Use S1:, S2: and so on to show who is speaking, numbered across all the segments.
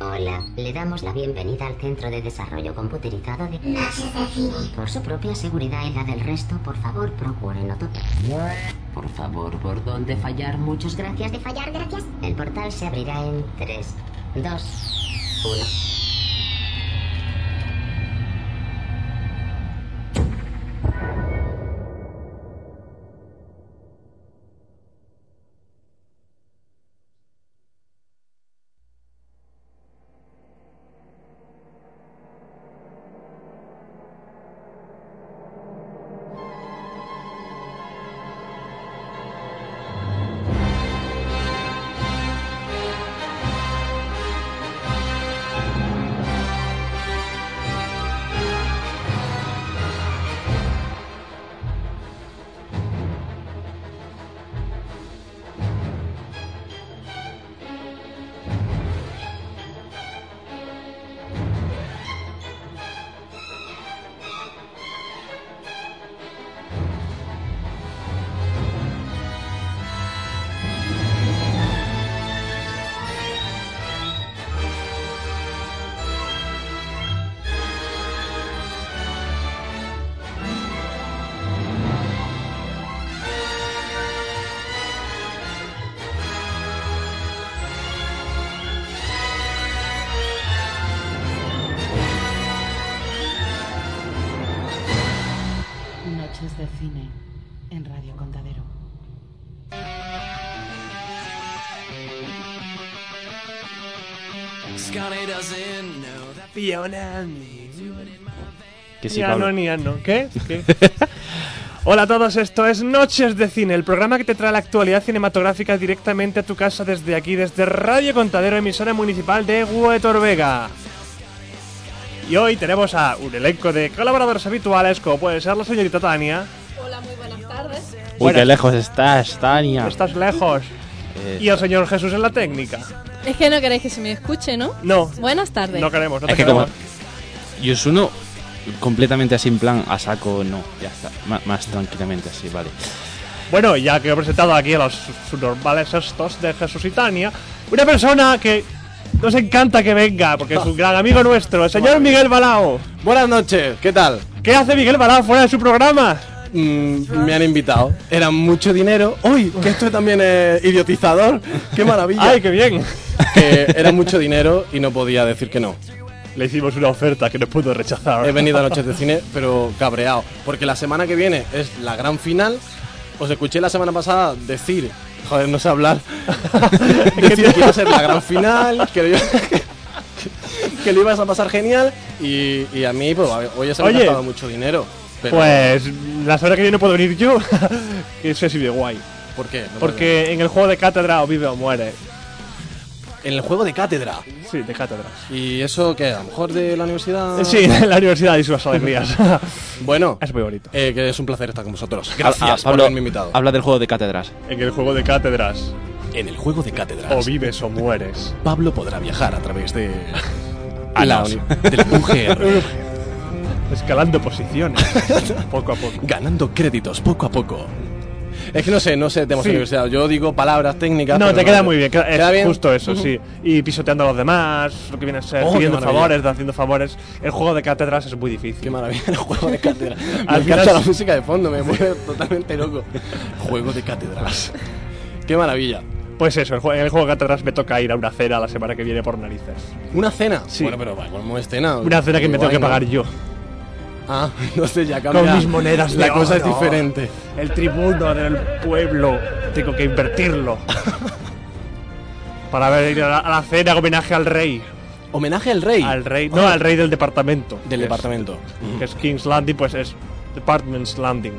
S1: Hola, le damos la bienvenida al Centro de Desarrollo Computerizado de...
S2: No se define.
S1: Por su propia seguridad y la del resto, por favor, procure no tocar.
S3: Por favor, ¿por dónde fallar? Muchas gracias.
S2: De fallar, gracias.
S1: El portal se abrirá en 3, 2, 1.
S4: Noches de cine en Radio Contadero.
S5: Scotty doesn't know that
S6: Fiona.
S7: Que sí,
S6: Ya
S7: Pablo.
S6: no, ni ya no. ¿Qué? ¿Qué? Hola a todos, esto es Noches de Cine, el programa que te trae la actualidad cinematográfica directamente a tu casa desde aquí, desde Radio Contadero, emisora municipal de Huetorvega. Y hoy tenemos a un elenco de colaboradores habituales, como puede ser la señorita Tania.
S8: Hola, muy buenas tardes.
S7: Uy,
S6: Bueno.
S7: qué lejos estás, Tania.
S6: Estás lejos.
S7: Ah. Eh,
S6: Y el señor Jesús en la técnica.
S8: Es que no queréis que se me escuche, ¿no?
S6: No,
S8: Buenas tardes.
S6: no queremos, no te
S7: es que como.
S6: queremos.
S7: Yosuno, completamente así en plan, a saco, no, ya está. ma- más tranquilamente así, vale.
S6: Bueno, ya que he presentado aquí a los normales estos de Jesús y Tania, una persona que nos encanta que venga, porque es un gran amigo nuestro, el señor Miguel Balao.
S9: Buenas noches, ¿qué tal?
S6: ¿Qué hace Miguel Balao fuera de su programa?
S9: Mm, me han invitado. Era mucho dinero. ¡Uy! Que esto también es idiotizador. ¡Qué maravilla!
S6: ¡Ay, qué bien!
S9: Que era mucho dinero y no podía decir que no.
S6: Le hicimos una oferta que no pudo rechazar.
S9: He venido a Noches de Cine, pero cabreado. Porque la semana que viene es la gran final. Os escuché la semana pasada decir. Joder, no sé hablar. decir que iba a ser la gran final. Que, yo- que lo ibas a pasar genial. Y, y a mí, pues, hoy se me ha
S6: Oye.
S9: gastado mucho dinero. Pero,
S6: Pues la semana que viene no puedo venir yo. que eso sí de guay.
S9: ¿Por qué? No me-
S6: Porque en el juego de cátedra o vive o muere.
S9: En el juego de cátedra.
S6: Sí, de cátedra.
S9: ¿Y eso qué? ¿A lo mejor de la universidad?
S6: Eh, Sí, la universidad y sus alegrías.
S9: Bueno,
S6: es muy bonito.
S9: eh, que es un placer estar con vosotros.
S7: Habla-
S9: Gracias
S7: ah, Pablo,
S9: por haberme invitado.
S7: Habla del juego de cátedras.
S6: En el juego de cátedras,
S9: En el juego de cátedras,
S6: o vives o mueres.
S9: Pablo podrá viajar a través de...
S7: Ah,
S9: la
S7: no.
S9: uni- del UGR,
S6: Escalando posiciones, poco a poco.
S9: ganando créditos poco a poco. Es que no sé, no sé temas
S6: Sí.
S9: de universidad. Yo digo palabras técnicas.
S6: No,
S9: pero
S6: te queda muy bien, queda-
S9: ¿Queda
S6: es
S9: bien?
S6: justo eso, sí. Y pisoteando a los demás, lo que viene a ser,
S9: Oh, qué
S6: pidiendo
S9: maravilla.
S6: favores, haciendo favores. El juego de cátedras es muy difícil.
S9: Qué maravilla el juego de cátedras. Me
S6: Al final
S9: encanta la
S6: sí.
S9: música de fondo, me mueve totalmente loco. Juego de cátedras. Qué maravilla.
S6: Pues eso, el jue- en el juego de cátedras me toca ir a una cena la semana que viene por narices.
S9: ¿Una cena?
S6: Sí.
S9: Bueno, pero va, como escena.
S6: Una cena que me tengo que
S9: Igual, ¿no?
S6: pagar yo.
S9: Ah, entonces ya
S6: Con
S9: cambia.
S6: mis monedas de
S9: La cosa es
S6: oro.
S9: diferente.
S6: El tribuno del pueblo, tengo que invertirlo. Para ver ir a la, a la cena, homenaje al rey.
S9: Homenaje al rey. Ah.
S6: Al rey, Mm, no, al rey del departamento.
S9: Del
S6: que es-
S9: departamento.
S6: que es King's Landing, pues es Department's Landing.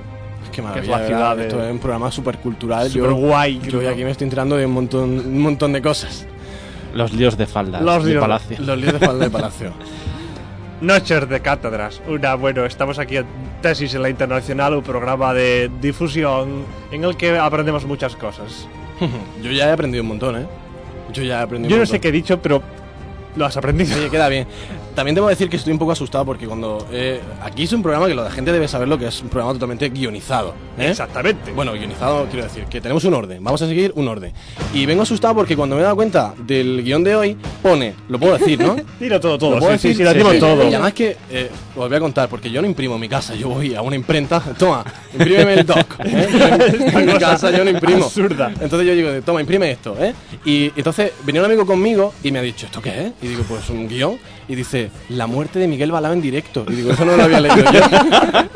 S6: que
S9: Qué
S6: es la ciudad
S9: maravilla, ¿verdad?
S6: de-
S9: Esto es un programa súper cultural. yo,
S6: Superguay,
S9: yo hoy
S6: ¿no?
S9: aquí me estoy enterando de un montón, un montón de cosas.
S7: Los líos de falda.
S6: Los
S7: de
S6: líos.
S7: palacio.
S9: Los líos de falda de palacio.
S6: Noches de cátedras. Una, bueno, estamos aquí en Tesis en la Internacional, un programa de difusión en el que aprendemos muchas cosas.
S9: yo ya he aprendido un montón, ¿eh? Yo ya he aprendido
S6: Yo
S9: un
S6: no sé
S9: montón.
S6: qué he dicho, pero lo has aprendido.
S9: Oye, queda bien. También debo decir que estoy un poco asustado porque cuando. eh, aquí es un programa que la gente debe saber lo que es un programa totalmente guionizado. ¿eh?
S6: Exactamente.
S9: Bueno, guionizado quiero decir que tenemos un orden. Vamos a seguir un orden. Y vengo asustado porque cuando me he dado cuenta del guión de hoy, pone. Lo puedo decir, ¿no?
S6: Tiro todo, todo.
S9: ¿Lo puedo
S6: Sí, sí,
S9: decir?
S6: sí, lo decimos todo.
S9: Y además que, eh, os voy a contar, porque yo no imprimo en mi casa, yo voy a una imprenta, toma, imprímeme el doc. ¿eh? Yo en mi casa yo no imprimo.
S6: Absurda.
S9: Entonces yo digo, toma, imprime esto. ¿eh? Y entonces venía un amigo conmigo y me ha dicho, ¿esto qué es? Y digo, pues un guión. Y dice, la muerte de Miguel Balaba en directo. Y digo, eso no lo había leído yo.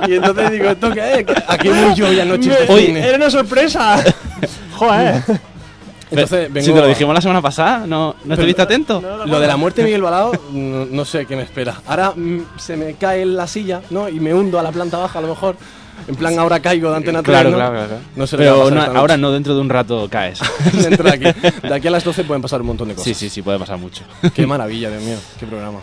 S9: y entonces digo, ¿esto qué es? Aquí voy yo y anoche
S6: Me-
S9: de
S6: Oye,
S9: cine. Pues
S6: era una sorpresa. Joder.
S9: Entonces vengo
S7: si te lo
S9: a-
S7: dijimos la semana pasada, ¿no, no estuviste atento?
S9: Lo de la muerte de Miguel Balao, no, no sé qué me espera. Ahora mm, se me cae en la silla, ¿no? Y me hundo a la planta baja, a lo mejor. En plan, ahora caigo de antena
S7: Claro,
S9: tres, ¿no?
S7: claro, claro.
S9: No sé
S7: Pero no- ahora no, dentro de un rato caes.
S9: Dentro de, aquí. de aquí a las 12 pueden pasar un montón de cosas.
S7: sí, sí, sí, puede pasar mucho.
S9: Qué maravilla, Dios mío. Qué programa.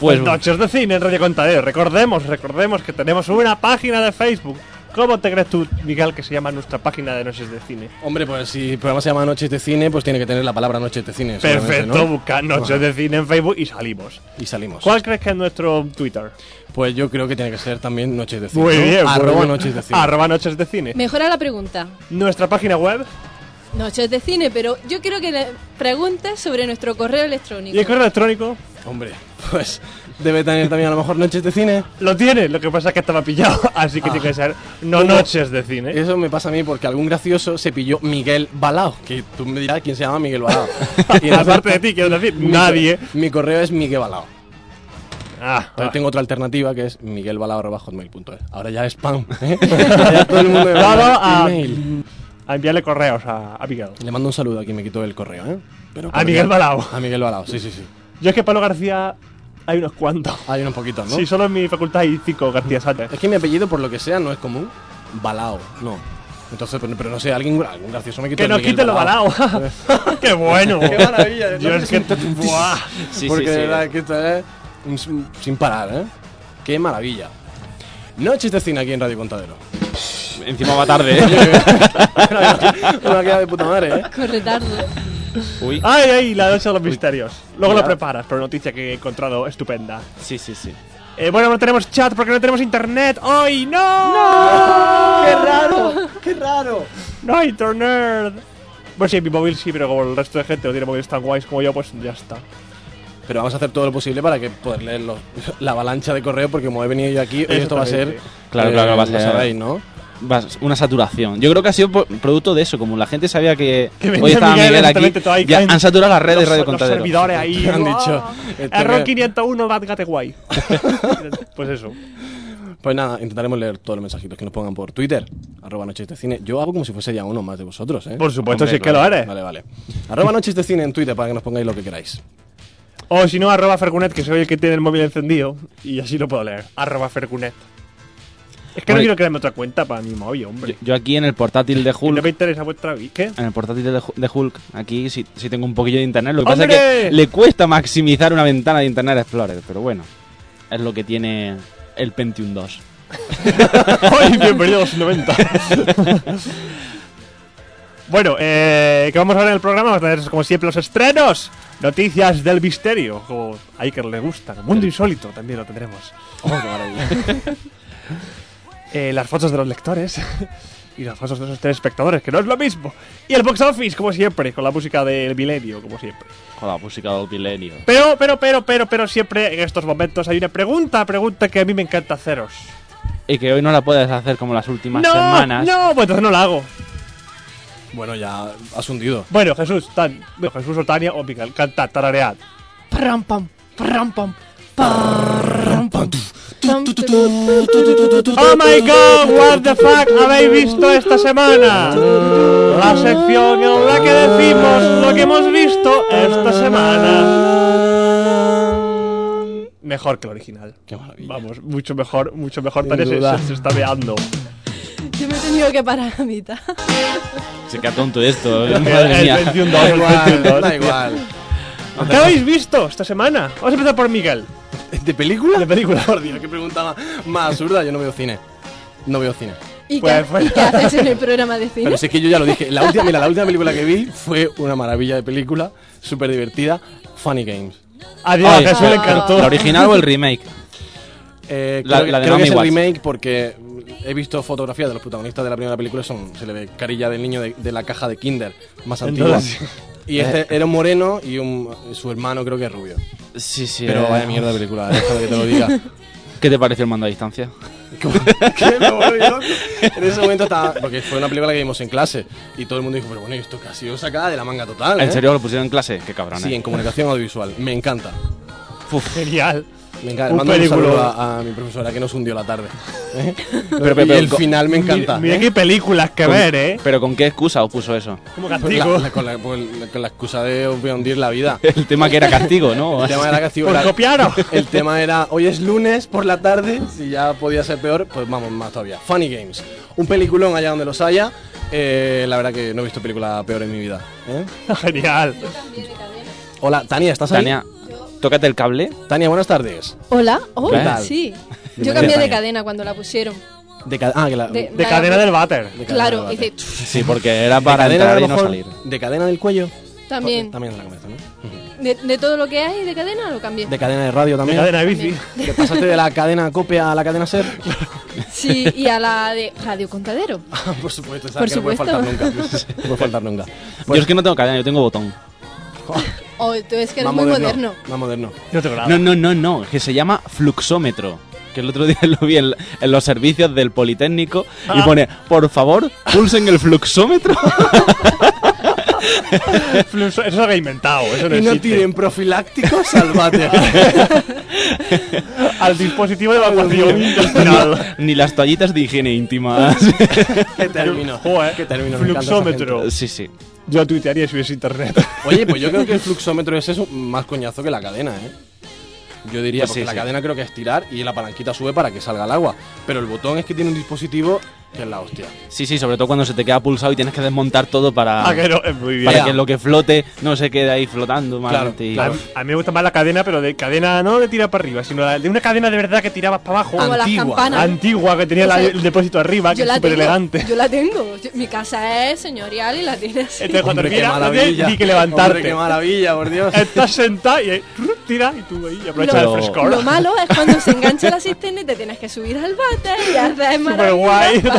S7: Pues
S6: Noches de cine en Radio Contadero. Recordemos, recordemos que tenemos una página de Facebook. ¿Cómo te crees tú, Miguel, que se llama nuestra página de Noches de Cine?
S9: Hombre, pues si el programa se llama Noches de Cine, pues tiene que tener la palabra Noches de Cine. seguramente,
S6: Perfecto,
S9: ¿no?
S6: busca Noches de Cine en Facebook y salimos.
S9: Y salimos.
S6: ¿Cuál crees que es nuestro Twitter?
S9: Pues yo creo que tiene que ser también Noches de Cine. ¿no?
S6: muy
S9: Arroba
S6: bien.
S9: Noches de Cine.
S6: Arroba Noches de Cine.
S8: Mejora la pregunta.
S6: Nuestra página web.
S8: Noches de cine, pero yo quiero que le preguntes sobre nuestro correo electrónico.
S6: ¿Y el correo electrónico?
S9: Hombre, pues debe tener también a lo mejor Noches de Cine.
S6: Lo tiene, lo que pasa es que estaba pillado, así que tiene que ser no
S9: Ah. ¿Cómo?
S6: noches de cine.
S9: Eso me pasa a mí porque algún gracioso se pilló Miguel Balao, que tú me dirás quién se llama Miguel Balao. Y entonces,
S6: Aparte de ti, quiero decir,
S9: mi-
S6: nadie.
S9: Mi correo es Miguel Balao.
S6: Ah,
S9: Entonces tengo otra alternativa que es miguelbalao.hotmail.es. Ahora ya es spam. ¿eh? ya todo el mundo me manda
S6: Claro, a-
S9: email.
S6: a enviarle correos a, a Miguel.
S9: Le mando un saludo aquí, me quitó el correo. ¿eh? Pero
S6: A
S9: correo-
S6: Miguel Balao.
S9: A Miguel Balao, sí, sí, sí.
S6: Yo es que Pablo García hay unos cuantos.
S9: Hay unos poquitos, ¿no?
S6: Sí, solo en mi facultad hay cinco García Sánchez.
S9: Es que mi apellido, por lo que sea, no es común. Balao, no. Entonces, pero, pero no sé, alguien, algún gracioso me quitó
S6: Que
S9: el
S6: nos
S9: Miguel
S6: quiten los balaos. ¡Qué bueno!
S9: Qué maravilla, ¿no?
S6: Yo es que. ¡Buah!
S7: sí, sí,
S9: Porque de
S7: sí. eh.
S9: verdad que esto es un- sin- sin parar, ¿eh? Qué maravilla. Noches de cine aquí en Radio Contadero.
S7: Encima va tarde, ¿eh?
S9: Una queda de puta madre, ¿eh?
S8: Corretardo.
S7: Uy.
S6: ¡Ay, ay! La noche de los misterios. Luego lo
S9: Ya.
S6: preparas, pero noticia que he encontrado estupenda.
S7: Sí, sí, sí.
S6: Eh, bueno, no tenemos chat porque no tenemos internet hoy. ¡No! ¡Qué raro!
S9: ¡Qué raro!
S6: ¡No hay internet! Bueno, sí, mi móvil sí, pero como el resto de gente no tiene móviles tan guays como yo, pues ya está.
S9: Pero vamos a hacer todo lo posible para que poder leer los- la avalancha de correo, porque como he venido yo aquí, hoy esto va a ser.
S7: Claro, claro, va a
S9: lo
S7: ser-
S9: sabéis, ¿no?
S7: Vas- Una saturación. Yo creo que ha sido por- producto de eso. Como la gente sabía que,
S6: Que venía
S7: hoy estaba
S6: Miguel,
S7: Miguel,
S6: exactamente, todo ahí
S7: aquí, ya
S6: caen
S7: han saturado las redes de
S6: los,
S7: Radio
S6: los
S7: Contadero.
S6: servidores ahí.
S9: Han dicho.
S6: ¡ah!
S9: esto
S6: Error
S9: que-
S6: 501, bad guay. pues eso.
S9: Pues nada, intentaremos leer todos los mensajitos que nos pongan por Twitter, arroba noches de cine. Yo hago como si fuese ya uno más de vosotros, ¿eh?
S6: Por supuesto,
S7: Hombre,
S6: si es que lo
S7: claro.
S6: eres.
S9: Vale, vale. Arroba noches de cine en Twitter para que nos pongáis lo que queráis.
S6: O si no, arroba Fercunet, que soy el que tiene el móvil encendido y así lo puedo leer. Arroba Fercunet. Es que no
S7: Bueno,
S6: quiero crearme otra cuenta para mi móvil,
S7: Yo,
S6: hombre.
S7: yo aquí en el portátil de
S6: no
S7: Hulk.
S6: me interesa vuestra vida. ¿Qué?
S7: En el portátil de Ju- de Hulk, aquí sí, sí tengo un poquillo de internet. Lo que pasa es
S6: ¡Hombre!
S7: que le cuesta maximizar una ventana de Internet Explorer, pero bueno, es lo que tiene el Pentium 2.
S6: ¡Ay, bienvenido a los 90! bueno, eh, que vamos a ver en el programa, vamos a tener como siempre los estrenos, noticias del misterio, como a Iker le gusta, como Mundo Insólito también lo tendremos.
S9: Oh, qué maravilla.
S6: Eh, las fotos de los lectores y las fotos de los telespectadores, que no es lo mismo. Y el box office, como siempre, con la música del milenio, como siempre.
S7: Joder, música del milenio.
S6: Pero, pero, pero, pero, pero siempre en estos momentos hay una pregunta, pregunta que a mí me encanta haceros.
S7: Y que hoy no la puedes hacer como las últimas
S6: no,
S7: semanas.
S6: no, pues entonces no la hago.
S9: bueno, ya has hundido.
S6: Bueno, Jesús, tan, bueno, Jesús o Tania o Miguel, cantad, tararead.
S4: Parram pam, parram pam, parram pam.
S6: ¡Oh my god! ¡What the fuck habéis visto esta semana! La sección en la que decimos lo que hemos visto esta semana. Mejor que el original.
S9: Qué maravilla.
S6: Vamos, mucho mejor, mucho mejor.
S9: Sin
S6: Tania se,
S9: duda.
S6: se- se está veando.
S8: Yo me he tenido que parar a mitad.
S7: Se queda tonto esto, ¿eh?
S6: El-
S7: madre
S6: el
S7: mía.
S6: 21
S9: Da
S6: el 21.
S9: igual, da igual.
S6: ¿Qué habéis visto esta semana? Vamos a empezar por Miguel.
S9: ¿De película?
S6: De película.
S9: Por Dios, qué pregunta más, más absurda. Yo no veo cine. No veo cine.
S8: ¿Y
S6: Pues,
S8: qué,
S6: bueno.
S8: qué haces en el programa de cine?
S9: Pero si es que yo ya lo dije. La última, mira, la última película que vi fue una maravilla de película, súper divertida, Funny Games.
S6: Adiós,
S7: Ay,
S6: Jesús,
S7: la-
S6: le encantó.
S7: ¿La original o el remake?
S9: Eh,
S7: La-
S9: creo que-
S7: la de
S9: creo
S7: Naomi
S9: que es el
S7: Watts.
S9: remake porque he visto fotografías de los protagonistas de la primera película. Son, se le ve carilla del niño de, de la caja de Kinder más antigua.
S6: Entonces-
S9: Y este era un moreno y un, su hermano creo que es rubio.
S7: Sí, sí. eh.
S9: Pero
S6: eh,
S9: vaya mierda de película, déjame que te lo diga.
S7: ¿Qué te pareció el mando a distancia?
S9: ¿Qué? Me volví loco. en ese momento estaba. Porque fue una película que vimos en clase. Y todo el mundo dijo, pero bueno, esto que ha sido sacada de la manga total.
S7: ¿En
S9: ¿eh?".
S7: serio lo pusieron en clase? Qué cabrón.
S9: Sí,
S7: eh.
S9: en comunicación audiovisual. Me encanta.
S6: Genial.
S9: Me encanta.
S6: Un
S9: Mando un
S6: película.
S9: saludo a, a mi profesora que nos hundió la tarde. ¿eh?
S7: pero-
S9: y
S7: pero-
S9: el final me encanta.
S6: Mira
S9: ¿eh?
S6: qué películas que
S7: Con-
S6: ver, ¿eh?
S7: Pero ¿con qué excusa os puso eso?
S6: Como
S9: Con
S6: castigo.
S9: la, la- con, la, con la- con la excusa de os voy a hundir la vida.
S7: El tema que era castigo, ¿no?
S9: El tema era castigo.
S6: Por
S9: era-
S6: copiaros.
S9: El tema era hoy es lunes por la tarde, si ya podía ser peor, pues vamos más todavía. Funny Games, un peliculón allá donde los haya. Eh, la verdad que no he visto película peor en mi vida. ¿eh?
S6: Genial.
S9: Hola, Tania, ¿estás ahí?
S7: Tania, tócate el cable.
S9: Tania, buenas tardes.
S8: Hola, oh,
S7: ¿Qué tal?
S8: sí.
S7: Bienvenida,
S8: Yo cambié de
S7: Tania.
S8: cadena cuando la pusieron.
S9: De ca- ah, que la-
S8: De-
S6: De
S8: La-
S6: cadena del váter.
S9: de cadena
S8: Claro,
S9: del
S8: hice
S9: váter.
S7: Sí, porque era
S9: De
S7: para
S9: cadena, a
S7: entrar
S9: lo
S7: y no
S9: mejor,
S7: salir.
S9: De cadena del cuello.
S8: también.
S9: También de la cabeza, ¿no?
S8: De, de todo lo que hay de cadena lo cambié.
S9: De cadena de radio
S6: De
S9: también.
S6: cadena de bici.
S9: ¿Te pasaste de la cadena COPE a la cadena SER?
S8: Sí, y a la de Radio Contadero.
S9: Por supuesto,
S8: Por
S9: sabes que no puede faltar
S8: supuesto.
S9: nunca. No puede faltar nunca. pues-
S7: Yo es que no tengo cadena, yo tengo botón.
S8: Oh, tú es que eres
S9: Más
S8: muy
S9: moderno.
S8: moderno.
S9: Más moderno.
S6: No tengo nada.
S7: No, no, no, no, que se llama fluxómetro. Que el otro día lo vi en, en los servicios del Politécnico y
S6: Ah.
S7: pone, por favor, pulsen el fluxómetro.
S6: Eso se había inventado. Eso no
S9: Y no
S6: existe.
S9: tiren profilácticos, salvate.
S6: Al dispositivo de evacuación intestinal.
S7: Ni las toallitas de higiene íntima.
S9: que termino.
S6: Joder,
S9: que termino. me encanta esa
S6: Fluxómetro.
S7: sí, sí.
S6: Yo tuitearía si hubiese internet.
S9: gente. Oye, pues yo creo que el fluxómetro ese es un- más coñazo que la cadena, ¿eh? Yo diría,
S7: Pues
S9: porque
S7: sí,
S9: la
S7: sí.
S9: cadena creo que es tirar y la palanquita sube para que salga el agua. Pero el botón es que tiene un dispositivo que es la hostia.
S7: Sí, sí, sobre todo cuando se te queda pulsado y tienes que desmontar todo para,
S6: Ah, que no, es muy bien.
S7: para
S9: Ya.
S7: que lo que flote no se quede ahí flotando mal.
S9: Claro,
S7: y-
S6: A,
S9: claro.
S6: a mí me gusta más la cadena, pero de cadena no de tirar para arriba, sino la- de una cadena de verdad que tirabas para abajo.
S8: Como las
S9: Antigua.
S8: campanas.
S6: Antigua, que tenía la-
S8: O sea,
S6: el depósito arriba, Ah, que es súper
S8: tengo,
S6: elegante.
S8: Yo la tengo. Yo- mi casa es señorial y la tiene así.
S6: Entonces, cuando
S9: Hombre, qué
S6: miras, no
S9: maravilla.
S6: tienes ni que
S9: Hombre, qué
S6: levantarte.
S9: maravilla, por Dios.
S6: Estás sentado y ahí, trup, tira y tú ahí
S8: Lo,
S6: aprovechas
S7: Pero-
S6: el frescor.
S8: lo malo es cuando se engancha la cisterna y te tienes que subir al bate y haces
S6: Súper guay.
S8: maravillas para...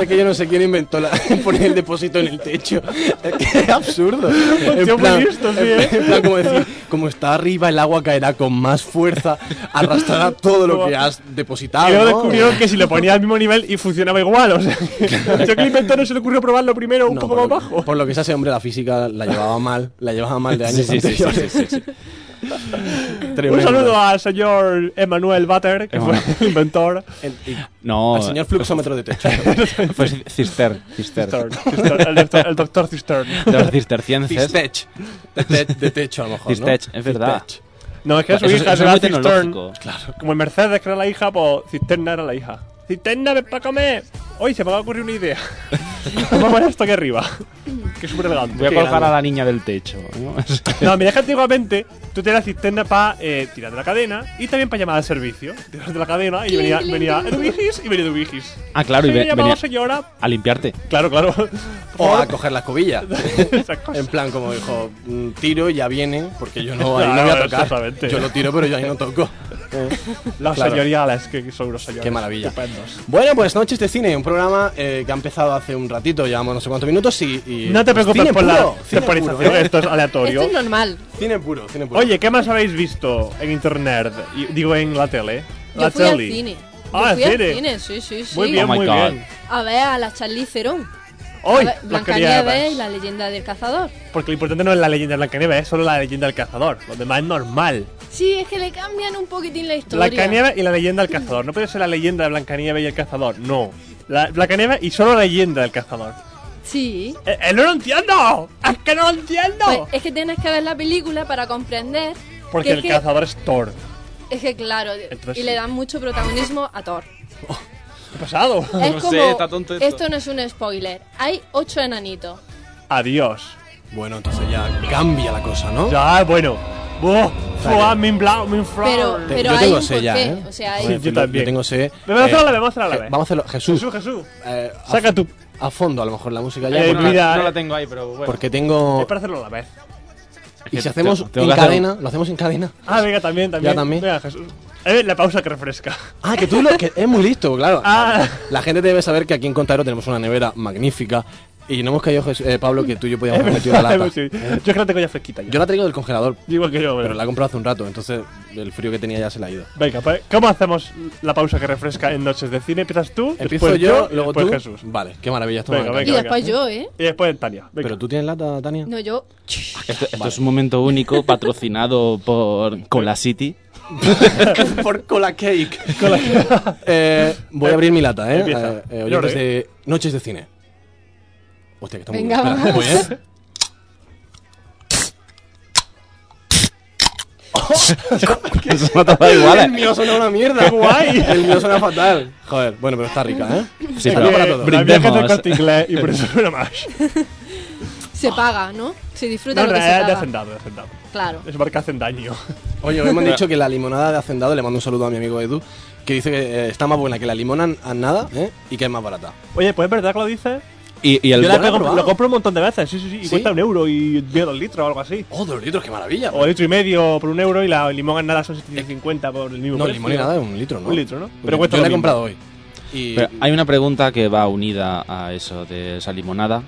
S9: Es que yo no sé quién inventó la, poner el depósito en el techo. Es que es absurdo. En
S6: muy listo, sí,
S9: en
S6: ¿eh?
S9: plan- en plan como decir, como está arriba, el agua caerá con más fuerza, arrastrará todo lo que has depositado.
S6: Y luego
S9: ¿no?
S6: descubrieron que si lo ponía al mismo nivel y funcionaba igual. O sea, yo que el inventor no se le ocurrió probarlo primero un
S9: No,
S6: poco más
S9: por lo-
S6: bajo.
S9: Por lo que sea ese hombre, la física la llevaba mal. La llevaba mal de años
S7: Sí, sí, sí, sí,
S9: anteriores.
S7: sí, sí, sí.
S9: Tremendo.
S6: Un saludo al señor Emanuel Butter, que fue
S7: Emanuel.
S6: el inventor.
S9: El- y-
S7: No,
S9: al señor fluxómetro de techo.
S7: fue Cister, Cister.
S6: Cistern, Cistern, el, doctor, el doctor Cistern.
S7: De los cistercienses.
S9: Fistech. De, te- de techo, a lo mejor. ¿no?
S7: Cistech, es verdad.
S9: Fistech.
S6: No, es que
S7: Eso
S6: su
S7: es-
S6: hija
S7: eso
S6: era
S7: es muy
S6: Cistern.
S7: tecnológico.
S6: Como el Mercedes, que era la hija, pues Cisterna era la hija. Cisterna, ven para comer. Hoy se me va a ocurrir una idea. Vamos a poner esto aquí arriba. Que es súper elegante.
S7: Voy a
S6: Qué
S7: colgar
S6: grande.
S7: a la niña del techo. ¿no?
S6: No, mira que antiguamente tú tenías cisterna para tirar de la cadena y también para llamar al servicio. Tirar de la cadena y venía, venía Edubigis y venía Edubigis.
S7: Ah, claro, y
S6: Se
S7: ve-
S6: llamaba
S7: venía
S6: señora.
S7: a limpiarte.
S6: Claro, claro.
S9: O a coger la escobilla.
S6: Esas cosas.
S9: En plan, como dijo, mm, tiro, ya viene, porque yo no, ahí no
S6: Claro,
S9: voy a tocar.
S6: exactamente.
S9: Yo lo tiro, pero yo ahí no toco.
S6: Las
S9: claro.
S6: señoriales, que son unos señores.
S9: Qué maravilla.
S6: estupendos.
S9: Bueno, pues Noches de Cine, un programa eh, que ha empezado hace un ratito, llevamos no sé cuántos minutos y... y-
S6: No te
S9: pues,
S6: preocupes
S9: cine
S6: por
S9: puro,
S6: la
S9: cine
S6: temporización,
S9: puro, ¿eh?
S6: esto es aleatorio.
S8: Esto es normal.
S9: Cine puro, cine puro.
S6: Oye, ¿qué más habéis visto en internet? Y- Digo, en la tele. La
S8: Yo fui al
S6: tele.
S8: cine.
S6: Ah,
S8: Yo
S6: al
S8: fui al
S6: cine.
S8: cine, sí, sí, sí.
S6: Muy bien,
S7: Oh my
S6: muy
S7: God.
S6: bien.
S8: A ver a la Charlize Theron.
S6: Hoy,
S8: A ver, Blancanieves y la leyenda del cazador.
S6: Porque lo importante no es la leyenda de Blancanieves, es solo la leyenda del cazador. Lo demás es normal.
S8: Sí, es que le cambian un poquitín la historia.
S6: Blancanieves y la leyenda del cazador. No puede ser la leyenda de Blancanieves y el cazador. No. La Blancanieves y solo la leyenda del cazador.
S8: Sí.
S6: ¡Eh, eh, no lo entiendo! ¡Es que no lo entiendo!
S8: Pues es que tienes que ver la película para comprender.
S6: Porque
S8: que
S6: el
S8: es que-
S6: cazador es Thor.
S8: Es que claro,
S6: Entonces
S8: y
S6: sí.
S8: le dan mucho protagonismo a Thor.
S6: ¿Qué ha pasado?
S8: Es
S7: sé,
S8: como,
S7: está tonto esto.
S8: no es un spoiler. Hay ocho enanitos.
S6: Adiós.
S9: Bueno, entonces ya cambia la cosa, ¿no?
S6: Ya, bueno. Buah, fuá,
S9: bien.
S6: min blau, min frau.
S8: Pero,
S9: Te-
S8: pero
S9: yo
S8: hay
S9: tengo
S8: un
S9: sed ya,
S8: porqué.
S9: ¿eh?
S8: O sea, hay-
S6: Sí, yo también.
S9: tengo sed.
S6: Vamos a
S9: Eh,
S6: hacerlo a la vez, vamos a hacerlo a la
S9: eh,
S6: vez.
S9: vamos a hacerlo. Jesús,
S6: Jesús, Jesús.
S9: eh, a,
S6: Saca tu.
S9: a fondo a lo mejor la música ya,
S6: Eh,
S9: porque,
S6: mira,
S7: tengo ahí, pero bueno.
S9: porque tengo...
S6: Es para hacerlo a la vez.
S7: Es
S9: Y
S7: Que
S9: si hacemos
S7: te- tengo
S9: en
S7: que hacer-
S9: cadena, lo hacemos en cadena.
S6: Ah, venga, también, también.
S9: Ya también.
S6: Venga, Jesús. Eh, la pausa que refresca.
S9: Ah, que tú lo, que es muy listo, claro. pues,
S6: Ah.
S9: La gente debe saber que aquí en Contadero tenemos una nevera magnífica y no hemos caído, Jes- eh, Pablo, que tú y yo podíamos haber metido la lata.
S6: Sí. Yo es que la tengo ya fresquita. Ya.
S9: Yo la traigo del congelador,
S6: Igual que yo,
S9: pero la he comprado hace un rato, entonces el frío que tenía ya se la ha ido.
S6: Venga, pues, ¿cómo hacemos la pausa que refresca en Noches de Cine? Empiezas tú,
S9: Empiezo
S6: después
S9: yo,
S6: y
S9: luego
S6: después
S9: tú.
S6: Jesús.
S9: Vale, qué maravilla esto.
S6: Venga,
S9: me
S8: Y
S9: encanta.
S6: venga.
S8: después yo, ¿eh?
S6: Y después Tania. Venga.
S9: Pero tú tienes lata, Tania.
S8: No, yo.
S7: Esto, esto es un momento único patrocinado por Cola City.
S9: Por cola cake. Eh, voy a abrir mi lata, ¿eh?
S6: Empieza.
S9: Eh, eh, oyentes
S6: Yo lo veo.
S9: de Noches de Cine. Hostia, que está muy
S8: Venga,
S9: bien. Espera,
S8: vamos.
S9: muy bien.
S7: Eso no te da igual. eh.
S9: El mío suena una mierda.
S6: guay!
S9: El mío suena fatal. Joder, bueno, pero está rica, ¿eh?
S7: Sí,
S9: Está
S7: pero
S9: para
S6: Eh,
S9: todo.
S6: La viaje del
S7: brindemos.
S6: corte inglés y por eso no era más.
S8: Se paga, ¿no? Se disfruta
S6: No, en
S8: lo que se
S6: realidad de
S8: paga.
S6: hacendado, de hacendado.
S8: Claro.
S6: Es marca hacendaño.
S9: Oye, hoy me han dicho que la limonada de Hacendado, le mando un saludo a mi amigo Edu, que dice que eh, está más buena que la limona a nada, ¿eh? Y que es más barata.
S6: Oye, pues es verdad que lo dices.
S7: Y, y el
S6: Yo la
S9: ¿Lo has
S6: pego-
S9: probado?
S6: lo compro un montón de veces, sí, sí, sí. Y
S9: ¿Sí?
S6: cuesta un euro y 10 litros o algo así.
S9: Oh, dos litros, qué maravilla.
S6: O litro y medio por un euro y la limón en nada son 750 por el mismo
S9: No,
S6: precio.
S9: limón y nada es un litro, ¿no?
S6: Un litro, ¿no?
S9: Pero
S6: Pero cuesta lo
S9: Yo la he
S6: mismo.
S9: comprado hoy. Y...
S7: Pero hay una pregunta que va unida a eso de esa limonada.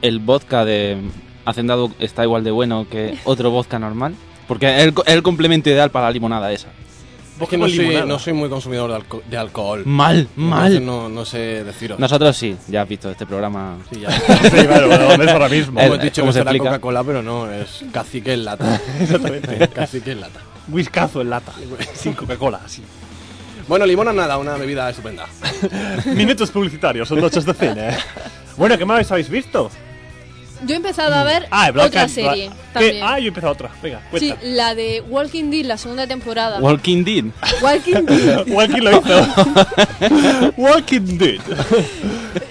S7: ¿El vodka de Hacendado está igual de bueno que otro vodka normal? Porque es el, co- es el complemento ideal para la limonada esa.
S9: Es que
S6: Con
S9: no soy,
S6: limonada.
S9: no soy muy consumidor de, alco- de alcohol.
S7: Mal,
S9: Entonces
S7: mal.
S9: No, no sé deciros.
S7: Nosotros sí, ya has visto este programa.
S9: Sí, ya.
S6: Sí, claro, bueno, es ahora mismo.
S7: Eh,
S9: Hemos
S7: eh,
S9: dicho
S7: ¿cómo
S9: que
S7: se
S9: esto era
S7: explica?
S9: Coca-Cola, pero no, es cacique en lata.
S6: Exactamente.
S9: cacique en lata.
S6: Whiskazo en lata. Sin Coca-Cola, así.
S9: Bueno, limona nada, una bebida estupenda.
S6: Minutos publicitarios, son noches de cine. Bueno, ¿qué más habéis visto?
S8: Yo he empezado a ver
S6: Ah, Black
S8: otra
S6: and-
S8: serie.
S6: ¿Qué?
S8: También.
S6: Ah, yo he empezado otra. Venga,
S8: Sí,
S6: cuenta.
S8: la de Walking Dead, la segunda temporada.
S7: Walking Dead.
S8: Walking Dead.
S6: Walking lo hizo. Walking Dead.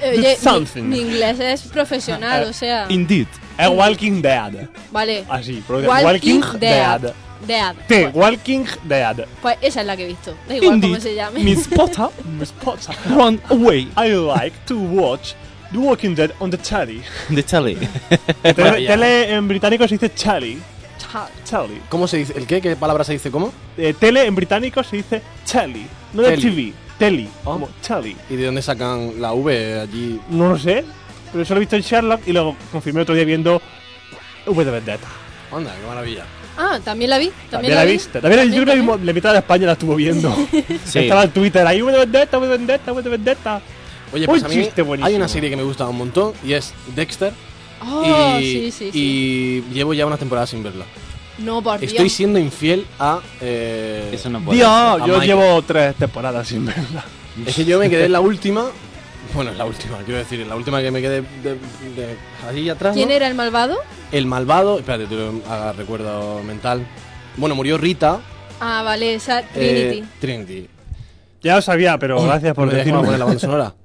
S8: Eh, oye, mi-
S6: Something. Ah,
S8: Mi, inglés es profesional, o sea.
S7: Indeed.
S6: Es Eh, Walking Dead.
S8: Vale.
S6: Así, pero
S8: Walking,
S6: Ah, Dead.
S8: Dead. Dead.
S6: Sí, Walking Dead.
S8: Pues esa es la que he visto. Da igual cómo se llame.
S6: Miss Potter, Miss Potter.
S7: Run away.
S6: I like to watch The Walking Dead on the telly.
S7: De Charlie.
S6: tele, tele en británico se dice chally.
S8: Chao.
S6: Telly.
S9: ¿Cómo se dice? ¿El qué? ¿Qué palabra se dice? ¿Cómo?
S6: Eh, tele en británico se dice telly. No de
S9: Telly.
S6: TV, telly.
S9: Oh.
S6: Como telly.
S9: ¿Y de dónde sacan la V allí?
S6: No lo sé, pero eso lo he visto en Sherlock y lo confirmé otro día viendo V de Vendetta.
S9: Anda, qué maravilla.
S8: Ah, también la vi. También,
S6: También la
S8: vi.
S6: viste. También, yo creo que
S8: también.
S6: la, mitad de España la estuvo viendo.
S7: Sí.
S6: Estaba en Twitter ahí, V de Vendetta, V de Vendetta, V de Vendetta.
S9: Oye, pues
S6: Un
S9: a mí
S6: chiste buenísimo.
S9: hay una serie que me gusta un montón y es Dexter.
S8: Oh,
S9: y,
S8: sí, sí, sí.
S9: y llevo ya unas temporadas sin verla.
S8: No, por Dios.
S9: Estoy siendo infiel a... eh,
S7: Eso no puede
S6: Dios,
S9: A
S6: yo
S9: Michael.
S6: llevo tres temporadas sin verla.
S9: Es que yo me quedé en la última. Bueno, en la última, quiero decir, en la última que me quedé de, de- allí atrás.
S8: ¿Quién
S9: ¿no?
S8: era el malvado?
S9: El malvado. Espérate, tú hagas ah, recuerdo mental. Bueno, murió Rita.
S8: Ah, vale, esa
S9: eh,
S8: Trinity.
S9: Trinity.
S6: Ya lo sabía, pero gracias por
S9: ¿Me dejas
S6: decirme.
S9: poner la banda sonora?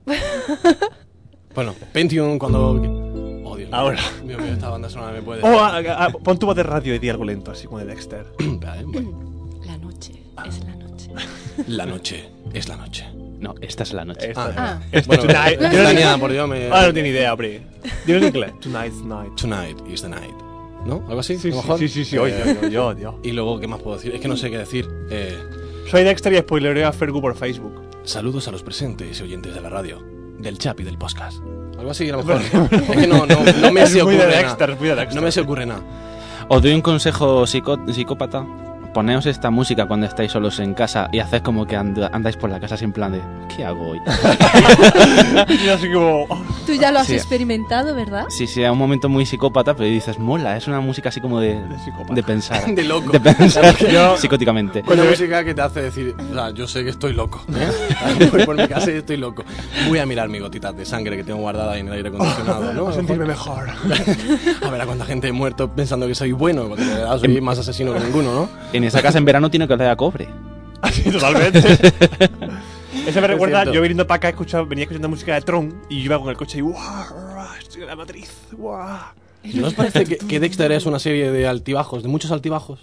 S9: bueno, Pentium cuando. Oh, Dios mío.
S6: Ahora. Oh, ah.
S9: Dios mío, esta banda sonora me puede.
S6: O a- a- a- pon tu voz de radio y di algo lento, así como de Dexter.
S9: Espera, eh, bueno.
S8: La noche. Es la noche.
S9: La noche es la noche.
S7: No, esta es la noche.
S9: Ah,
S8: Ah.
S9: bueno,
S6: Tonight.
S9: eh, Tania, por Dios, me.
S6: Ahora Ah, no tiene idea, Bri. Dilo en inglés. Tonight's night.
S9: Tonight is the night. ¿No? ¿Algo así?
S6: Sí,
S9: a lo
S6: sí,
S9: mejor?
S6: sí, sí, sí,
S9: Eh,
S6: oye, yo, yo, yo.
S9: Y luego, ¿qué más puedo decir? Es que no sé qué decir. Eh,
S6: Soy Dexter y spoilereo a Fergu por Facebook.
S9: saludos a los presentes y oyentes de la radio, del chat y del podcast. Algo así, a lo mejor. es que no, no, no me
S6: Es
S9: se
S6: muy
S9: ocurre
S6: de
S9: nada.
S6: Dexter, es muy de Dexter.
S9: No me se ocurre nada.
S7: Os doy un consejo psico- psicópata. Poneos esta música cuando estáis solos en casa y hacéis como que and- andáis por la casa sin plan de ¿qué hago hoy?
S6: Y así como. oh,
S8: Tú ya lo has
S7: Sí.
S8: experimentado, ¿verdad?
S7: Sí, sí, es un momento muy psicópata, pero dices, mola, es una música así como de,
S6: De psicópata.
S7: de pensar.
S9: De loco.
S7: De pensar
S6: Yo-
S7: psicóticamente.
S9: Con la música que te hace decir, o sea, yo sé que estoy loco. ¿eh? Voy por mi casa y estoy loco. Voy a mirar mis gotitas de sangre que tengo guardada ahí en el aire acondicionado, ¿no?
S6: a
S9: A lo
S6: sentirme
S9: mejor-
S6: mejor.
S9: A ver a cuánta gente he muerto pensando que soy bueno, porque de verdad soy más asesino que ninguno, ¿no?
S7: En esa casa en verano tiene que oler a cobre.
S6: Así, totalmente. Eso me recuerda,
S9: cierto.
S6: yo viniendo para acá escuchaba, venía escuchando música de Tron y yo iba con el coche y. ¡Guau! Estoy en la matriz. ¡Guau!
S9: ¿No os parece que, que Dexter es una serie de altibajos, de muchos altibajos?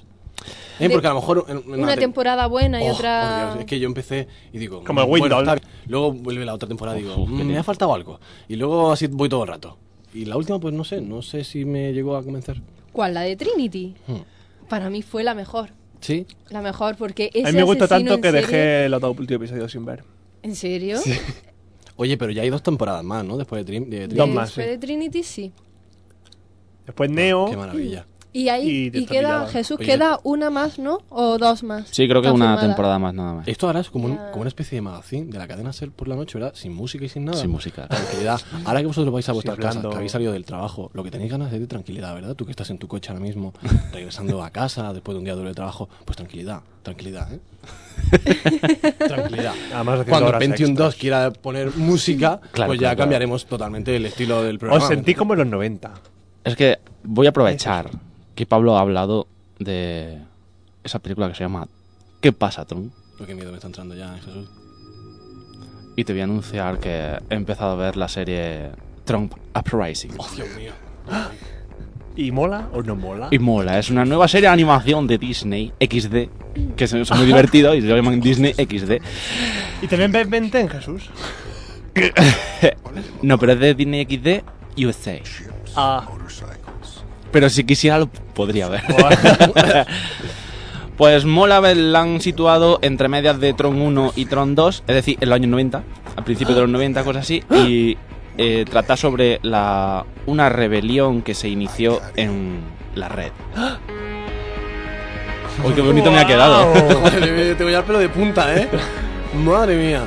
S9: Eh, porque a lo mejor... en- en
S8: Una
S9: tem-
S8: temporada buena y
S9: Oh,
S8: otra.
S9: por Dios, es que yo empecé y digo.
S6: Como el
S9: bueno,
S6: Windows.
S9: está bien. Luego vuelve la otra temporada y digo,
S7: Uf, qué
S9: "Mm, me ha
S7: tío".
S9: faltado algo. Y luego así voy todo el rato. Y la última, pues no sé, no sé si me llegó a convencer.
S8: ¿Cuál? La de Trinity.
S9: Hmm.
S8: Para mí fue la mejor.
S9: ¿Sí?
S8: La mejor porque
S6: A mí
S8: ese
S6: me gustó
S8: asesino,
S6: tanto que
S8: en serie-
S6: dejé el otro último episodio sin ver.
S8: ¿En serio?
S9: Oye, pero ya hay dos temporadas más, ¿no? Después de Dream. de Dream.
S6: Dos más,
S8: Después
S6: sí.
S8: de Trinity sí.
S6: Después Neo.
S9: Qué maravilla.
S8: Y ahí
S6: Y te
S8: y queda,
S6: terminaban.
S8: Jesús,
S9: Oye,
S8: queda una más, ¿no? O dos más.
S7: Sí, creo que una
S8: Confirmada.
S7: temporada más nada más.
S9: Esto ahora es como, un-
S8: Ya.
S9: como una especie de magazine de la cadena Ser por la noche, ¿verdad? Sin música y sin nada.
S7: Sin música.
S9: Tranquilidad. Ahora que vosotros vais a vuestras
S6: Sí,
S9: casas,
S6: hablando-
S9: que habéis salido del trabajo, lo que tenéis ganas es de tranquilidad, ¿verdad? Tú que estás en tu coche ahora mismo, regresando a casa después de un día duro de trabajo, pues tranquilidad, tranquilidad, ¿eh? tranquilidad.
S6: Además, haciendo
S9: Cuando
S6: horas
S9: 21
S6: extras.
S9: 2 quiera poner música,
S7: Claro,
S9: pues ya
S7: claro, claro.
S9: cambiaremos totalmente el estilo del programa.
S6: Os sentí como en los 90.
S7: Es que voy a aprovechar que Pablo ha hablado de esa película que se llama ¿Qué pasa, Tron?
S9: Uy, qué miedo me está entrando ya, eh, Jesús.
S7: Y te voy a anunciar que he empezado a ver la serie Trump Uprising.
S9: Oh, Dios mío.
S6: ¿Y mola o no mola?
S7: Y mola, es una nueva serie de animación de Disney XD, que son son muy divertidos y se llaman Disney XD.
S6: ¿Y también ves Ben 10, Jesús?
S7: No, pero es de Disney XD USA.
S6: Ah,
S7: Pero si quisiera lo podría ver. Pues mola ver- la han situado entre medias de Tron 1 y Tron 2, es decir, en los años 90, al principio de los 90, cosas así, y eh, trata sobre la, una rebelión que se inició en la red. ¡Ah! Uy, qué bonito me ha quedado. ¿eh?
S9: Madre mía, yo tengo ya el pelo de punta, ¿eh? Madre mía.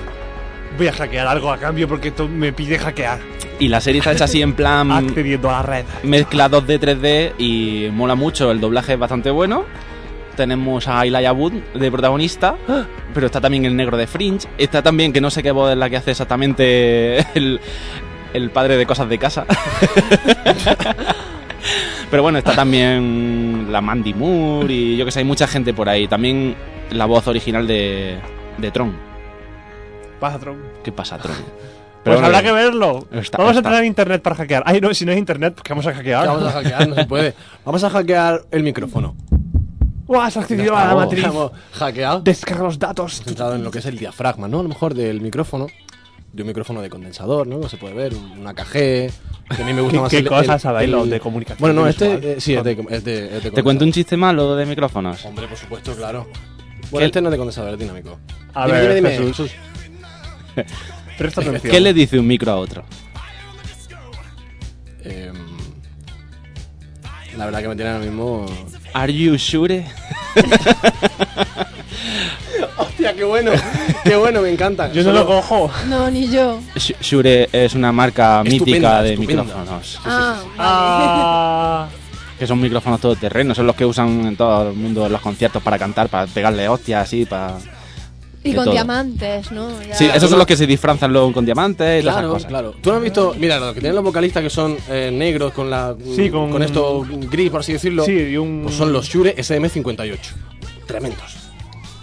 S6: voy a hackear algo a cambio porque esto me pide hackear.
S7: Y la serie está hecha así en plan
S6: Accediendo a la red.
S7: mezcla 2D, 3D y mola mucho, el doblaje es bastante bueno. Tenemos a Elijah Wood de protagonista, pero está también el negro de Fringe, está también que no sé qué voz es la que hace exactamente el, el padre de cosas de casa. pero bueno, está también la Mandy Moore y yo que sé, hay mucha gente por ahí. También la voz original de, de Tron.
S6: Pasa, Tron.
S7: ¿Qué pasa, Tron?
S6: Pues
S7: bueno,
S6: habrá que verlo.
S7: Está-
S6: vamos a
S7: está.
S6: entrar en internet para hackear. Ay, no, si no hay internet, pues que vamos a hackear.
S9: Ya Vamos a hackear, no se puede. Vamos a hackear el micrófono.
S6: ¡Guau! Se ha
S9: Ya
S6: accedido
S9: está,
S6: a la
S9: vamos,
S6: matriz.
S9: vamos, hackeado.
S6: Descarga los datos.
S9: Centrado en lo que es el diafragma, ¿no? A lo mejor del micrófono. De un micrófono de condensador, ¿no? Se puede ver, una KG. Que a mí me gusta
S6: ¿Qué-
S9: más
S6: qué
S9: el-
S6: cosas
S9: el-
S6: sabéis
S9: el-
S6: los de comunicación
S9: Bueno, no,
S6: visual?
S9: este eh, sí, es de, es de- es de
S7: ¿Te cuento
S9: condensador.
S7: un chiste malo de micrófonos?
S9: Hombre, por supuesto, claro.
S7: ¿Qué-
S9: Bueno, este no es de condensador, es dinámico.
S6: A
S9: Dime,
S6: ver,
S9: dime, dime,
S6: Jesús.
S9: Jesús.
S6: Presta atención.
S7: ¿Qué le dice un micro a otro?
S9: Em, la verdad que me tiene ahora mismo.
S7: Are you sure?
S9: ¡Hostia, qué bueno! ¡Qué bueno! Me encanta.
S6: Yo no
S9: Solo-
S6: lo cojo.
S8: No, ni yo.
S7: Sh- Shure es una marca
S9: Estupenda,
S7: mítica de
S9: estupenda.
S7: micrófonos,
S8: Ah,
S6: Ah,
S7: que son micrófonos todoterrenos, son los que usan en todo el mundo en los conciertos para cantar, para pegarle hostias así, para...
S8: y
S7: de
S8: con
S7: todo.
S8: diamantes, ¿no? Ya.
S7: Sí, esos son los que se disfrazan luego con diamantes y todas esas
S9: Claro,
S7: cosas.
S9: claro. Tú no has visto, mira, los que tienen los vocalistas que son eh, negros con la
S6: Sí, con-
S9: esto gris, por así decirlo.
S6: sí, y un.
S9: Pues son los Shure SM58. Tremendos.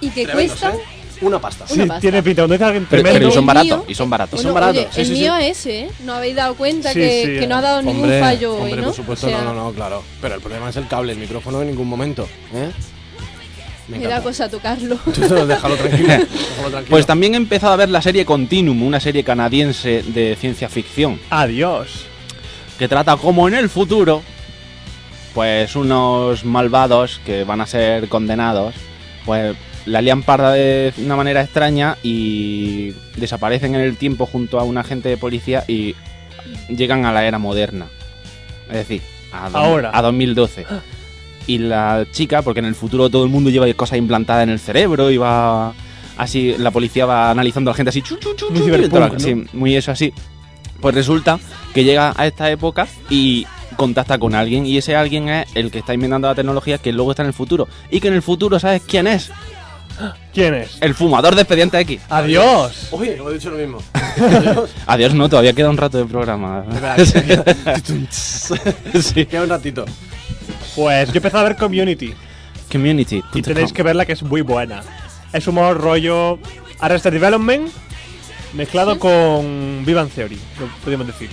S8: y que
S9: tremendos,
S8: cuestan.
S9: ¿eh? Una pasta.
S6: Sí,
S8: Una pasta.
S6: tiene pinta. Cuando dice alguien
S7: Pero,
S6: tremendo.
S7: pero y son
S8: El
S7: baratos,
S8: mío-
S7: y son baratos.
S9: son
S8: Bueno,
S9: baratos,
S8: Oye,
S9: sí,
S8: el
S9: sí,
S8: mío
S9: sí.
S8: es, ¿eh? No habéis dado cuenta
S6: Sí,
S8: que,
S6: sí,
S8: que
S6: eh.
S8: no ha dado ningún fallo hoy,
S9: hombre,
S8: ¿no?
S9: por supuesto,
S8: O sea,
S9: no, no, no, claro. Pero el problema es el cable, el micrófono en ningún momento. ¿eh? Me
S8: Me da
S9: encanta.
S8: cosa tocarlo.
S9: Tú solo déjalo tranquilo. déjalo tranquilo.
S7: Pues también he empezado a ver la serie Continuum, una serie canadiense de ciencia ficción,
S6: Adiós.
S7: que trata como en el futuro, pues unos malvados que van a ser condenados, pues la lían parda de una manera extraña y desaparecen en el tiempo junto a un agente de policía y llegan a la era moderna. Es decir, a, do-
S6: Ahora.
S7: a 2012. Y la chica, porque en el futuro todo el mundo lleva cosas implantadas en el cerebro y va así, la policía va analizando a la gente así, chu, chu, chu,
S6: Muy
S7: chu,
S6: cyberpunk,
S7: toda la-
S6: ¿no?
S7: sí, muy eso así. Pues resulta que llega a esta época y contacta con alguien y ese alguien es el que está inventando la tecnología que luego está en el futuro y que en el futuro sabes quién es
S6: ¿Quién es?
S7: el fumador de expediente X
S6: Adiós.
S9: Oye, lo he dicho lo mismo.
S7: adiós no todavía queda un rato de programa
S9: Espera, que-
S7: Sí.
S9: Queda un ratito.
S6: Pues yo empecé a ver Community.
S7: community
S6: Y tenéis que verla que es muy buena. Es humor rollo Arrested Development mezclado con Vivan Theory, lo podemos decir.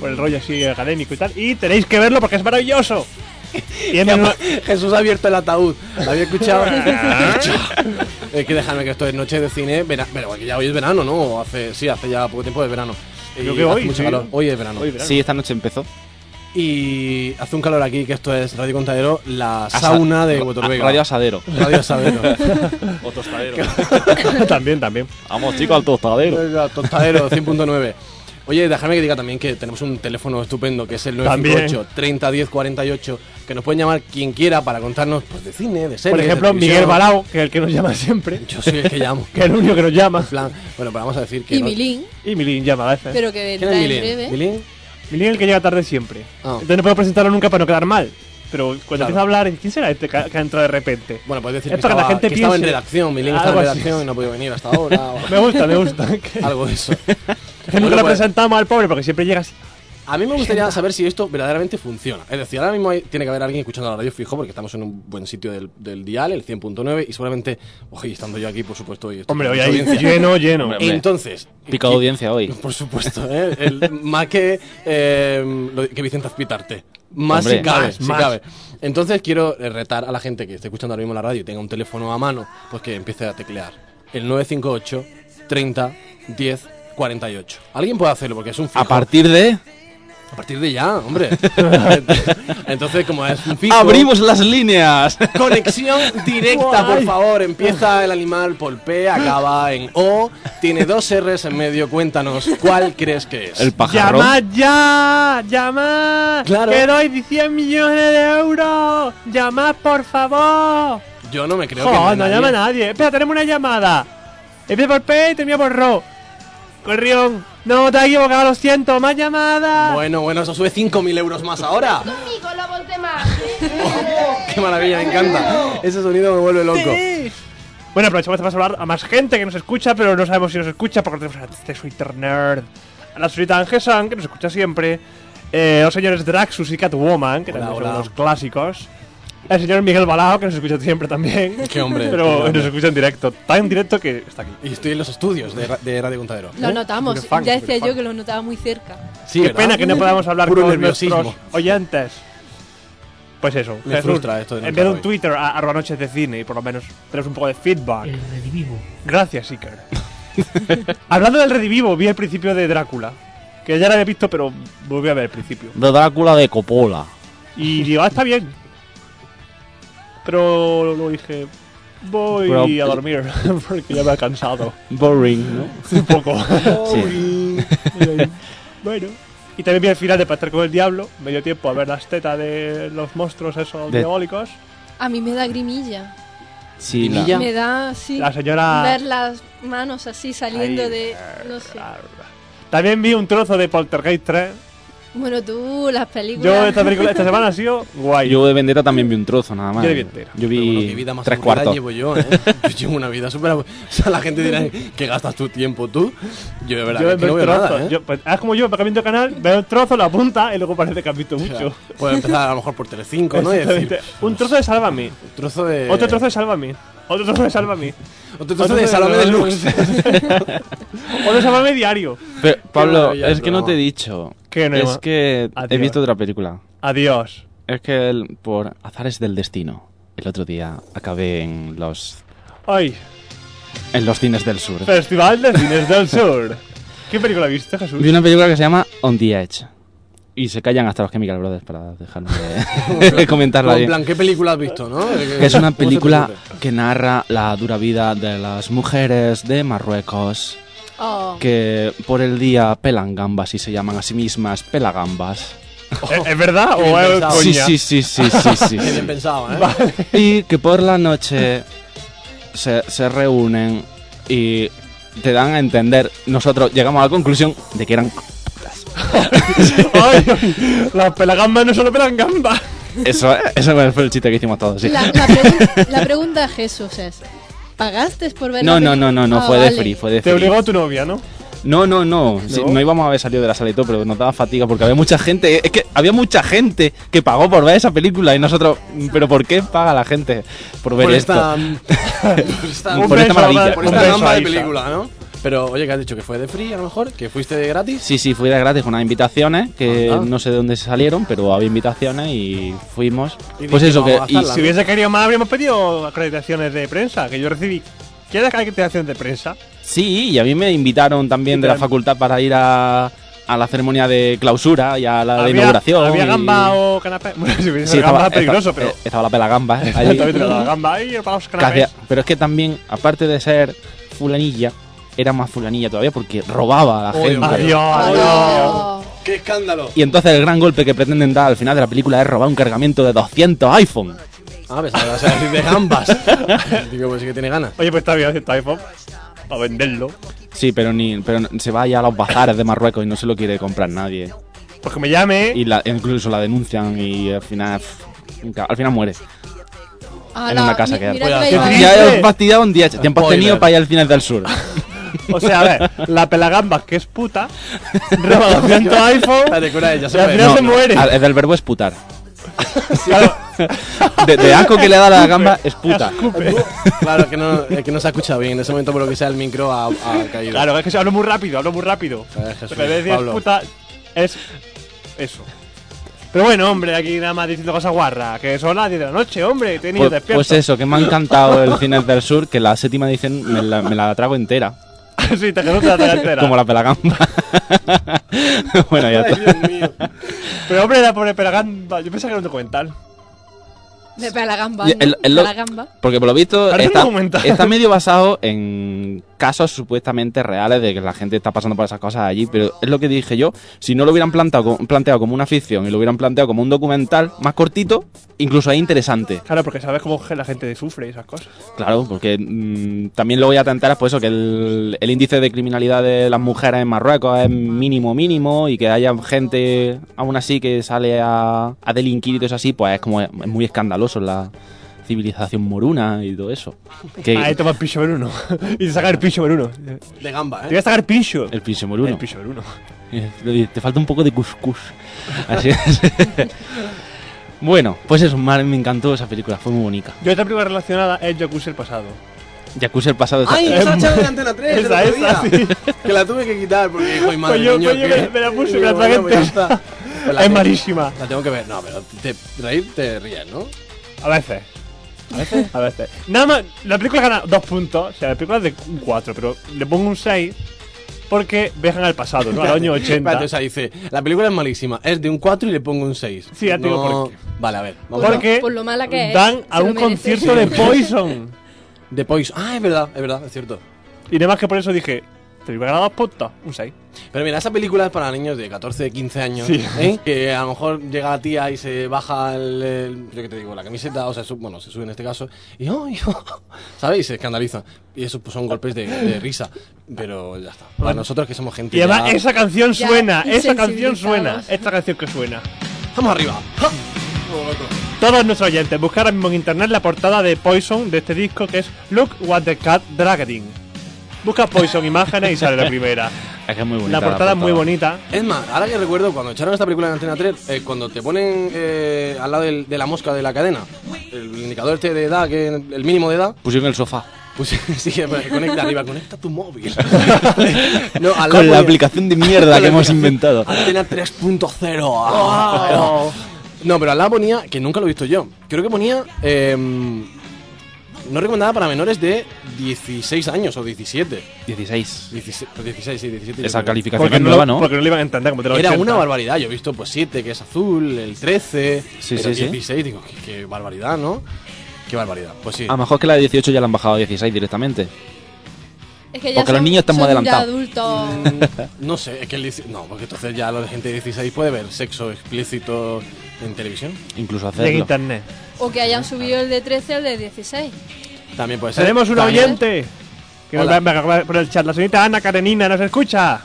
S6: Por el rollo así académico y tal. Y tenéis que verlo porque es maravilloso. Tiene una-
S9: Jesús ha abierto el ataúd. Lo había escuchado.
S6: Ah.
S9: es que déjame que esto es noche de cine. Vera, pero bueno, que ya hoy es verano, ¿no? O Hace, sí, hace ya poco tiempo de verano.
S6: Creo
S9: Y
S6: que
S9: hace
S6: hoy,
S9: Mucho
S6: sí.
S9: calor. Hoy es verano.
S6: Hoy verano.
S7: sí esta noche empezó
S9: Y hace un calor aquí, que esto es Radio Contadero, la
S7: Asa-
S9: sauna de
S7: ra-
S9: Huetorvega.
S7: Radio Asadero.
S9: Radio Asadero.
S7: O tostadero.
S6: también, también.
S7: Vamos, chicos, al tostadero.
S9: Venga, Tostadero 100.9. Oye, déjame que diga también que tenemos un teléfono estupendo que es el
S6: También.
S9: 958 30 10 48 que nos pueden llamar quien quiera para contarnos pues, de cine, de series.
S6: Por
S9: de
S6: ejemplo, Miguel
S9: televisión.
S6: Balao, que es el que nos llama siempre.
S9: Yo soy el que llamo.
S6: Que es el único que nos llama.
S9: En plan, bueno, pero vamos a decir que.
S8: Y
S9: no-
S8: Milín,
S6: Y Milín llama a veces.
S8: pero que vendrá
S9: ¿Quién es
S8: en
S9: Milín?
S8: breve.
S9: ¿Milín?
S6: Milín es el que llega tarde siempre.
S9: Ah.
S6: Entonces no puedo presentarlo nunca para no quedar mal. Pero cuando
S9: Claro.
S6: empieza a hablar, ¿quién será este que ha que ha entrado de repente?
S9: Bueno, puedes decir
S6: Es
S9: que,
S6: para que
S9: estaba,
S6: la gente
S9: que estaba en
S6: piense.
S9: redacción. Milín estaba en
S6: Algo así.
S9: redacción y no ha podido venir hasta ahora.
S6: Me gusta, me gusta. que,
S9: o algo de eso.
S6: que nunca
S9: Bueno,
S6: lo
S9: pues,
S6: presentamos al pobre porque siempre llega así.
S9: A mí me gustaría saber si esto verdaderamente funciona. Es decir, ahora mismo hay- tiene que haber alguien escuchando la radio fijo porque estamos en un buen sitio del, del dial, el 100.9, y seguramente, hoy estando yo aquí, por supuesto, y estoy
S6: Hombre,
S9: con
S6: hoy
S9: mucha
S6: hay
S9: audiencia.
S6: lleno, lleno.
S7: Hombre,
S9: Entonces,
S7: Pica
S9: y-
S7: audiencia hoy.
S9: Por supuesto, ¿eh? El- más que, eh, lo- que Vicente Azpitarte. Más
S7: Hombre,
S9: si cabe,
S6: más,
S9: si
S6: más.
S9: cabe. Entonces quiero eh, retar a la gente que esté escuchando ahora mismo la radio y tenga un teléfono a mano, pues que empiece a teclear el 958 30 10 48. Alguien puede hacerlo porque es un fijo.
S7: A partir de.
S9: A partir de ya, hombre. Entonces, como es un fijo...
S7: ¡Abrimos las líneas!
S9: Conexión directa, por
S6: Guay.
S9: favor. Empieza el animal por P, acaba en O, tiene dos R's en medio. Cuéntanos, ¿cuál crees que es?
S7: El pajarrón.
S6: ¡Llamad ya! ¡Llamad!
S9: Claro.
S6: ¡Que doy 100 millones de euros! ¡Llamad, por favor!
S9: Yo no me creo
S6: Joder, no
S9: que. nadie-
S6: llama nadie. Espera, tenemos una llamada. Empieza por P y termina por Ro. Corrión. No, te has equivocado, lo siento. Más llamadas.
S9: Bueno, bueno, eso sube 5.000 euros más ahora. ¡Qué maravilla, me encanta! Ese sonido me vuelve loco.
S6: Bueno, aprovechamos para saludar a más gente que nos escucha, pero no sabemos si nos escucha porque tenemos a Twitter Nerd, a la solita Angesan, que nos escucha siempre, eh, los señores Draxus y Catwoman, que
S9: Hola,
S6: también
S9: hola.
S6: son unos clásicos, el señor Miguel Balao, que nos escucha siempre también,
S9: Qué hombre, qué
S6: pero
S9: hombre.
S6: nos escucha en directo, tan en directo que está aquí.
S9: Y estoy en los estudios de, ra- de Radio Contadero.
S8: Lo notamos,
S9: Puro funk,
S8: ya decía yo
S9: puro funk.
S8: que lo notaba muy cerca.
S9: Sí,
S6: Qué
S9: ¿verdad?
S6: pena que no podamos hablar
S9: Puro
S6: con
S9: nerviosismo.
S6: nuestros oyentes. Pues eso,
S9: Me
S6: Jesús,
S9: frustra esto de no
S6: enviad
S9: estar
S6: un
S9: hoy.
S6: Twitter a arroba noches de cine y por lo menos tenemos un poco de feedback. Gracias, Iker. Hablando del redivivo, vi el principio de Drácula. Que ya lo había visto, pero volví a ver el principio.
S7: De Drácula de Coppola.
S6: Y digo, ah, está bien. Pero lo dije, voy
S7: Pero-
S6: a dormir porque ya me ha cansado
S7: Boring, ¿no?
S6: un poco.
S7: Sí.
S6: bueno. Y también vi el final de Pactar con el Diablo. Me dio tiempo a ver las tetas de los monstruos esos
S7: De-
S6: diabólicos.
S8: A mí me da grimilla.
S7: Sí, la-
S9: Ya.
S8: Me da, sí,
S6: La señora...
S8: ver las manos así saliendo
S6: Ahí. eh, ah,
S8: de... No sé.
S6: También vi un trozo de Poltergeist 3.
S8: Bueno, tú, las películas...
S6: Yo esta película esta semana ha sido guay.
S7: Yo de Vendetta también vi un trozo, nada más.
S6: Yo de Vendetta.
S7: Yo
S9: Pero bueno, qué
S7: vi
S9: vida más
S7: tres
S9: aburrida
S7: cuartos.
S9: llevo yo, ¿eh? Yo llevo una vida súper aburrida. O sea, la gente dirá que gastas tu tiempo tú. Yo de verdad
S6: Yo
S9: que
S6: veo
S9: no veo
S6: trozos.
S9: nada, ¿eh?
S6: Yo, pues, es como yo, me cambiando de canal, veo un trozo, la punta y luego parece que has visto
S9: O sea,
S6: mucho.
S9: puedo empezar a lo mejor por Telecinco, ¿no? Y decir,
S6: Exactamente. un trozo de Sálvame.
S9: un trozo de...
S6: Otro trozo de Sálvame. Otro trozo de Sálvame.
S9: Otro trozo de Salomé
S6: de-
S9: Deluxe.
S6: Otro de Sálvame diario.
S7: Pero, Pablo,
S9: maravilla de
S7: es que no te he
S9: programa.
S7: dicho.
S6: Que no hay
S7: es
S6: más.
S7: que he
S6: Adiós.
S7: visto otra película.
S6: Adiós.
S7: Es que el- por azares del destino, el otro día acabé en los
S6: Ay,
S7: en los cines del sur.
S6: Festival de Cines del Sur. ¿Qué película viste, Jesús?
S7: Vi una película que se llama On the Edge. Y se callan hasta los Chemical Brothers para dejarme de comentarla
S9: Como En
S7: bien.
S9: plan, ¿qué película has visto, no?
S7: Que es una
S9: ¿Cómo se te
S7: película
S9: ocurre?
S7: que narra la dura vida de las mujeres de Marruecos
S8: Oh,
S7: que por el día pelan gambas y se llaman a sí mismas pelagambas.
S6: ¿Es, es verdad
S9: Qué bien
S6: o es
S9: pensado.
S6: Ah, coña?
S7: Sí, sí, sí, sí, sí, sí.
S9: Qué bien
S7: sí.
S9: pensado, ¿eh?
S7: Y que por la noche se, se reúnen y te dan a entender. Nosotros llegamos a la conclusión de que eran.
S6: Ay, las pelagambas no solo pelan gambas.
S7: Eso, eso fue el chiste que hicimos todos. sí.
S8: la, la pregun- la pregunta de Jesús es... ¿Pagaste por ver
S7: No,
S8: la
S7: no,
S8: película?
S7: no, no, no,
S8: Ah,
S7: fue de
S8: vale.
S7: free, fue de
S6: Te
S7: free.
S6: obligó tu novia, ¿no?
S7: No, no, no. sí,
S6: ¿No?
S7: no íbamos a haber salido de la sala y todo, pero nos daba fatiga porque había mucha gente. Es que había mucha gente que pagó por ver esa película y nosotros. ¿Pero por qué paga la gente por ver
S9: Por
S7: esto?
S9: esta... Por esta,
S7: pues Por
S6: Un
S7: esta
S6: beso,
S7: maravilla.
S6: Amar,
S9: por
S6: un
S9: esta
S6: beso
S9: gamba
S6: a
S9: de
S6: Isa.
S9: película, ¿no? Pero, oye, que has dicho que fue de free, a lo mejor, que fuiste de gratis.
S7: Sí, sí, fui de gratis con unas invitaciones que
S9: Anda.
S7: no sé de dónde salieron, pero había invitaciones y fuimos.
S9: Y
S7: pues
S9: dijiste,
S7: eso, que.
S9: vamos a
S7: y-
S9: gastarla.
S6: Si hubiese querido más, habríamos pedido acreditaciones de prensa, que yo recibí. ¿Quieres acreditación de prensa?
S7: sí, y a mí me invitaron también de la
S6: Literal.
S7: facultad para ir a, a la ceremonia de clausura y a la de
S6: Había-
S7: inauguración.
S6: ¿Había
S7: y-
S6: gamba o canapé? Bueno, si hubiese
S7: Sí,
S6: gamba
S7: estaba,
S6: peligroso,
S7: esta-
S6: pero...
S7: eh, estaba la pela gamba. eh, allí.
S6: También tenía la gamba ahí, vamos,
S7: Que hacía-
S6: canapés.
S7: pero es que también, aparte de ser fulanilla, era más fulanilla todavía porque robaba a la
S9: Oye,
S7: gente.
S6: Adiós,
S8: Ah,
S6: adiós.
S8: Oh,
S9: ¡Qué escándalo!
S7: Y entonces el gran golpe que pretenden dar al final de la película es robar un cargamento de 200 iPhone.
S9: Ah, pensaba que ibas a decir de gambas. Digo, pues sí que tiene ganas.
S6: Oye, pues está bien haciendo iPhone para venderlo.
S7: Sí, pero ni pero no- se va ya a los bazares de Marruecos y no se lo quiere comprar nadie.
S6: Pues que me llame.
S7: Y la, incluso la denuncian y al final pff, nunca- al final muere.
S8: ala,
S7: en una casa
S8: Ah, mi-
S7: que
S8: mira
S9: Cuidado,
S8: que
S6: qué
S8: la iba a-
S6: triste.
S7: Ya hemos fastidiado un día, tiempo has
S9: Spoiler.
S7: tenido para ir al cine del sur.
S6: O sea, a ver, la pelagamba que es puta, roba 200
S9: La
S6: iPhone.
S9: de cura ella, se
S6: Ya
S9: puede.
S6: No se muere.
S7: a- El del verbo es putar.
S6: claro,
S7: De, de asco que le da a la gamba es puta.
S9: Claro, es que, no, es que no se ha escuchado bien. En ese momento, por lo que sea, el micro ha, ha caído.
S6: claro, es que se hablo muy rápido, hablo muy rápido.
S9: Eh, Jesús,
S6: Pero decir
S9: Pablo.
S6: puta es eso. Pero bueno, hombre, aquí nada más diciendo cosas guarras, que son las 10 de la noche, hombre, te he niño
S7: Pues,
S6: despierto.
S7: pues eso, que me ha encantado el cine del sur, que la séptima edición me la, me la trago entera.
S6: sí, te quedaste la tela entera.
S7: Como la pelagamba. bueno, ya
S9: Ay,
S7: está.
S9: Dios mío.
S6: Pero hombre, la pobre pelagamba, yo pensaba que era un documental.
S8: De Pelagamba.
S7: Y el-
S8: ¿no?
S7: el lo-
S8: Pelagamba.
S7: Porque por lo visto
S6: Parece
S7: está,
S6: un documental.
S7: está medio basado en casos supuestamente reales de que la gente está pasando por esas cosas allí, pero es lo que dije yo, si no lo hubieran plantado, co- planteado como una ficción y lo hubieran planteado como un documental más cortito, incluso ahí interesante.
S6: Claro, porque sabes cómo la gente sufre y esas cosas.
S7: Claro, porque mm, también lo voy a tentar por pues, eso, que el, el índice de criminalidad de las mujeres en Marruecos es mínimo, mínimo, y que haya gente aún así que sale a, a delinquir y todo eso así, pues es como es muy escandaloso la civilización moruna y todo eso. Que
S6: Ahí toma el piso en uno. y te saca el piso en uno. Te
S9: De gamba,
S6: voy
S9: ¿eh?
S6: a sacar piso.
S7: el piso moruno.
S6: El piso en uno.
S7: Eh, Te falta un poco de cuscús. Así es. bueno, pues eso, Mar, me encantó esa película, fue muy bonita.
S6: Yo otra película relacionada es Jacuzzi el pasado.
S7: Jacuzzi el pasado...
S9: ¡Ay, esa chava de Antena 3! el
S6: Esa,
S9: otro
S6: esa,
S9: día,
S6: sí.
S9: Que la tuve que quitar porque, hijo, y madre
S6: Pues yo-
S9: niño,
S6: pues yo
S9: que-
S6: me- me la puse,
S9: Digo,
S6: me la tragué
S9: bueno, pues ya
S6: entera.
S9: está. Pues la
S6: es
S9: tengo-
S6: malísima.
S9: La tengo que ver. No, pero te reír te ríes, ¿no?
S6: A veces. A veces. A veces. Nada más, la película gana dos puntos. O sea, la película es de un 4, pero le pongo un 6 porque viajan al pasado, ¿no? Al año 80.
S9: Espérate, o sea, dice, la película es malísima, es de un 4 y le pongo un 6.
S6: Sí, ya te digo
S9: No-
S6: por qué.
S9: Vale, a ver. Vamos a ver.
S6: porque
S8: por lo mala que es,
S6: dan a
S8: se lo
S6: un
S8: merece.
S6: concierto de Poison.
S9: The Poison. Ah, es verdad, es verdad, es cierto.
S6: Y nada más que por eso dije, te voy a ganar dos puntos. Un 6.
S9: Pero mira, esa película es para niños de 14, 15 años.
S6: Sí.
S9: ¿eh? Que a lo mejor llega la tía y se baja el, el- yo que te digo, la camiseta, o sea, su- bueno, se sube en este caso, y ¡ay! ¿sabes? Y se escandaliza. Y esos pues, son golpes de, de risa. Pero ya está. Para nosotros que somos gente.
S6: Y además,
S9: ya-
S6: esa canción
S8: Ya,
S6: suena. Esa canción
S8: insensibilizados.
S6: suena. Esta canción que suena.
S9: ¡Vamos arriba! ¡Ah! ¡Ja!
S6: Todos nuestros oyentes, buscar ahora mismo en internet la portada de Poison de este disco que es Look What the Cat Dragging. Busca Poison imágenes y sale la primera.
S7: Es que es muy bonita.
S6: la portada es muy bonita.
S9: Es más, ahora que recuerdo, cuando echaron esta película en Antena 3, eh, cuando te ponen eh, al lado del- de la mosca de la cadena, el indicador este de edad, que el mínimo de edad,
S7: Pusieron el sofá.
S9: pues sí, pues, conecta arriba, conecta tu móvil. No, al lado
S7: Con la
S9: ponía-
S7: aplicación de mierda
S9: Con
S7: que
S9: la
S7: hemos
S9: aplicación.
S7: inventado.
S9: Antena 3.0. ah. No, pero al lado ponía, que nunca lo he visto yo, creo que ponía... eh, no recomendada para menores de 16 años o 17.
S7: 16.
S9: 16, pues 16 sí, 17. yo
S7: Esa
S9: creo.
S7: calificación es nueva, ¿no?
S6: porque no lo iban a entender como te lo
S9: Era
S6: 80.
S9: una barbaridad. Yo he visto pues 7, que es azul, el 13,
S7: Sí,
S9: pero
S7: sí, sí.
S9: 16, digo, qué, qué barbaridad, ¿no? Qué barbaridad. Pues sí.
S7: A lo mejor que la de 18 ya la han bajado a 16 directamente.
S8: Es que ya
S7: Porque los
S8: son-
S7: niños están muy
S8: son ya
S7: adelantados.
S8: adultos.
S9: No sé, es que el 16 No, porque entonces ya la gente de 16 puede ver sexo explícito en televisión.
S7: Incluso
S6: Y en
S7: hacerlo.
S6: internet.
S8: O que hayan subido el de 13 al de 16.
S9: También puede ser.
S6: Tenemos un
S9: También-
S6: oyente que nos
S9: Hola.
S6: va- me acaba de poner el chat. La señorita Ana Karenina nos escucha.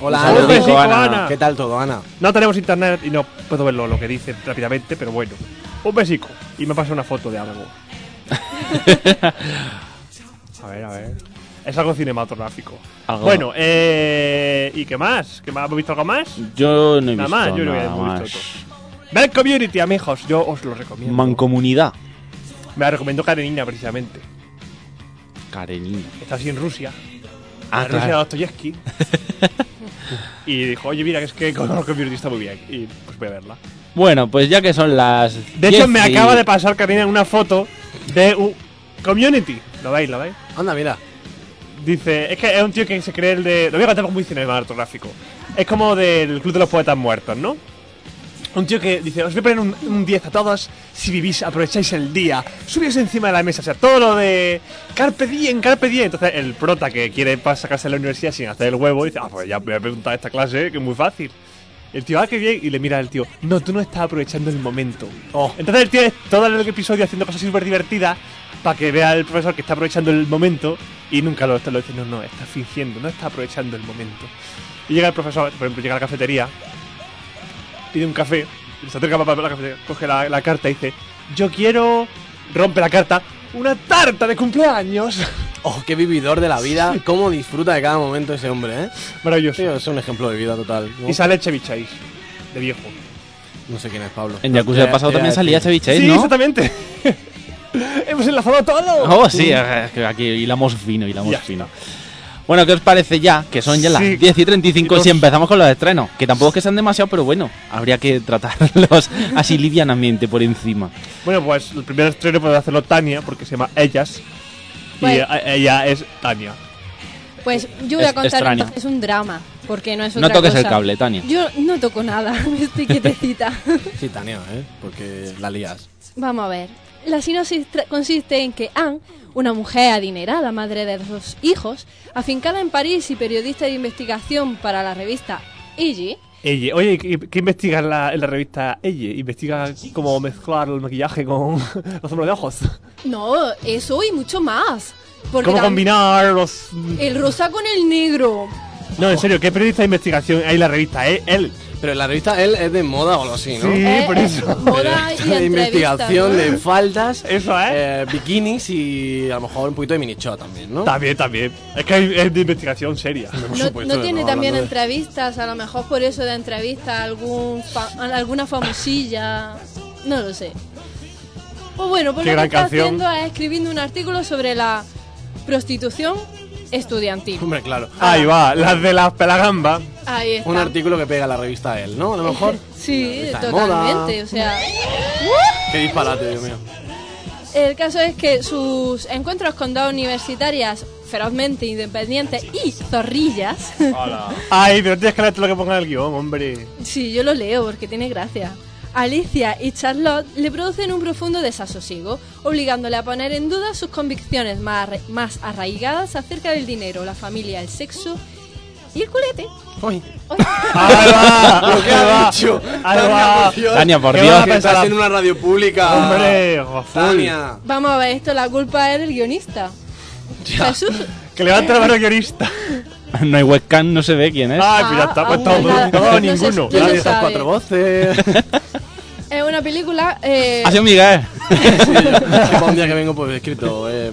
S9: Hola,
S7: Saludos,
S9: Ana.
S7: Nico,
S6: Ana.
S7: Ana.
S9: ¿Qué tal todo, Ana?
S6: No tenemos internet y no puedo ver lo, lo que dice rápidamente, pero bueno. Un besico. Y me pasa una foto de algo. a ver, a ver. Es algo cinematográfico.
S7: Algo.
S6: Bueno, eh, ¿y qué más? ¿Qué más? ¿Hemos visto algo más?
S7: Yo no he
S6: Nada
S7: visto
S6: más, yo no
S7: nada
S6: había visto
S7: más.
S6: Ver Community, amigos, yo os lo recomiendo.
S7: Mancomunidad.
S6: Me la recomendó Karenina, precisamente.
S7: Karenina.
S6: Está así en Rusia.
S7: Ah,
S6: en Rusia de
S7: claro.
S6: Dostoyevsky. y dijo, oye, mira, que es que con los Community está muy bien. Y pues voy a verla.
S7: Bueno, pues ya que son las.
S6: De hecho,
S7: 10
S6: me
S7: y-
S6: acaba de pasar Karina una foto de un community. ¿Lo veis? ¿Lo veis?
S9: Anda, mira.
S6: Dice, es que es un tío que se cree el de. Lo voy a contar muy cinematográfico. Es como del Club de los Poetas Muertos, ¿no? Un tío que dice, os voy a poner un un 10 a todos si vivís, aprovecháis el día, subís encima de la mesa, o sea, todo lo de carpe diem, carpe diem. Entonces el prota que quiere pa- sacarse de la universidad sin hacer el huevo dice, ah, pues ya voy a preguntar a esta clase, que es muy fácil. El tío, ah, qué bien, y le mira al tío, no, tú no estás aprovechando el momento.
S9: Oh.
S6: Entonces el tío es todo el episodio haciendo cosas súper divertidas para que vea el profesor que está aprovechando el momento y nunca lo, lo dice, no, no, está fingiendo, no está aprovechando el momento. Y llega el profesor, por ejemplo, llega a la cafetería pide un café, se acerca para la cafetería, coge la, la carta y dice, yo quiero, rompe la carta, una tarta de cumpleaños.
S9: Oh, qué vividor de la vida. Cómo disfruta de cada momento ese hombre, ¿eh?
S6: Maravilloso.
S9: Tío, es un ejemplo de vida total. ¿no?
S6: Y sale Chevichais, de viejo.
S9: No sé quién es Pablo.
S7: En Yakuza
S9: Ya-
S7: del pasado
S9: ya-
S7: también salía Ceviche,
S6: sí,
S7: ¿no?
S6: exactamente. Hemos enlazado todo.
S7: Oh, sí, es que aquí hilamos fino, hilamos
S6: Uh. Ya
S7: fino. Bueno, ¿qué os parece ya? Que son ya las
S6: Sí.
S7: 10 y 35
S6: Dios.
S7: si empezamos con los estrenos. Que tampoco es que sean demasiado, pero bueno, habría que tratarlos así livianamente por encima.
S6: Bueno, pues el primer estreno puede hacerlo Tania, porque se llama Ellas. Y
S8: Bueno.
S6: eh, ella es Tania.
S8: Pues yo voy
S7: Es
S8: a contar,
S7: extraño.
S8: es un drama, porque no es
S7: No
S8: otra
S7: toques el
S8: cosa.
S7: cable, Tania.
S8: Yo no toco nada, estoy quietecita.
S9: Sí, Tania, ¿eh? Porque la lías.
S8: Vamos a ver. La sinopsis tra- consiste en que Anne, una mujer adinerada, madre de dos hijos, afincada en París y periodista de investigación para la revista E Iggy,
S6: Ella. Oye, ¿qué, qué investiga en la, en la revista Ella? ¿Investiga cómo mezclar el maquillaje con los hombros de ojos?
S8: no, eso y mucho más. Porque
S6: ¿Cómo
S8: tam-
S6: combinar los
S8: El rosa con el negro.
S6: No, en serio, ¿qué periodista de investigación hay en la revista? ¿Eh? Él.
S9: Pero en la revista él es de moda o algo así, ¿no?
S6: Sí,
S8: Eh,
S6: por
S8: eh,
S6: eso.
S8: Moda y
S9: de investigación,
S8: entrevistas,
S9: de faldas,
S6: Eso, ¿eh?
S9: eh, bikinis y a lo mejor un poquito de minichot también, ¿no?
S6: También, también. Es que hay- es de investigación seria.
S9: Por
S8: ¿no? ¿No,
S9: supuesto,
S8: no tiene
S9: estamos
S8: también
S9: hablando de-
S8: entrevistas? A lo mejor por eso de entrevista algún fa- alguna famosilla. No lo sé. Pues bueno, pues
S6: Qué
S8: lo
S6: gran
S8: que está
S6: canción.
S8: haciendo es escribiendo un artículo sobre la prostitución estudiantil.
S9: Hombre, claro.
S6: Ahí va, las de las pelagambas.
S8: Ahí está.
S9: Un artículo que pega la revista él, ¿no? A lo mejor.
S8: Sí,
S9: Está de
S8: totalmente. O
S9: moda.
S8: sea,
S9: Qué disparate, Dios mío.
S8: el caso es que sus encuentros con dos universitarias ferozmente independientes y zorrillas.
S6: Ay, pero tienes que leerte lo que ponga en el guión, hombre.
S8: Sí, yo lo leo porque tiene gracia. Alicia y Charlotte le producen un profundo desasosiego, obligándole a poner en duda sus convicciones más, arra- más arraigadas acerca del dinero, la familia, el sexo y el culete.
S9: Uy,
S6: Ahí va,
S9: lo
S6: ahí
S9: que ha
S6: va,
S9: dicho.
S6: Ahí va.
S7: Tania, por
S6: ¿Qué
S7: Dios.
S6: va a
S9: Que
S6: pensar
S9: estás en
S6: la-
S9: una radio pública.
S6: Hombre, jo, full.
S9: Tania.
S8: Vamos a ver esto, la culpa es del guionista. Jesús.
S6: Que levanta la mano guionista.
S7: No hay webcam, no se ve quién
S9: ¿Eh?
S7: es.
S6: Ay, pues ya está, pues
S8: ah,
S6: todo,
S8: nada,
S6: todo,
S8: no se-
S6: ninguno.
S8: ¿Quién
S9: ¿Quién
S8: lo
S9: de esas
S8: sabe?
S9: cuatro voces?
S8: Es una película... eh,
S7: Ha sido Miguel.
S9: Sí, yo- yo un día que vengo pues escrito eh,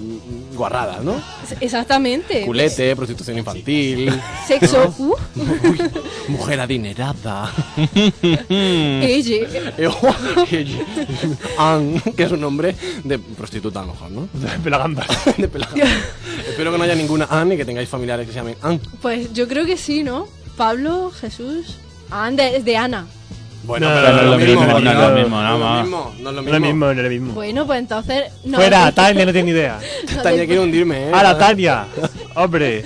S9: guarradas, ¿no?
S8: exactamente.
S9: Culete, prostitución infantil,
S8: Sexo. uh,
S9: uy, mujer adinerada,
S8: ella.
S9: Eh, oh, que- Ann, que es un nombre de prostituta a lo mejor, ¿no?
S6: Pelagambas.
S9: De pelada. Espero que no haya ninguna Ann y que tengáis familiares que se llamen Ann.
S8: Pues yo creo que sí, ¿no? Pablo, Jesús... Ah, de, de Ana.
S9: Bueno,
S6: No,
S9: pero
S6: no, no,
S9: no es lo mismo,
S6: no, no, no,
S7: no,
S9: no
S7: no,
S9: es
S7: no.
S9: lo mismo, no es lo
S6: No es lo
S9: mismo.
S6: mismo, no es lo mismo.
S8: Bueno, pues entonces... no-
S6: Fuera, Tania, no tiene ni idea.
S8: no
S9: Tania
S8: te-
S9: quiere hundirme, ¿eh?
S6: A la Tania. Hombre,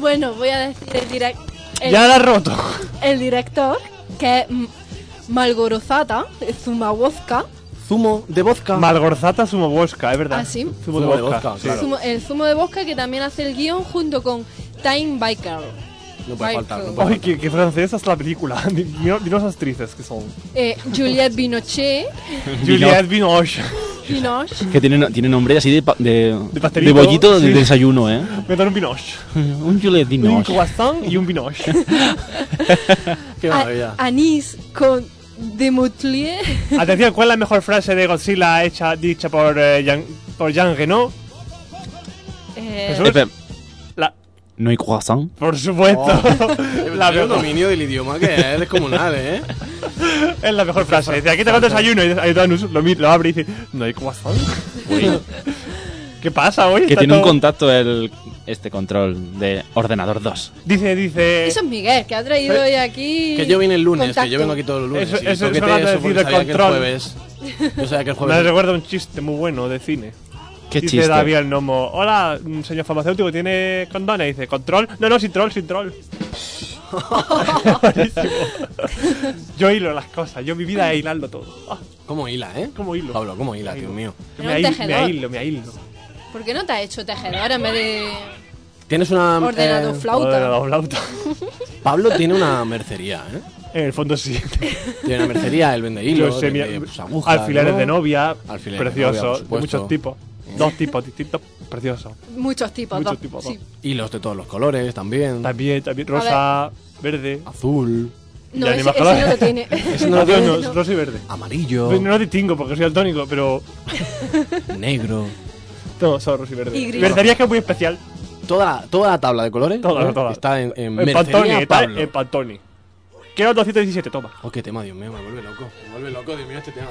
S8: Bueno, voy a decir el, direc- el,
S6: ya la has roto.
S8: el director, que es M- Malgorozata Zumawozka.
S9: Zumo de vodka.
S6: Malgorzata Sumobosca, es verdad.
S8: Ah, sí.
S6: Zumo de
S9: Zumo de
S6: vodka.
S9: vodka,
S6: sí.
S9: claro.
S8: zumo- el zumo de bosca que también hace el guión junto con Time Biker.
S9: No puede faltar, no puede
S6: Ay, qué, qué francesa es la película. Dinos las actrices que son.
S8: Eh, Juliette Binoche,
S6: Juliette Binoche.
S8: Binoche,
S7: Que tiene, tiene nombre así de, pa- de,
S6: De pastelito,
S7: de bollito de
S6: sí.
S7: desayuno, ¿eh?
S6: Me dan un Binoche.
S7: Un Juliet
S6: Un
S7: Dinoche.
S6: croissant y un Binoche.
S9: Qué maravilla.
S8: Anis con Demutlier.
S6: Atención, ¿cuál es la mejor frase de Godzilla hecha, dicha por, eh, Jean, por Jean Reno?
S8: Eh,
S6: Jesús.
S7: Espera,
S6: La,
S7: ¿No hay croissant?
S6: por supuesto.
S7: Oh.
S6: la
S9: La veo
S6: mejor,
S9: dominio del idioma que es descomunal, ¿eh?
S6: es la mejor frase. Dice, aquí tengo desayuno. Y Ayudanus lo, mi- lo abre y dice, no hay croissant. ¿Qué pasa hoy?
S7: Que
S6: Está
S7: tiene un
S6: todo-
S7: contacto el, este control de ordenador 2.
S6: Dice, dice...
S8: eso es Miguel, que ha traído
S9: Eh,
S8: hoy aquí.
S9: Que yo vine el lunes, que
S8: contacto.
S9: yo vengo aquí todos los lunes.
S6: Eso-
S9: y
S6: eso-
S9: toquete
S6: eso lo has
S9: porque
S6: decidido el
S9: sabía que el
S6: control.
S9: jueves. Yo sabía que el
S6: Me
S9: jueves.
S6: recuerda un chiste muy bueno de cine.
S7: Qué
S6: dice
S7: chiste.
S6: David el gnomo. Hola, mm, señor farmacéutico, ¿tiene condones? Dice, ¿control? No, no, sin troll, sin troll. Buenísimo. yo hilo las cosas, yo mi vida es hilarlo todo. Ah,
S9: ¿Cómo hila, eh?
S6: ¿Cómo hilo?
S9: Pablo, ¿cómo hila, Dios mío?
S6: yo
S8: Era
S6: me,
S8: un
S6: hil- me
S8: tejedor.
S6: hilo, me hilo.
S8: ¿Por qué no te has hecho tejedor en vez de
S9: Tienes una.
S8: ordenador
S9: eh,
S6: Joder, la
S8: flauta?
S6: flauta.
S9: Pablo tiene una mercería, ¿eh?
S6: En el fondo sí.
S9: Tiene una mercería, él vende
S6: Yo
S9: hilos,
S6: sé, mira,
S9: vende, pues, agujas,
S6: alfileres
S9: ¿no?
S6: de novia,
S9: Alfileres de novia, por
S6: preciosos, de
S9: supuesto.
S6: muchos tipos. Dos tipos distintos, preciosos.
S8: Muchos tipos,
S6: Muchos
S8: dos.
S6: tipos,
S8: sí.
S6: dos.
S9: Hilos de todos los colores también.
S6: También, también rosa, verde.
S9: Azul,
S8: No,
S6: Ya ni
S8: ese,
S6: más
S8: ese
S6: colores.
S8: no lo tiene.
S6: No, yo no, rosa y verde.
S9: amarillo,
S6: Pues No, no distingo porque soy altónico, pero
S9: negro.
S6: todos son rosa y verde.
S8: Y gris.
S6: Verdaría que es muy especial.
S9: Toda la, toda la tabla de colores
S6: Toda,
S9: ¿eh?
S6: toda.
S9: está en, en
S6: En Pantoni,
S9: mercería
S6: está
S9: Pablo.
S6: en Pantoni. Quiero 217, toma.
S9: Oh, qué tema, Dios mío, me vuelve loco. Me vuelve loco, Dios mío, este tema.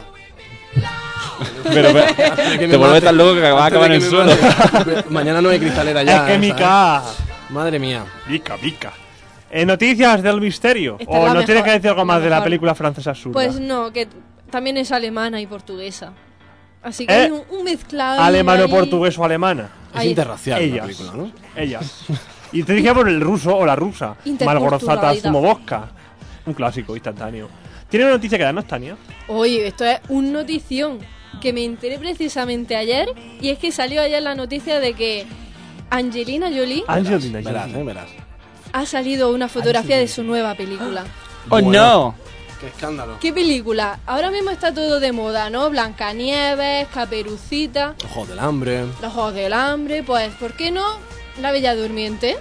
S7: Pero, pero- te vuelve tan loco que va a acabar en el suelo.
S9: Mañana no hay cristalera
S6: ¡Ay,
S9: ya.
S6: que
S9: ¿sabes?
S6: mica!
S9: Madre mía.
S6: Mica, mica. Eh, noticias del misterio.
S8: Esta es
S6: ¿O
S8: la
S6: no tienes
S8: mejor,
S6: que decir algo
S8: la
S6: más de la
S8: mejor.
S6: película francesa sur?
S8: Pues no, que también es alemana y portuguesa. Así que
S6: ¿Eh?
S8: hay un, un mezclado.
S6: Alemano,
S8: ahí.
S6: portugués o alemana.
S9: Es
S8: Ahí.
S9: interracial la
S6: Ellas.
S9: película, ¿no?
S6: Ellas. Y te dije por el ruso o la rusa. Malgorzata,
S8: Interculturalidad.
S6: zumo vodka. Un clásico instantáneo. ¿Tiene una noticia que darnos, Tania?
S8: Oye, esto es un notición que me enteré precisamente ayer y es que salió ayer la noticia de que Angelina Jolie
S6: Ah. Angelina
S9: Verás,
S6: Jolie.
S9: eh, verás.
S8: ha salido una fotografía de su nueva película.
S7: ¡Oh, no!
S9: Qué escándalo.
S8: ¿Qué película? Ahora mismo está todo de moda, ¿no? Blancanieves, Caperucita,
S9: Ojos del hambre.
S8: Los Ojos del Hambre, pues ¿por qué no? La Bella Durmiente.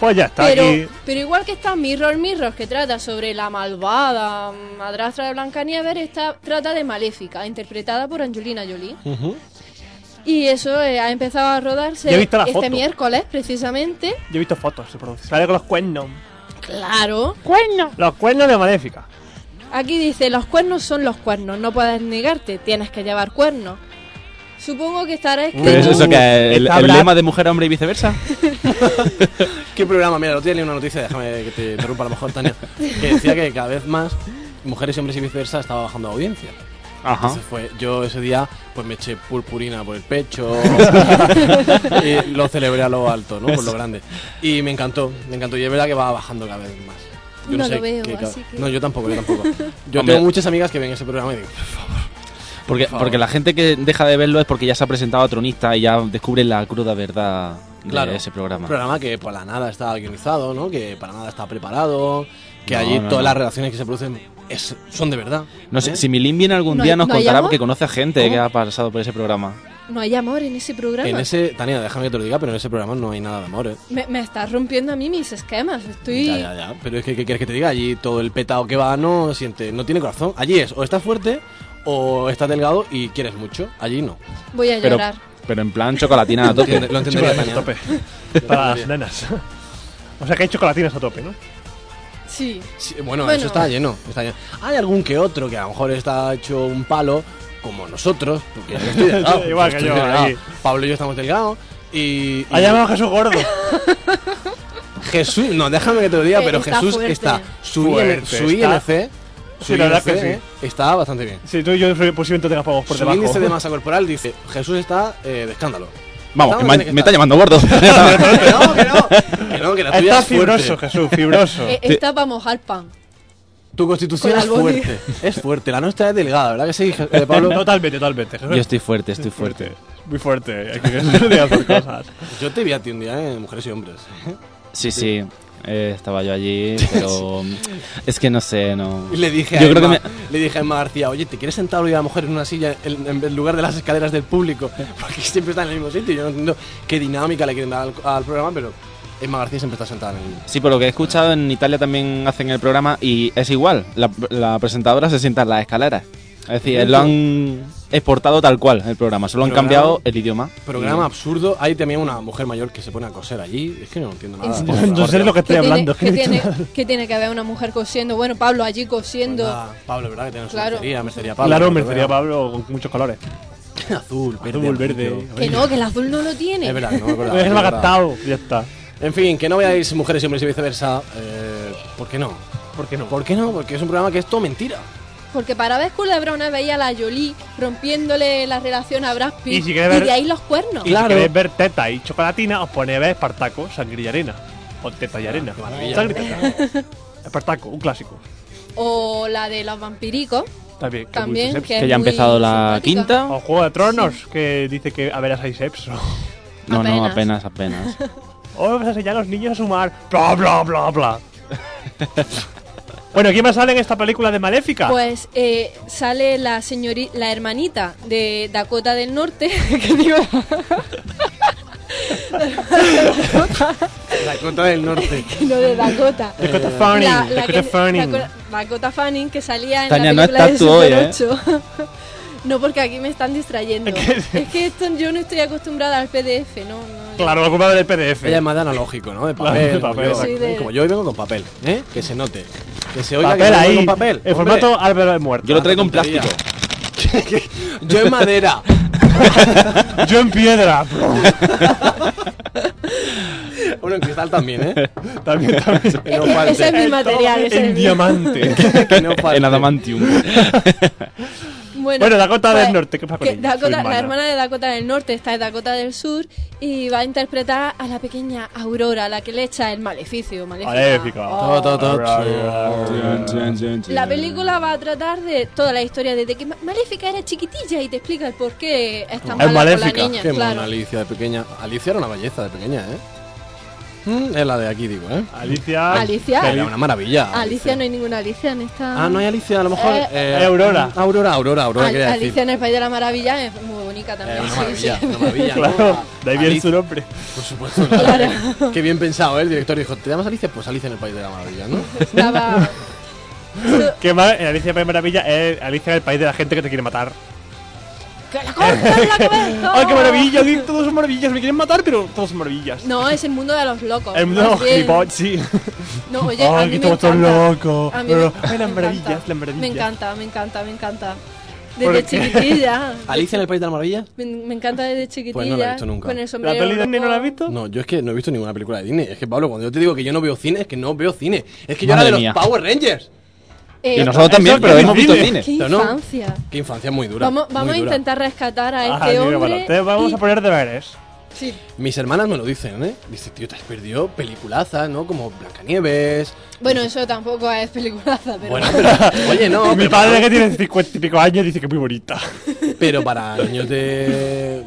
S6: Pues ya está.
S8: Pero,
S6: y-
S8: pero igual que está Mirror Mirror, que trata sobre la malvada madrastra de Blancanieves, esta trata de Maléfica, interpretada por Angelina Jolie. Y eso eh, ha empezado a rodarse
S6: Ya he visto la
S8: este
S6: foto.
S8: miércoles, precisamente.
S6: Yo he visto fotos, se produce. Sale con los cuernos.
S8: Claro.
S6: Los cuernos de Maléfica.
S8: Aquí dice, los cuernos son los cuernos, no puedes negarte, tienes que llevar cuernos. Supongo que estará escrito...
S7: ¿Pero es eso que el,
S6: Está
S7: el
S6: Brad-
S7: lema de mujer a hombre y viceversa?
S9: ¿Qué programa? Mira, lo tiene una noticia, déjame que te interrumpa a lo mejor, Tania. Que decía que cada vez más mujeres, hombres y viceversa estaba bajando audiencia.
S7: Ajá.
S9: Entonces fue, yo ese día pues me eché purpurina por el pecho y lo celebré a lo alto, ¿no? Por lo grande. Y me encantó, me encantó. Y es verdad que va bajando cada vez más. Yo
S8: No lo veo,
S9: qué ca-
S8: así que-
S9: No, yo tampoco, yo tampoco. Yo
S7: Hombre.
S9: tengo muchas amigas que ven ese programa y digo,
S7: Porque,
S9: Por favor.
S7: porque la gente que deja de verlo es porque ya se ha presentado a tronista y ya descubre la cruda verdad de
S9: claro,
S7: ese
S9: Un
S7: programa.
S9: programa que para nada está guionizado, ¿no? Que para nada está preparado, que
S7: No,
S9: allí
S7: no, no.
S9: todas las relaciones que se producen es- son de verdad.
S7: No sé,
S9: ¿eh?
S7: si Milín viene algún
S8: ¿No hay-
S7: día nos
S8: no hay
S7: contará
S8: amor?
S7: porque conoce a gente
S9: ¿Cómo?
S7: que ha pasado por ese programa.
S8: No hay amor en ese programa.
S9: En ese, Tania, déjame que te lo diga, pero en ese programa no hay nada de amor, ¿eh?
S8: Me, me estás rompiendo a mí mis esquemas, estoy...
S9: Ya, ya, ya. Pero es que, ¿qué quieres que te diga? Allí todo el petado que va no siente, no tiene corazón. Allí es, o estás fuerte, o estás delgado y quieres mucho. Allí no.
S8: Voy a
S7: Pero,
S8: llorar.
S7: pero en plan chocolatina a
S9: Lo
S7: tope.
S9: entiende- lo entendería, Tania.
S6: tope. Para las nenas. O sea que hay chocolatinas a tope, ¿no?
S8: Sí.
S9: Sí, bueno,
S8: Bueno.
S9: eso está lleno, está lleno. Hay algún que otro que a lo mejor está hecho un palo, como nosotros, porque yo estoy delgado,
S6: Igual que
S9: estoy
S6: yo,
S9: delgado.
S6: ahí.
S9: Pablo y yo estamos delgados. Y, y
S6: Ha llamado a Jesús Gordo.
S9: Jesús, no, déjame que te lo diga,
S8: Eh,
S9: pero
S8: está
S9: Jesús
S8: fuerte.
S9: está. Su,
S6: Fuerte,
S9: IN- su
S6: está.
S9: INC, su
S6: Sí, la verdad
S9: INC,
S6: que sí.
S9: eh, está bastante bien.
S6: Si tú y yo posiblemente tengamos por
S9: su
S6: debajo.
S9: índice de masa corporal dice: Jesús está eh, de escándalo.
S7: Vamos, que
S9: Estamos
S7: me,
S9: bien que
S7: me
S9: está.
S7: está llamando gordo.
S9: que no, que no. Que no, que
S6: Está
S9: la tuya es fuerte.
S6: fibroso, Jesús, fibroso.
S8: Eh, Está para mojar pan.
S9: Tu constitución
S8: Con
S9: es
S8: albóndiga.
S9: fuerte. Es fuerte. La nuestra es delgada, ¿verdad que sí, Je- eh, Pablo?
S6: Totalmente, totalmente. Jesús.
S7: Yo estoy fuerte, estoy fuerte.
S6: Muy fuerte. Hay que se le hacen cosas.
S9: Yo te vi a ti un día, ¿eh? Mujeres y hombres.
S7: Sí, sí. eh, estaba yo allí, pero es que no sé, no.
S9: Y le dije a
S7: Yo creo que
S9: Emma,
S7: me-
S9: le dije a Emma García, oye, ¿te quieres sentar hoy a mujer en una silla en, en el lugar de las escaleras del público? Porque siempre están en el mismo sitio. Yo no entiendo qué dinámica le quieren dar al, al programa, pero Emma García siempre está sentada en el mismo.
S7: Sí, por lo que he escuchado, en Italia también hacen el programa y es igual. La, la presentadora se sienta en las escaleras. Es decir, lo han exportado tal cual el programa, solo han
S9: Programa-
S7: cambiado el idioma.
S9: Programa absurdo. Hay también una mujer mayor que se pone a coser allí. Es que no entiendo nada.
S8: Es-
S9: Ah, Por favor,
S6: No sé
S9: tío.
S6: lo que estoy
S8: ¿Qué
S6: hablando.
S8: tiene,
S6: es que no he
S8: qué
S6: dicho
S8: tiene- qué tiene que ver una mujer cosiendo? Bueno, Pablo allí cosiendo.
S9: Ah, Pablo, ¿verdad? Que tenemos
S8: Claro.
S9: mercería, mercería
S6: nada.
S9: Pablo.
S6: Claro,
S9: ¿verdad?
S6: mercería Pablo con muchos colores.
S9: Azul, verde.
S6: Azul, verde. Pues
S9: amarillo.
S8: que no, que el azul no lo tiene.
S9: Es verdad, no me acordaba.
S6: Es
S9: es
S6: el
S9: verdad.
S6: gastado. Ya está.
S9: En fin, que no veáis mujeres y hombres y viceversa. eh, ¿Por qué no?
S6: ¿Por qué no?
S9: ¿Por qué no? Porque es un programa que es todo mentira.
S8: Porque para ver culebrones veía a la Jolie rompiéndole la relación a Brad Pitt.
S6: Y si
S8: Y,
S6: quieres ver-
S8: de ahí los cuernos.
S6: Y si queréis ver teta y chocolatina, os pone a ver Espartaco, sangre y arena. O teta y arena. Sangre y teta. Espartaco, un clásico.
S8: O la de los vampiricos.
S6: También. que
S8: También,
S6: Moisés-
S8: que es
S7: que ya ha
S8: muy
S7: empezado la
S8: simpática.
S7: quinta.
S6: O Juego de Tronos, que dice que a ver a seis eps.
S7: No, no, apenas,
S8: Apenas.
S7: apenas.
S6: O vamos a enseñar a los niños a sumar. Bla, bla, bla, bla. bueno, ¿quién más sale en esta película de Maléfica?
S8: Pues eh, sale la señorita, la hermanita de Dakota del Norte, que digo,
S9: La Cota del Norte.
S8: no de Dakota.
S6: Dakota Fanning.
S8: La- la
S6: Dakota
S8: que-
S6: Fanning.
S8: Dakota- Dakota Fanning, que salía en
S7: Tania, no
S8: la película
S7: estás tú
S8: de
S7: hoy, ¿eh?
S8: Super 8. No, porque aquí me están distrayendo.
S6: ¿Qué?
S8: es que esto, yo no estoy acostumbrada al PDF, no, no.
S6: Claro, la culpa del PDF.
S9: Ella es más de analógico, ¿no? De papel.
S6: Claro, de papel,
S9: como,
S8: Sí,
S9: yo,
S8: de-
S9: como yo hoy vengo con papel, ¿eh? Que se note. Que se oiga que
S6: papel
S9: vengo
S6: ahí.
S9: con papel.
S6: El
S9: hombre.
S6: formato Álvaro es muerto.
S7: Yo lo traigo en
S9: tontería.
S7: plástico.
S9: Yo en madera.
S6: Yo en piedra.
S9: bueno, en cristal también, ¿eh?
S6: también, también.
S9: Que
S8: Es
S9: no
S8: que
S9: falte.
S8: ese es mi material. Ese
S6: en
S8: es mi...
S6: diamante.
S9: Que no falte.
S7: en adamantium.
S8: Bueno, pues,
S6: Bueno, Dakota del Norte, ¿qué pasa con
S8: que
S6: ella?
S8: Dakota-
S6: Su hermana.
S8: La hermana de Dakota del Norte está en Dakota del Sur y va a interpretar a la pequeña Aurora, la que le echa el maleficio. Maléfica.
S6: Maléfica.
S8: Oh.
S9: To, to, to.
S8: La película va a tratar de toda la historia desde que Ma- Maléfica era chiquitilla y te explica el por qué es tan
S6: Es
S8: mala con la
S6: maléfica.
S8: niña.
S9: Qué
S8: claro.
S9: mona Alicia de pequeña. Alicia era una belleza de pequeña, ¿eh? Mm, es la de aquí, digo, ¿eh?
S6: Alicia.
S8: Alicia.
S9: Era una maravilla.
S8: Alicia, no hay ninguna Alicia en esta.
S9: Ah, no hay Alicia, a lo mejor.
S8: Eh,
S9: eh,
S6: Aurora.
S9: Aurora, Aurora, Aurora,
S8: Al-
S9: quería
S8: Alicia
S9: decir.
S8: en el País de la Maravilla es muy bonita
S9: Eh,
S8: también.
S9: una
S8: sí,
S9: maravilla,
S8: sí.
S9: una maravilla. ¿no?
S6: Claro, de ahí viene
S9: Alicia.
S6: su nombre.
S9: Por supuesto. Claro. Qué bien pensado, ¿eh? El director dijo, ¿te llamas Alicia? Pues Alicia en el País de la Maravilla, ¿no?
S8: Estaba.
S6: Que más, en Alicia en Maravilla es Alicia en el país de la gente que te quiere matar.
S8: ¡Que la cortan la cabeza!
S6: ¡Ay, qué maravilla! Di- Todos son maravillas, me quieren matar, pero todos son maravillas.
S8: No, es el mundo de los locos.
S6: El mundo
S8: más bien.
S6: gilipollas, sí.
S8: No, oye, a
S6: ¡Ay,
S8: mí
S6: que
S8: me
S6: todos son
S8: encanta.
S6: locos!
S8: A mí me-
S6: Pero- ¡Ay,
S8: me
S6: las
S8: encanta.
S6: maravillas, las maravillas!
S8: Me encanta, me encanta, me encanta.
S6: ¿Por
S8: Desde
S6: qué?
S8: chiquitilla.
S9: ¿Alicia en el País de la Maravilla?
S8: Me, me encanta desde chiquitilla.
S9: Pues no la he visto nunca.
S8: Con el
S6: ¿La
S8: sombrero.
S6: peli de Disney no la has
S8: rojo.
S6: visto?
S9: No, yo es que no he visto ninguna película de Disney. Es que, Pablo, cuando yo te digo que yo no veo cine, es que no veo cine. Es que yo
S7: Madre
S9: era de
S7: mía.
S9: los Power Rangers.
S8: Eh,
S7: Y nosotros también,
S6: Eso
S7: pero
S6: que
S7: hemos visto
S6: cine.
S7: cine.
S8: ¡Qué
S9: Pero no.
S8: infancia!
S9: Qué infancia muy dura.
S8: Vamos,
S9: muy
S8: vamos a
S9: dura.
S8: intentar rescatar a
S6: Ah,
S8: este
S6: tío,
S8: hombre.
S6: bueno, te vamos
S8: y-
S6: a poner deberes.
S8: sí.
S9: Mis hermanas me lo dicen, ¿eh? Dice, tío, te has perdido peliculazas, ¿no? Como Blancanieves.
S8: Bueno, eso tampoco es peliculaza, pero.
S9: Bueno, pero. Oye, no.
S6: Mi
S9: pero-
S6: padre, que tiene cincuenta y pico años, dice que es muy bonita.
S9: Pero para niños de.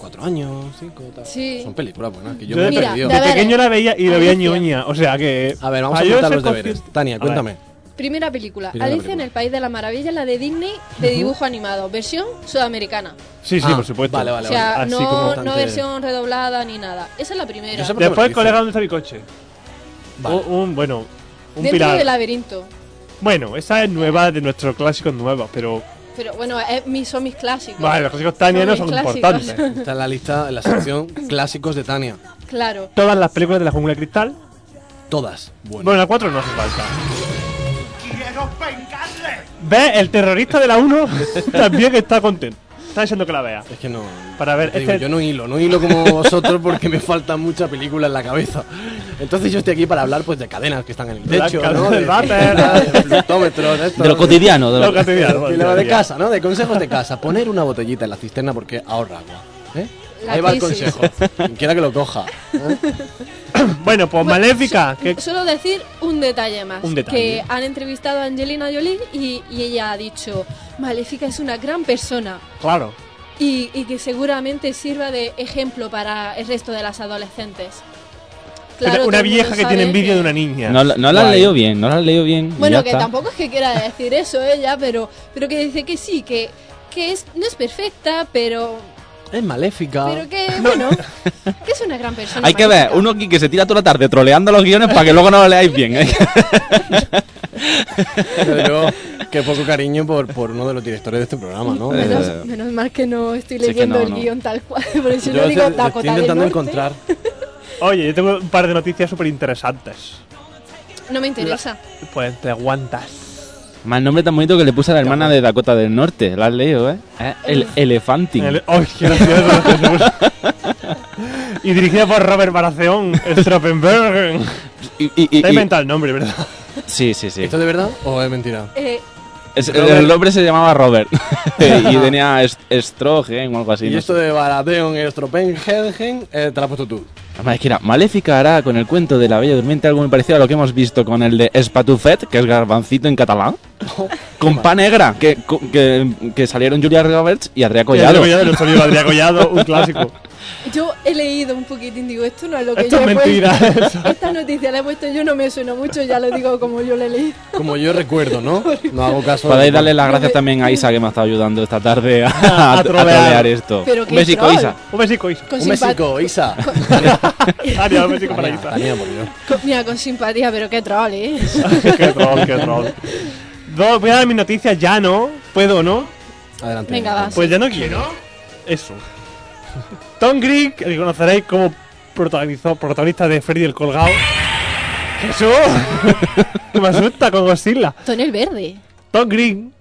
S9: Cuatro años, cinco, tal.
S8: Sí.
S9: Son películas buenas que
S6: Yo
S9: yo, me he
S6: de-
S8: Mira,
S9: perdido.
S8: de-
S6: De
S8: Deberes.
S6: pequeño la veía y la veía
S8: Alicia.
S6: ñoña. O sea que.
S9: A ver, vamos a
S6: yo
S9: contar
S6: ser
S9: los deberes.
S6: consciente-
S9: Tania,
S6: A ver,
S9: cuéntame.
S8: Primera película.
S9: Primera
S8: Alicia en
S9: película.
S8: el País de la Maravilla, la de Disney, de dibujo animado. Versión sudamericana.
S6: Sí, sí,
S9: Ah,
S6: por supuesto.
S9: vale, vale,
S8: o sea,
S6: vale. Así
S8: no,
S6: como
S8: no
S9: bastante-
S8: versión redoblada ni nada. Esa es la primera.
S9: Yo sé por-
S6: Después
S9: Porque me lo dice.
S6: el colega donde está mi coche.
S9: Vale.
S6: Un, un- bueno, un
S8: Dentro
S6: pilar.
S8: del laberinto.
S6: Bueno, esa es nueva de nuestros clásicos nuevos, pero.
S8: Pero bueno, es, mis, son mis clásicos.
S6: Vale, los clásicos Tania no
S8: mis
S6: son
S8: clásicos.
S6: importantes.
S9: Está en la lista, en la sección clásicos de Tania.
S8: Claro.
S6: Todas las películas de la jungla de cristal.
S9: Todas. Bueno.
S6: Bueno, la 4 no hace falta. ¿Ves? El terrorista de la 1 también está contento. Está diciendo que la vea.
S9: Es que no.
S6: Para ver,
S9: te digo,
S6: este-
S9: yo no hilo, no hilo como vosotros porque me falta mucha película en la cabeza. Entonces yo estoy aquí para hablar pues de cadenas que están en el
S6: De las
S9: techo,
S6: cadenas
S9: ¿no?
S6: del váter.
S9: de flutómetros, de esto.
S7: De lo cotidiano. De
S6: Lo
S7: lo...
S6: que te diga,
S9: Y lo de casa, ¿no? De consejos de casa. Poner una botellita en la cisterna porque ahorra agua. ¿eh?
S8: La
S9: Ahí va el
S8: crisis.
S9: consejo. Quien quiera que lo coja.
S6: Bueno, pues
S8: Bueno,
S6: Maléfica.
S8: so-
S6: Que...
S8: Solo decir un detalle más.
S6: Un detalle.
S8: Que han entrevistado a Angelina Jolie y, y ella ha dicho, Maléfica es una gran persona
S6: Claro.
S8: y, y que seguramente sirva de ejemplo para el resto de las adolescentes. Claro, todo
S6: una
S8: el mundo
S6: vieja que
S8: sabe
S6: tiene envidia
S8: que-
S6: de una niña.
S7: No, la- no la
S6: Guay.
S7: han leído bien, no la han leído bien. y
S8: Bueno,
S7: ya
S8: que
S7: está.
S8: tampoco es que quiera decir eso ella, pero, pero que dice que sí, que, que es, no es perfecta, pero,
S9: Es maléfica.
S8: pero que, bueno, que es una gran persona.
S7: Ah. Hay que ver,
S8: Maléfica.
S7: uno aquí que se tira toda la tarde troleando los guiones para que luego no lo leáis bien. ¿eh?
S9: Pero qué poco cariño por, por uno de los directores de este programa, ¿no?
S7: Eh,
S8: Menos, menos mal que no estoy
S7: sí que
S8: leyendo
S7: no,
S8: el
S7: no.
S8: guión tal cual, porque si
S9: Yo
S8: no digo
S9: estoy-
S8: Dakota
S9: estoy
S8: del
S9: intentando
S8: Norte.
S9: encontrar.
S6: Oye, yo tengo un par de noticias súper interesantes.
S8: No me interesa.
S6: Pues te aguantas.
S7: Más nombre tan bonito que le puse a la hermana de Dakota del Norte. La has leído, ¿eh? Eh, El Elefanting.
S6: El- ¡Ay, qué gracioso! y dirigida por Robert Baratheon Stroppenberg.
S7: Y- y- y-
S6: Te he
S7: y-
S6: inventado el nombre, ¿verdad?
S7: Sí, sí, sí.
S9: ¿Esto es de verdad o es mentira?
S8: Eh,
S7: Es- el-
S9: Robert.
S7: El hombre se llamaba Robert y tenía est- Strogen o algo así.
S9: y
S7: no
S9: esto de Baratheon y Stropenhelgen eh, te lo has puesto tú.
S7: Además, es que era Maléfica hará con el cuento de la Bella Durmiente algo muy parecido a lo que hemos visto con el de Espatufet, que es garbancito en catalán, con Pa Negra, que, co- que, que salieron Julia Roberts y Andrea Collado.
S6: Collado, nuestro amigo Adrián Collado, un clásico.
S8: Yo he leído un poquitín, digo, esto no es lo que
S6: Esto
S8: yo
S6: es
S8: he puesto.
S6: mentira, eso.
S8: Esta noticia la he puesto yo, no me suena mucho, ya lo digo como yo la he leído.
S9: Como yo recuerdo, ¿no? No hago caso.
S7: Para
S9: de-
S7: darle las gracias también a Isa que me ha estado ayudando esta tarde a, a- a
S6: trolear.
S7: trolear esto.
S8: Pero qué
S7: Un besico,
S8: troll.
S7: Isa.
S6: Un besico, Isa.
S8: Con
S9: Un
S8: simpa-
S9: México, Isa.
S6: Adiós, un besico para
S9: Tania,
S6: Isa.
S9: Tania, por Dios.
S8: con- mira, con simpatía, pero qué troll, ¿eh?
S6: qué troll, qué troll. Do- voy a dar mis noticias ya, ¿no? ¿Puedo, no?
S9: Adelante.
S8: Venga, vas.
S6: Pues ya no quiero. Eso. Tom Green, que conoceréis como protagonizó, protagonista de Freddy el Colgado. ¡Jesús! que me asusta con Godzilla.
S8: Tony el Verde.
S6: Tom Green,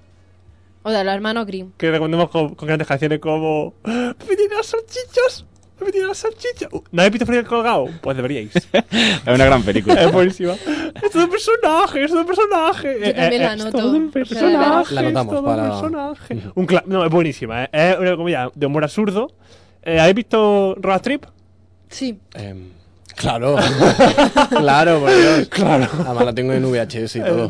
S8: O de los hermanos Grimm.
S6: que recomendamos con, con grandes canciones como. ¡Me tiene las salchichas! ¡Me tiene las salchichas! Uh, ¿No habéis visto Freddy el Colgado? Pues deberíais.
S7: Es una gran película.
S6: es buenísima. Es todo un personaje, es todo un personaje. Eh,
S8: también
S6: eh,
S8: la
S6: Es
S8: anoto,
S6: todo un
S8: pero de
S6: personaje.
S9: La anotamos
S6: es todo un
S9: para-
S6: personaje. Un cla- no, es buenísima. eh. Es una comedia de humor absurdo. Eh, ¿Habéis visto Road Trip?
S8: Sí.
S9: Em, claro. claro, por Dios. Claro. Además la tengo en VHS y todo.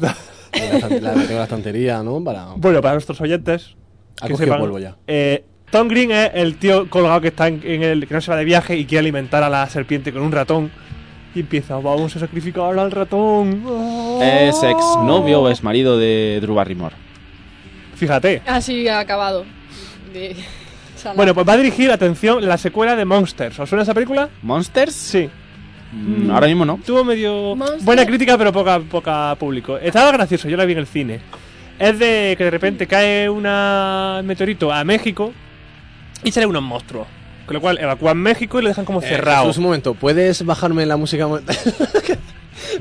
S9: Y La, estan- la tengo en la estantería, ¿no? Para...
S6: Bueno, para nuestros oyentes.
S9: Ha
S6: que
S9: cogido
S6: sepan,
S9: polvo pues ya.
S6: eh, Tom Green es el tío colgado que está en, en el que no se va de viaje y quiere alimentar a la serpiente con un ratón. Y empieza, vamos a sacrificar al ratón.
S7: Es exnovio o exmarido de Drew Barrymore.
S6: Fíjate.
S8: Así Ah, ha acabado. De- Sala.
S6: Bueno, pues va a dirigir, atención, la secuela de Monsters. ¿Os suena esa película?
S7: ¿Monsters?
S6: Sí.
S7: Mm, ahora mismo no.
S6: Tuvo medio
S8: Monster.
S6: buena crítica, pero poca, poca público. Estaba gracioso, yo la vi en el cine. Es de que de repente cae una meteorito a México y sale unos monstruos. Con lo cual evacúan México y lo dejan como
S9: Eh,
S6: cerrado.
S9: Jesús, un momento, ¿puedes bajarme la música? un momento?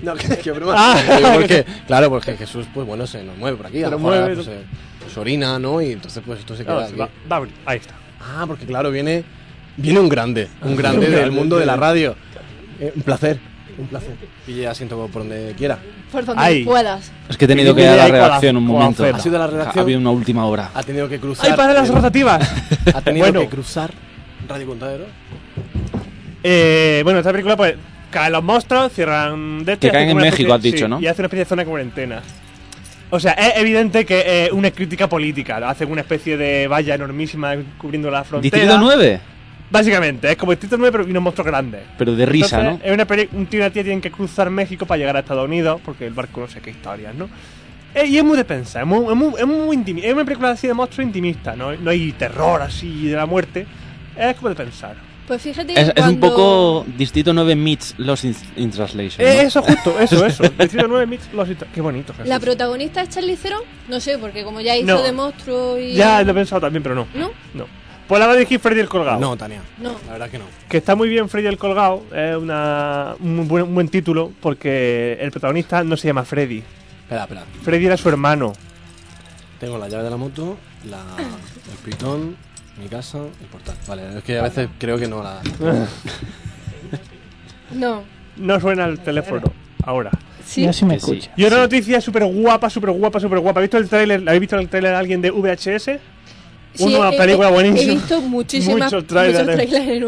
S9: no, que, que broma.
S6: Ah.
S9: Digo, porque, claro, porque Jesús, pues bueno, se nos mueve por aquí.
S6: Se
S9: a lo
S6: nos
S9: mejor,
S6: mueve,
S9: pues,
S6: ¿no?
S9: eh, pues, orina, ¿no? Y entonces, pues esto se
S6: Claro,
S9: queda
S6: se
S9: aquí.
S6: Ah, va- va a abrir. Ahí está.
S9: Ah, porque claro, viene, viene un grande, un grande del mundo de la radio. Eh, un placer, un placer. Pille asiento por donde quiera.
S8: Por donde
S6: Ay.
S8: puedas.
S7: Es que he tenido que ir
S6: Viene
S7: a la
S6: ahí con la-
S7: redacción un
S6: con la
S7: momento.
S6: cera.
S9: Ha sido la
S7: Ha
S9: redacción.
S7: habido una última hora.
S9: Ha tenido que cruzar.
S6: ¡Ay, para las
S9: eh,
S6: rotativas!
S9: Ha tenido
S6: Bueno.
S9: que cruzar Radio Contadero.
S6: Eh, bueno, esta película, pues, caen los monstruos, cierran... de
S7: Que
S6: hacen
S7: caen
S6: como
S7: en
S6: una
S7: México, has
S6: especie-
S7: dicho,
S6: sí,
S7: ¿no?
S6: y hace una especie de zona de cuarentena. O sea, es evidente que eh, una crítica política. Hacen una especie de valla enormísima cubriendo la frontera.
S7: Distrito 9,
S6: Básicamente, es como Distrito 9, pero y unos monstruos grandes.
S7: pero de risa, ¿no?
S6: Entonces, Es una peli- un tío y una tía tienen que cruzar México para llegar a Estados Unidos, porque el barco no sé qué historias, ¿no? Eh, y es muy de pensar, es muy, es muy, es muy intimi- Es una película así de monstruo intimista, ¿no? No hay terror así de la muerte. Es como de pensar.
S8: Pues fíjate que
S7: Es, es un
S8: cuando-
S7: poco Distrito 9 meets Los in, in Translation.
S6: Eh,
S7: ¿no?
S6: eso, justo, eso, eso. Distrito 9 Mix Los Ita- Qué bonito. Jesús.
S8: La protagonista es Charlize Theron, no sé, porque como ya hizo
S6: No.
S8: de monstruo y...
S6: Ya lo he pensado también, pero no.
S8: ¿No?
S6: No. Pues la va a dirigir Freddy el Colgado.
S9: No, Tania,
S8: No.
S9: la verdad que no.
S6: Que está muy bien Freddy el Colgado. Es una, un, buen, un buen título, porque el protagonista no se llama Freddy.
S9: Espera, espera.
S6: Freddy era su hermano.
S9: Tengo la llave de la moto, la, el pitón, mi casa, el portal. Vale, es que a veces creo que no la.
S8: No.
S6: No suena el teléfono. Ahora.
S8: Sí.
S2: Yo sí me
S7: Que sí.
S2: escucho.
S6: Y una noticia súper guapa, súper guapa, súper guapa. ¿Habéis visto el tráiler? ¿Habéis visto el tráiler de alguien de VHS?
S8: Sí,
S6: una
S8: he-
S6: película
S8: he-
S6: buenísima.
S8: He visto muchísimas,
S6: Muchos
S8: muchos
S6: trailers.
S8: trailers, en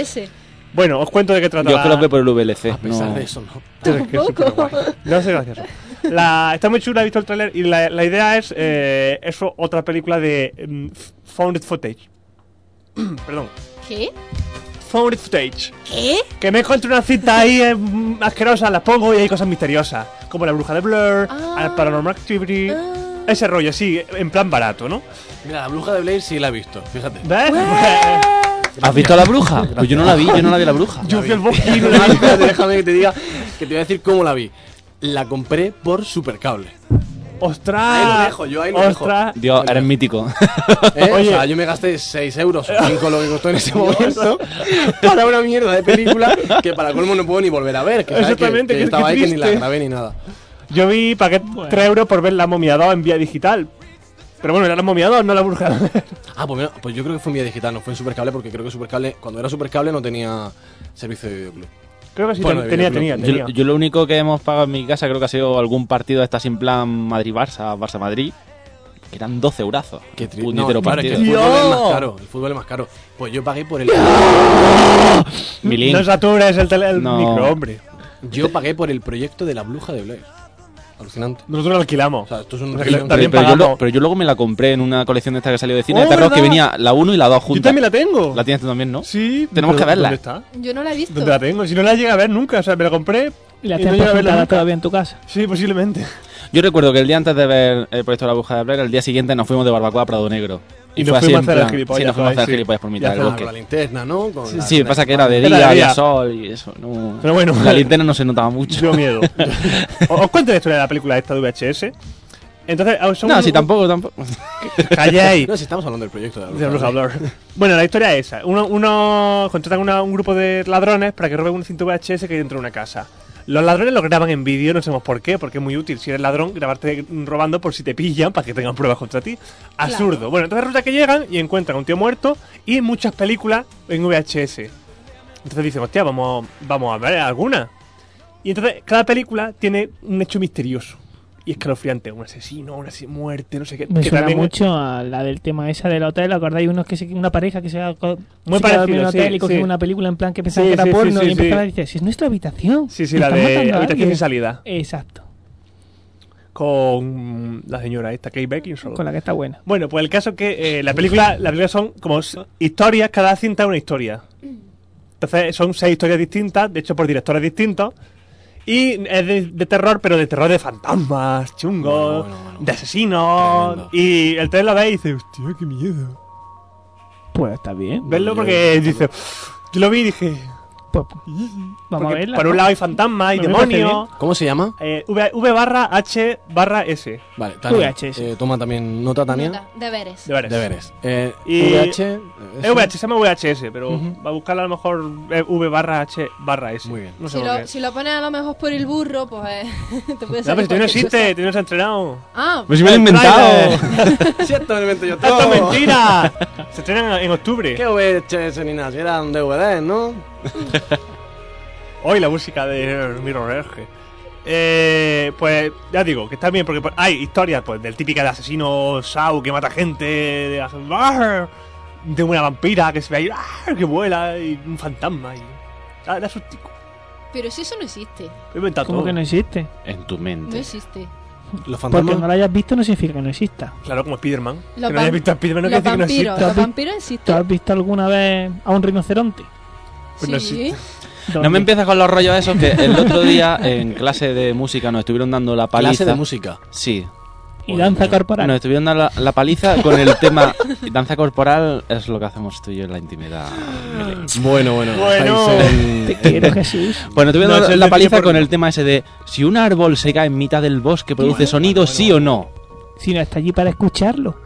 S8: VHS.
S6: Bueno, os cuento de qué trata.
S7: Yo
S6: la-
S7: creo que por el VLC.
S9: A pesar
S7: no.
S9: de eso, no.
S6: Es que es superguay. No sé, gracioso. La, está muy chula, he visto el tráiler y la, la idea es eh, eso, otra película de mm, f- found footage. Perdón.
S8: ¿Qué?
S6: Found footage.
S8: ¿Qué?
S6: Que me encuentro una cita ahí eh, mm, asquerosa, las pongo y hay cosas misteriosas. Como la bruja de Blur,
S8: Ah.
S6: al Paranormal Activity.
S8: Ah.
S6: Ese rollo, sí, en plan barato, ¿no?
S9: Mira, la bruja de Blair sí la he visto, fíjate.
S6: ¿Ves?
S7: ¿Has visto a la bruja? Pues yo no la vi, yo no la vi a la bruja.
S6: Yo fui al bosque y no la vi.
S9: Espérate, espérate, Déjame que te diga, que te voy a decir cómo la vi. La compré por supercable.
S6: ¡Ostras!
S9: Ahí lo dejo, yo ahí lo dejo.
S6: ¡Ostras!
S7: Dios, eres mítico.
S9: ¿eh?
S6: Oye.
S9: O sea, yo me gasté 6 euros o 5 lo que costó en ese momento para una mierda de película que para colmo no puedo ni volver a ver. Que, sabes que-
S6: Exactamente,
S9: que
S6: que-
S9: estaba
S6: que
S9: ahí que ni la
S6: triste.
S9: grabé ni nada.
S6: Yo vi, pagué 3 euros por ver la momia 2 en vía digital. Pero bueno, era la momia 2, no la bruja.
S9: Ah, pues, mira, pues yo creo que fue en vía digital, no fue en supercable porque creo que supercable, cuando era supercable no tenía servicio de videoclub.
S6: Creo que sí,
S9: Bueno,
S6: ten- tenía,
S9: yo-
S6: tenía,
S9: yo-
S6: tenía.
S7: Yo, yo lo único que hemos pagado en mi casa creo que ha sido algún partido de estas en plan Madrid-Barça, Barça-Madrid. que eran 12 eurazos.
S9: Qué tri-
S7: Un
S9: no,
S7: dinero
S9: claro, que
S7: partido.
S9: el fútbol es
S6: ¡Dios!
S9: más caro. El fútbol es más caro. Pues yo pagué por el.
S7: Milín.
S6: No satures el, tele- el
S7: No.
S6: micro, hombre.
S9: Yo pagué por el proyecto de la bruja de Blair. Alucinante.
S6: Nosotros lo alquilamos.
S9: O sea, esto es un.
S6: Porque
S7: Pero-
S6: también
S7: pero, yo
S6: pagamos.
S7: lo- pero yo luego me la compré en una colección de estas que salió de cine
S6: ¡Oh,
S7: de terror que
S6: verdad!
S7: venía la 1 y la 2
S6: Yo
S7: juntas.
S6: también la tengo.
S7: La tienes tú también, ¿no?
S6: Sí.
S7: Tenemos
S6: pero
S7: que verla.
S6: ¿Dónde está?
S8: Yo no la he visto.
S6: ¿Dónde la tengo? Si no la llegué a ver nunca, o sea, me la compré
S2: ¿Y la
S6: y no
S2: tienes
S6: llegué a verla
S2: juntada
S6: nunca.
S2: Pues todavía en tu casa?
S6: Sí, posiblemente.
S7: Yo recuerdo que el día antes de ver el proyecto de la Bruja de Blair, el día siguiente nos fuimos de barbacoa a Prado Negro.
S6: Y nos
S7: fue así
S6: fuimos a hacer
S7: en plan-
S6: el gilipollas
S7: Sí, nos fuimos a
S6: por ahí,
S7: hacer
S6: sí.
S7: el gilipollas por
S6: Y
S7: mitad del
S6: hacer-
S9: Ah, con
S7: bosque.
S9: la linterna, ¿no? Con la-
S7: Sí, pasa que era de
S6: Era de
S7: día,
S6: día.
S7: había sol y eso. No.
S6: Pero bueno.
S7: la linterna no se notaba mucho.
S6: Yo miedo. O- Os cuento la historia de la película esta de VHS. Entonces, os- son
S7: No,
S6: un-
S7: sí, tampoco, tampoco.
S6: Calláis.
S9: No, si estamos hablando del proyecto de la
S6: De
S9: bruja.
S6: Bruja
S9: de Blair.
S6: Blair. Bueno, la historia es esa. Uno, uno- contratan a un grupo de ladrones para que roben un cinto VHS que hay dentro de una casa. Los ladrones lo graban en vídeo, no sabemos por qué, porque es muy útil si eres ladrón grabarte robando por si te pillan para que tengan pruebas contra ti. Absurdo. Bueno, entonces resulta que llegan y encuentran a un tío muerto y muchas películas en VHS. Entonces dicen, hostia, vamos, vamos a ver alguna. Y entonces cada película tiene un hecho misterioso y escalofriante. Un asesino, una asi- muerte, no sé qué.
S2: Me
S6: que
S2: suena
S6: también-
S2: mucho a la del tema esa del hotel, ¿acordáis? Unos que se- una pareja que se ha co-
S6: Muy
S2: se quedó a dormir en
S6: parecido,
S2: un
S6: sí,
S2: hotel y cogió
S6: sí.
S2: una película en plan que pensaba
S6: Sí,
S2: que era
S6: sí, sí,
S2: porno
S6: sí,
S2: y empezaba
S6: sí.
S2: a decir, si es nuestra habitación.
S6: Sí, sí,
S2: ¿Me
S6: la
S2: están
S6: de
S2: matando a
S6: Habitación
S2: alguien?".
S6: sin salida.
S2: Exacto,
S6: con la señora esta, Kate Beckinsale.
S2: con la que está buena.
S6: Bueno, pues el caso es que eh, la película, la película son como s- historias, cada cinta es una historia. Entonces son seis historias distintas, de hecho por directores distintos. Y es de, de terror, pero de terror de fantasmas, chungos,
S9: Bueno, bueno, bueno.
S6: de asesinos.
S9: Tremendo.
S6: Y el tren lo ve y dice, hostia, qué miedo.
S2: Pues está bien.
S6: Verlo
S9: yo-
S6: porque dice, yo lo vi y dije,
S2: Pues, vamos a
S6: porque
S2: verla.
S6: por un lado hay fantasmas, hay
S2: Me parece
S6: demonios.
S9: ¿Cómo se llama?
S6: eh, v, V barra H barra S.
S9: Vale, Tania.
S2: VHS.
S9: eh, toma también nota, Tania.
S8: Nota, Deberes.
S6: De veras.
S9: Deberes. Eh,
S6: Y-
S9: VH,
S6: Es VHS, se llama VHS, pero
S9: Ujú.
S6: va a buscarla a lo mejor eh, V barra H barra S.
S9: Muy bien.
S6: No sé
S8: si,
S6: por
S8: lo,
S6: qué.
S8: si lo pones a lo mejor por el burro, pues eh, te
S6: No, pero
S8: puede salir
S6: si tú no
S8: cualquier cosa.
S6: existe, tú no has entrenado.
S8: Ah,
S7: Pues si me lo he
S6: El
S7: inventado.
S6: tráiler.
S9: Ciertamente yo
S6: ¡Esto es mentira! Se estrenan en octubre.
S9: ¿Qué VHS ni nada? Si eran DVDs, ¿no?
S6: Hoy la música de Mirror Edge. Eh, pues ya digo, que está bien, porque pues, hay historias pues, del típico de asesino Sau que mata gente, de, ¡Ah! de una vampira que se ve ahí, ¡ah! que vuela, y un fantasma. Y, ah, da sustico.
S8: pero si eso no existe.
S6: Lo he inventado
S2: ¿Cómo
S6: todo.
S2: que no existe?
S7: En tu
S8: No
S7: mente.
S8: existe.
S9: Los
S2: Porque no
S9: fantasmas.
S2: la hayas visto no significa que no exista.
S6: Claro, como Spiderman.
S8: Los
S6: que no hayas
S8: vamp-
S6: visto a Spiderman no
S8: los
S6: quiere decir que no exista.
S8: vampiros, los
S2: existe.
S8: vampiros
S2: ¿Tú
S8: existen.
S2: has visto alguna vez a un rinoceronte?
S6: Pues no
S8: sí,
S6: existe.
S2: ¿Dónde?
S7: No me empieces con los rollos esos que el otro día en clase de música nos estuvieron dando la paliza.
S9: Clase de música.
S7: Sí.
S2: Y danza
S6: Pues,
S2: corporal.
S7: Nos estuvieron dando la, la paliza con el tema danza corporal es lo que hacemos tú y yo en la intimidad. Mile.
S9: Bueno, bueno.
S6: Bueno.
S9: estáis en-
S2: Te quiero, Jesús.
S6: No,
S7: Bueno, estuvieron
S6: es
S7: dando
S6: el
S7: la
S6: de
S7: paliza
S6: tipo-
S7: con el tema ese de si un árbol se cae en mitad del bosque produce sonido sí o no.
S2: Si no está allí para escucharlo.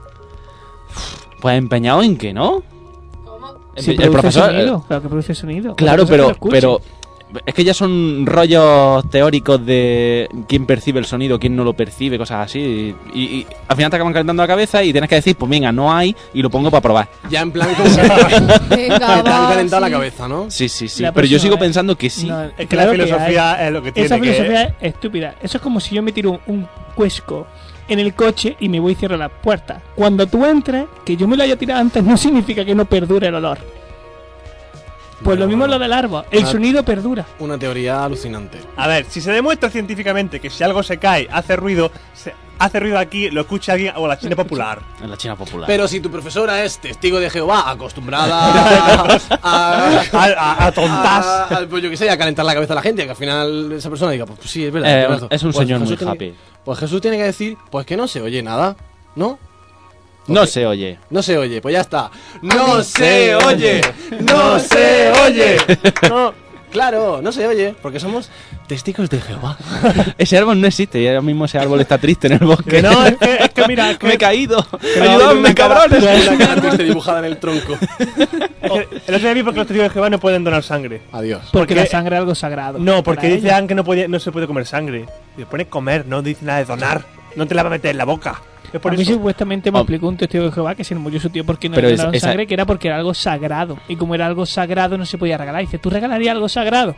S7: Pues empeñado en que no.
S2: Si
S7: El, el
S2: produce
S7: profesor eh,
S6: eh.
S2: Sonido, claro que produce sonido.
S7: Claro,
S2: El profesor
S7: pero,
S2: que lo
S7: pero
S2: escuche.
S7: es que ya son rollos teóricos de quién percibe el sonido, quién no lo percibe, cosas así. Y, y- y al final te acaban calentando la cabeza y tienes que decir, pues venga, no hay y lo pongo para probar.
S9: Ya en plan como que te
S8: Venga,
S9: han
S8: va,
S9: calentado la
S8: sí.
S9: cabeza, ¿no?
S7: Sí, sí, sí.
S2: La
S7: Pero yo
S2: próxima
S7: sigo
S2: vez.
S7: pensando que sí.
S2: No,
S6: Es que
S2: claro
S6: la
S2: hay.
S6: filosofía es lo que tiene.
S2: Esa
S6: que-
S2: filosofía es estúpida. Eso es como si yo me tiro un cuesco en el coche y me voy y cierro la puerta. Cuando tú entres, que yo me lo haya tirado antes no significa que no perdure el olor. Pues lo mismo lo del árbol. El
S9: Ah.
S2: sonido perdura.
S9: Una teoría alucinante.
S6: A ver, si se demuestra científicamente que si algo se cae, hace ruido, se hace ruido aquí, lo escucha alguien o la China popular.
S7: En la China popular.
S9: Pero si tu profesora es testigo de Jehová, acostumbrada a, a,
S6: A, a- a tontas.
S9: a- a- pues yo qué sé, a calentar la cabeza a la gente, que al final esa persona diga, pues, pues sí, es verdad.
S7: Eh,
S9: tiene razón.
S7: es un
S9: Pues
S7: señor
S9: Jesús
S7: muy
S9: tiene
S7: happy.
S9: que- pues Jesús tiene que decir, pues que no se oye nada, ¿no?
S7: No se oye.
S9: No se oye, pues ya está. ¡No se oye! ¡No se oye! No, claro, no se oye, porque somos testigos de Jehová.
S7: Ese árbol no existe y ahora mismo ese árbol está triste en el bosque.
S6: Que no, es que, es que mira, es que,
S7: me he caído.
S6: no,
S7: Ayudadme,
S6: que no,
S7: cabrones.
S9: La cara triste dibujada en el tronco.
S6: es que el otro día vi porque los testigos de Jehová no pueden donar sangre.
S9: Adiós.
S6: Porque-
S2: Porque, la sangre es algo sagrado.
S6: No, porque
S2: Para ella.
S6: dicen que no, podía, no se puede comer sangre. Y pone comer, no dice nada de donar. No te la va a meter en la boca. Es por
S2: a mí
S6: eso.
S2: supuestamente me
S7: Hom-
S2: explicó un testigo de Jehová que se le murió su tío porque no
S7: Oh. Pero
S2: le
S7: es-
S2: donaron
S7: esa-
S2: sangre, que era porque era algo sagrado. Y como era algo sagrado no se podía regalar. Dice, ¿tú regalarías algo sagrado?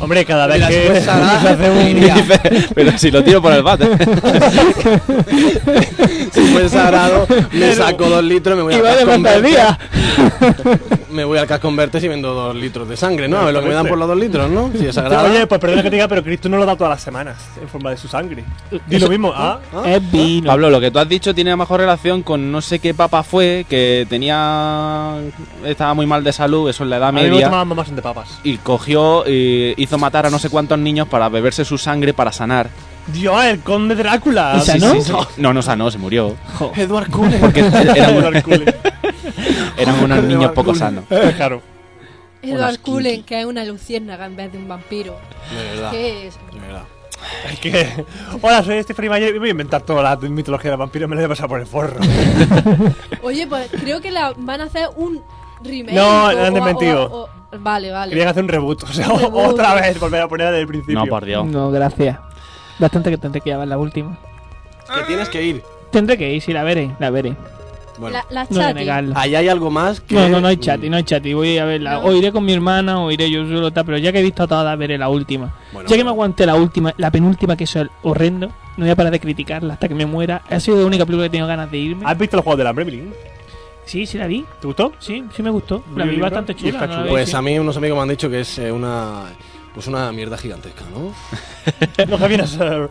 S6: Hombre, cada vez
S9: Las
S6: que
S9: cosas hará,
S6: nos hace un-
S9: diría,
S7: Pero si lo tiro por el bate.
S9: si fue sagrado, me saco dos litros, me voy
S2: Y
S9: al
S2: va de
S9: Cas Convertes,
S2: fantasía.
S9: me voy al Cas Convertes y vendo dos litros de sangre, ¿no? A ver lo que me dan por los dos litros, ¿no? Si es sagrado.
S6: Oye, pues perdona que te diga, pero Cristo no lo da todas las semanas en forma de su sangre. Y lo mismo, ah,
S2: Es vino.
S7: Pablo, lo que tú has dicho tiene mejor relación con no sé qué papa fue, que tenía. estaba muy mal de salud, eso en la edad
S6: a mí me
S7: media.
S6: tomaban mamás de papas.
S7: Y cogió y hizo matar a no sé cuántos niños para beberse su sangre para sanar. Ah,
S6: Dios, el conde Drácula.
S2: ¿Y sanó?
S7: No, no sanó, se murió.
S9: Eduard Cullen.
S7: Porque eran,
S6: Edward Cullen.
S7: eran unos niños poco sanos.
S6: Claro.
S8: Edward
S7: Unos
S8: Cullen,
S7: kinky.
S8: que es una luciérnaga en vez de un vampiro.
S9: De verdad,
S8: ¿Qué es?
S9: de verdad.
S6: Es que- Hola, soy Stephanie Mayer y voy a inventar toda la mitología de vampiros, me la voy a pasar por el forro.
S8: Oye, pues creo que la van a hacer un remake.
S6: No,
S8: o-
S6: la han
S8: o-
S6: desmentido.
S8: o- o- Vale, vale.
S6: Querían hacer un reboot, o sea,
S8: Un reboot.
S6: otra vez volver a poner desde el principio.
S7: No, por Dios.
S2: No, gracias. Bastante que tendré que llevar la última.
S9: Que tienes que ir.
S2: Tendré que ir, sí, la veré, la veré.
S9: Bueno,
S8: La, la
S2: No voy a
S8: chati.
S2: negarlo.
S9: ahí hay algo más que.
S2: No, no, no hay chat, no hay chat. Y voy a verla.
S8: No.
S2: O iré con mi hermana, o iré yo solo, tal. Pero ya que he visto a todas, veré la última.
S9: Bueno,
S2: ya que me aguanté la última, la penúltima, que eso es horrendo, no voy a parar de criticarla hasta que me muera. Ha sido la única película que he tenido ganas de irme.
S9: Ah.
S6: ¿Has visto los juegos del hambre, Milín?
S2: Sí, sí la vi.
S6: ¿Te gustó?
S2: Sí, sí me gustó. La vi
S6: Videolibro,
S2: bastante
S6: y está
S2: chula. ¿no la
S6: chulo.
S2: vi?
S9: Pues
S2: Sí.
S9: a mí unos amigos me han dicho que es eh, una. Pues una mierda gigantesca, ¿no?
S6: No que viene a ser.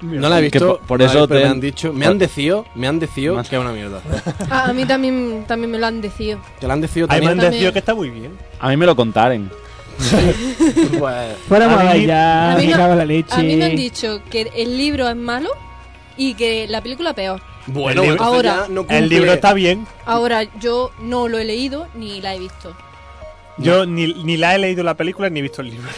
S9: No la he
S7: Que
S9: visto.
S7: po- por
S9: no la he
S7: eso
S9: visto, pero
S7: te-
S9: me han dicho, me han decido, me han decido
S7: Más-
S9: que es una mierda.
S8: Ah, a mí también, también me lo han decido.
S9: Te la han decido
S6: Ahí me han
S9: también.
S8: también.
S6: decidido que está muy bien.
S7: A mí me lo contaron.
S9: Pues,
S2: Fuera
S6: A
S2: a
S6: mí-
S2: ya,
S8: a mí
S2: Ah, me
S8: no-
S2: cago en la leche.
S8: A mí me han dicho que el libro es malo y que la película peor.
S9: bueno,
S6: El libro-
S9: entonces
S8: Ahora,
S9: ya Ah, no cumple.
S6: El libro está bien.
S8: Ahora, yo no lo he leído ni la he visto.
S6: Yo ni, ni la he leído la película ni he visto el libro.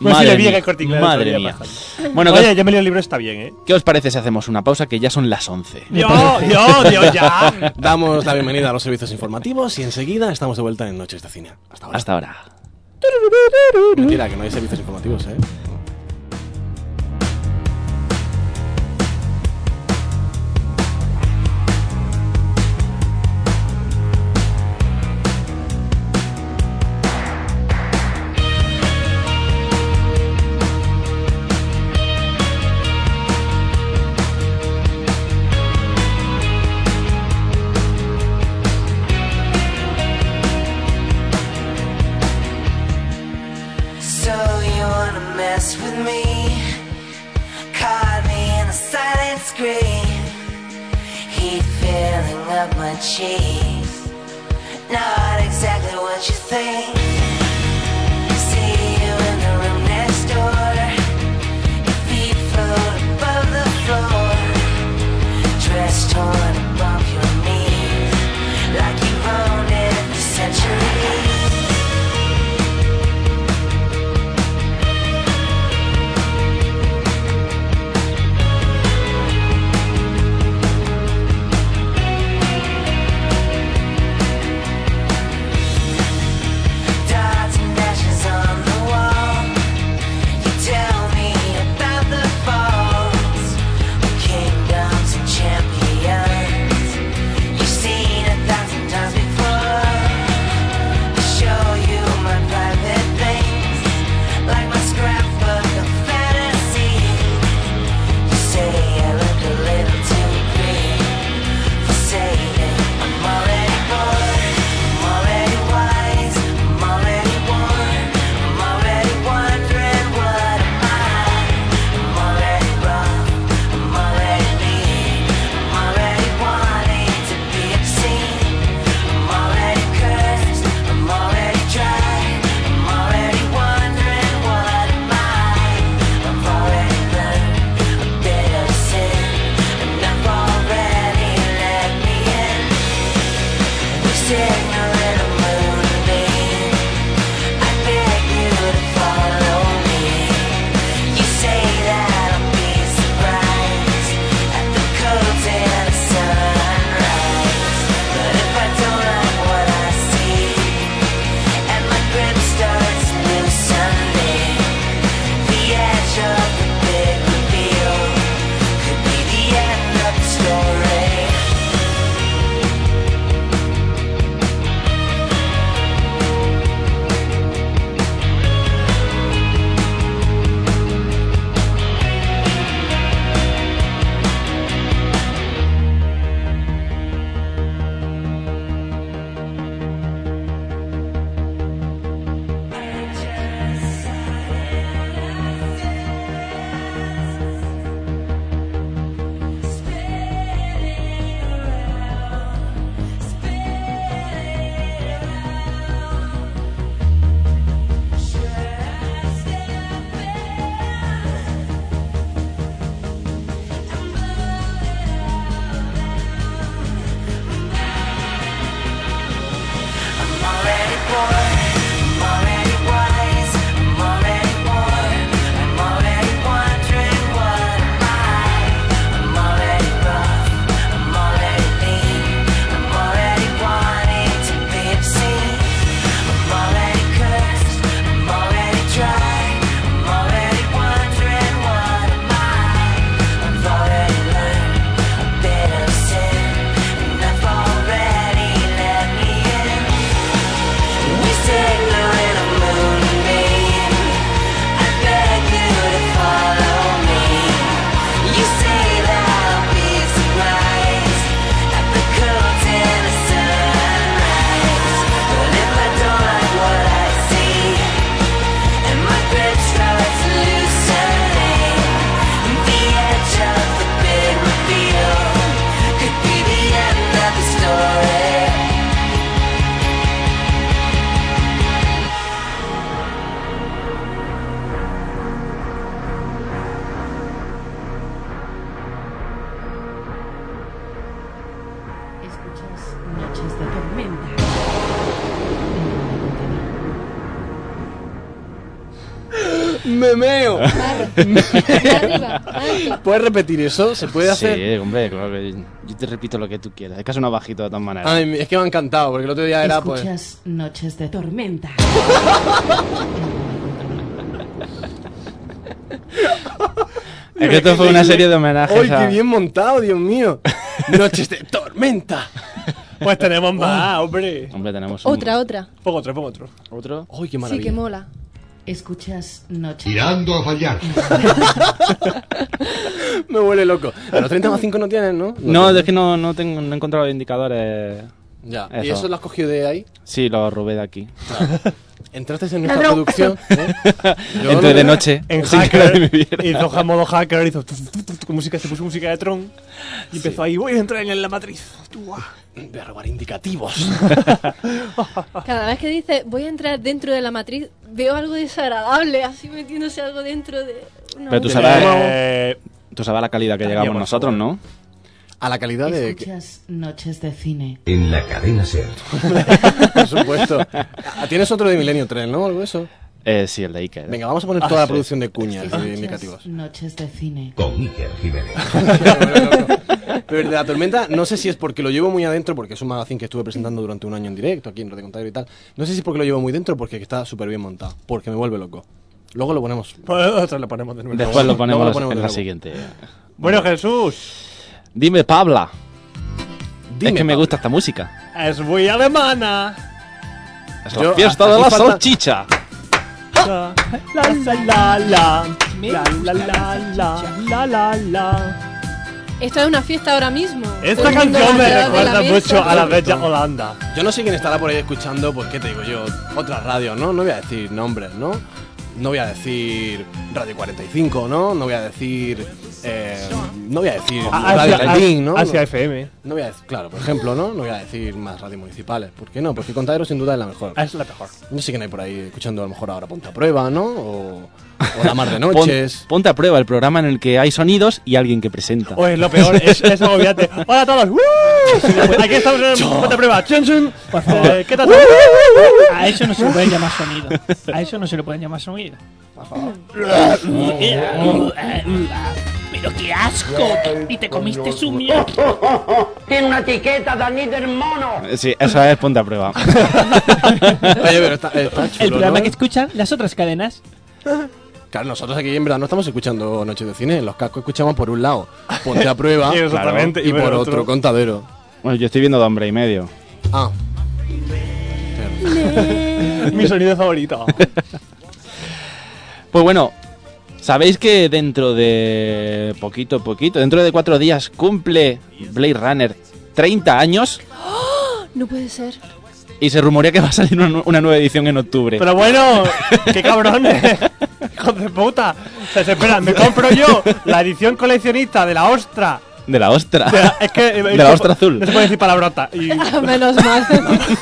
S6: Bueno, sí
S7: Madre
S6: le vi
S7: mía.
S6: que es cortico,
S7: Madre
S6: todavía
S7: mía.
S6: pasa.
S7: Bueno,
S6: Oye,
S7: ¿qué,
S6: yo me leo el libro, está bien, ¿eh?
S7: qué os parece si hacemos una pausa? Que ya son las 11.
S6: Dios, Dios, Dios, ya.
S9: Damos la bienvenida a los servicios informativos y enseguida estamos de vuelta en Noches de Cine. Hasta ahora.
S7: Hasta ahora.
S9: Mentira, que no hay servicios informativos, ¿eh?
S5: So you wanna mess with me? Caught me in a silent scream. Heat filling up my cheeks. Not exactly what you think. See you in the room next door. Your feet float above the floor. Dress torn above your knees. Like you've owned it for centuries.
S10: Escuchas Noches de Tormenta. En Radio Contadero.
S9: ¡Memeo!
S8: Arriba, arriba.
S9: ¿Puedes repetir eso? ¿Se puede hacer?
S7: Sí, hombre, claro que yo te repito lo que tú quieras. Es que suena bajito de todas maneras.
S9: Ay, es que me ha encantado, porque el otro día era pues.
S10: Escuchas Noches de Tormenta. En Radio Contadero.
S7: es que esto fue una serie de homenajes
S9: ¡Ay, qué
S7: a...
S9: bien montado, Dios mío! Noches de tormenta.
S6: Pues tenemos más, hombre.
S9: Ah.
S7: Hombre, tenemos un-
S8: Otra, otra.
S6: Pongo otro, pongo otro.
S7: otro.
S9: ¡Ay, qué
S8: Sí,
S9: maravilla!
S8: que mola.
S10: Escuchas Noches
S1: Tirando a fallar.
S9: me vuelve loco. A los 30 más 5 no tienes, ¿no?
S7: No,
S9: tienes.
S7: es que no, no, tengo, no he encontrado indicadores.
S9: Ya. ¿Y
S7: Eso.
S9: eso lo has cogido de ahí?
S7: Sí, lo robé de aquí.
S9: Entraste en nuestra producción. ¿eh? Yo
S7: Entre
S9: no-
S7: de noche.
S6: En
S7: sin que nadie me
S6: hacker,
S7: viera.
S6: hizo ja- modo hacker, hizo tu, tu, tu, tu, con música, se puso música de Tron y empezó ahí, voy a entrar en la matriz. Tú, ah.
S9: Voy a robar indicativos.
S8: Cada vez que dice voy a entrar dentro de la matriz, veo algo desagradable, así metiéndose algo dentro de. una
S7: Pero tú
S8: boca.
S7: sabrás,
S6: Eh,
S7: tú sabes la calidad que llegamos
S6: por
S7: nosotros, ¿no?
S9: A la calidad de. Eh,
S10: Escuchas Noches de Cine.
S1: En la cadena ser.
S9: Por supuesto. Ah, Tienes otro de Milenio 3, ¿no? Algo de eso.
S7: Eh, sí, el de Iker.
S9: Venga, vamos a poner toda la
S7: Ah, sí.
S9: producción de cuñas de indicativos.
S10: Escuchas Noches de Cine.
S1: Con Iker Jiménez.
S9: Pero el de la tormenta, no sé si es porque lo llevo muy adentro, porque es un magazine que estuve presentando durante un año en directo aquí en Radio Contagio y tal. No sé si es porque lo llevo muy dentro, porque está súper bien montado, porque me vuelve loco. Luego lo ponemos.
S6: otra la pues ponemos de nuevo.
S7: Después lo ponemos,
S9: Luego lo ponemos
S7: en la
S9: luego.
S7: siguiente.
S6: Bueno, Jesús,
S7: Dime, Pabla. es
S9: Dime,
S7: que me
S9: Pabla.
S7: gusta esta música.
S6: es muy alemana.
S7: Es
S9: Yo-
S7: la fiesta de
S9: aquí
S7: la
S9: falta-
S7: salchicha.
S8: Ah.
S6: La la la la la la la la la la la.
S8: Esto es una fiesta ahora mismo. Todo
S6: Esta
S8: el mundo
S6: canción me
S8: alrededor de la
S6: recuerda
S8: mesa.
S6: mucho a la bella Holanda.
S9: Yo no sé quién estará por ahí escuchando, pues qué te digo yo, otras radios, ¿no? No voy a decir nombres, ¿no? No voy a decir Radio 45, ¿no? No voy a decir. eh, no voy a decir Radio Latín, ¿no?
S6: Ah, Hacia FM.
S9: No voy a decir, claro, por ejemplo, ¿no? No voy a decir más radios municipales. ¿Por qué no? Porque Contadero sin duda es la mejor.
S6: Es la mejor.
S9: Yo sé que no hay por ahí escuchando a lo mejor ahora Ponte a Prueba, ¿no? O, o La Mar de
S7: Pon-
S9: Noches.
S7: ponte a prueba el programa en el que hay sonidos y alguien que presenta.
S6: Oye, lo peor es, es agobiante. Hola a todos. ¡Woo! Pues Aquí estamos en una prueba. Chun, chun. Eh, ¿Qué tal?
S2: A eso no se le puede llamar sonido. A eso no se le puede llamar sonido. Por favor. Pero qué asco. Y te comiste su mierda.
S7: Eh, Sí, eso es ponte a prueba.
S9: Oye, pero está, está chulo,
S2: El programa
S9: ¿no?
S2: que escuchan las otras cadenas.
S9: Claro, nosotros aquí en verdad no estamos escuchando Noches de Cine. Los cascos escuchamos por un lado Ponte a Prueba
S6: Sí, exactamente.
S9: y por otro, Contadero.
S7: bueno, yo estoy viendo de hombre y medio.
S9: Ah,
S6: Mi sonido favorito.
S7: Pues bueno, sabéis que dentro de poquito, poquito, dentro de cuatro días cumple Blade Runner 30 años
S8: No puede ser.
S7: y se rumorea que va a salir una, nu- una nueva edición en octubre.
S6: Pero bueno, qué cabrones. Hijos de puta. O sea, se esperan, me compro yo la edición coleccionista de la ostra.
S7: De la ostra.
S6: De la- es que, eh,
S7: De
S6: no
S7: la
S6: se
S7: ostra
S6: po-
S7: azul.
S6: No se puede decir palabrota. Y,
S8: Menos mal.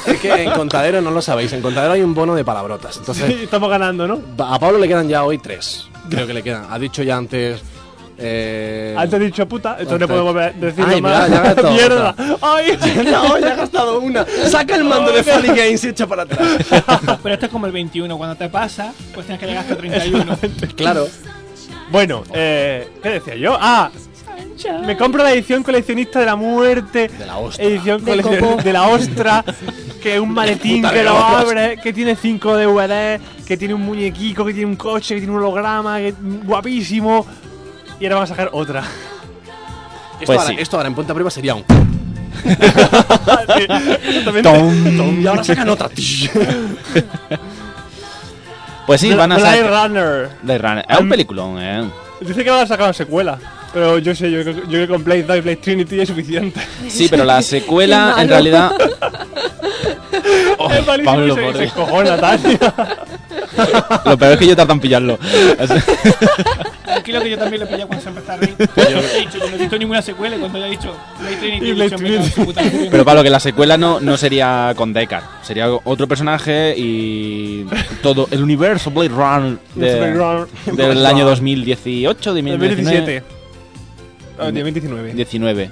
S9: es que en Contadero no lo sabéis. En Contadero hay un bono de palabrotas. Entonces,
S6: y estamos ganando, ¿no?
S9: a Pablo le quedan ya hoy tres. Creo que le quedan. Ha dicho ya antes Eh,
S6: Antes he dicho puta, entonces no
S9: Antes-
S6: podemos ver- decirlo
S9: Ay,
S6: más.
S9: mira, ya me he dado
S6: ¡Mierda!
S9: otra.
S6: ¡Ay!
S9: no, ya ha gastado una. Saca el mando de Funny Games y echa para atrás.
S2: Pero esto es como el 21, cuando te pasa, pues tienes que llegar hasta 31.
S9: Claro.
S6: Bueno, eh, ¿qué decía yo? ¡Ah! Me compro la edición coleccionista de la muerte. De
S9: la ostra.
S6: Edición
S2: Del
S6: coleccionista
S2: copó.
S6: de la ostra. Que es un maletín
S9: Puta
S6: que
S9: de
S6: lo
S9: ostra.
S6: abre. Que tiene 5 DVD. Que tiene un muñequico. Que tiene un coche. Que tiene un holograma. Que, guapísimo. Y ahora van a sacar otra.
S9: Esto,
S7: Pues
S9: ahora,
S7: sí.
S9: esto ahora en Punta Prima sería un.
S6: Sí, exactamente.
S9: Y ahora sacan otra.
S7: Pues sí,
S6: Bla-
S7: van a
S6: Blade
S7: sacar.
S6: Runner.
S7: Blade Runner. Es un
S6: Am-
S7: peliculón, eh.
S6: Dice que van a sacar una secuela. Pero yo sé, yo, yo creo que con Blade 2 y Blade Trinity es suficiente.
S7: Sí, pero la secuela
S8: Qué
S7: en
S8: malo.
S7: realidad.
S6: es malísimo
S7: Oh, Pablo,
S6: y se,
S7: por
S6: se
S7: Dios.
S6: encojona, Tania.
S7: Lo peor es que yo tardan en pillarlo.
S2: Tranquilo que yo también lo pillé cuando se empezó a reír. Yo he dicho, yo no he visto ninguna secuela y cuando ya he dicho Blade Trinity,
S6: Y
S2: he dicho,
S6: Blade
S2: me cago en su puta madre.
S7: Pero Pablo, que la secuela no, no sería con Deckard. Sería otro personaje y. Todo el universo Blade Runner de-
S6: Blade Runner.
S7: del año 2018, 2019.
S6: 2017. Ah, 2019.
S7: 19.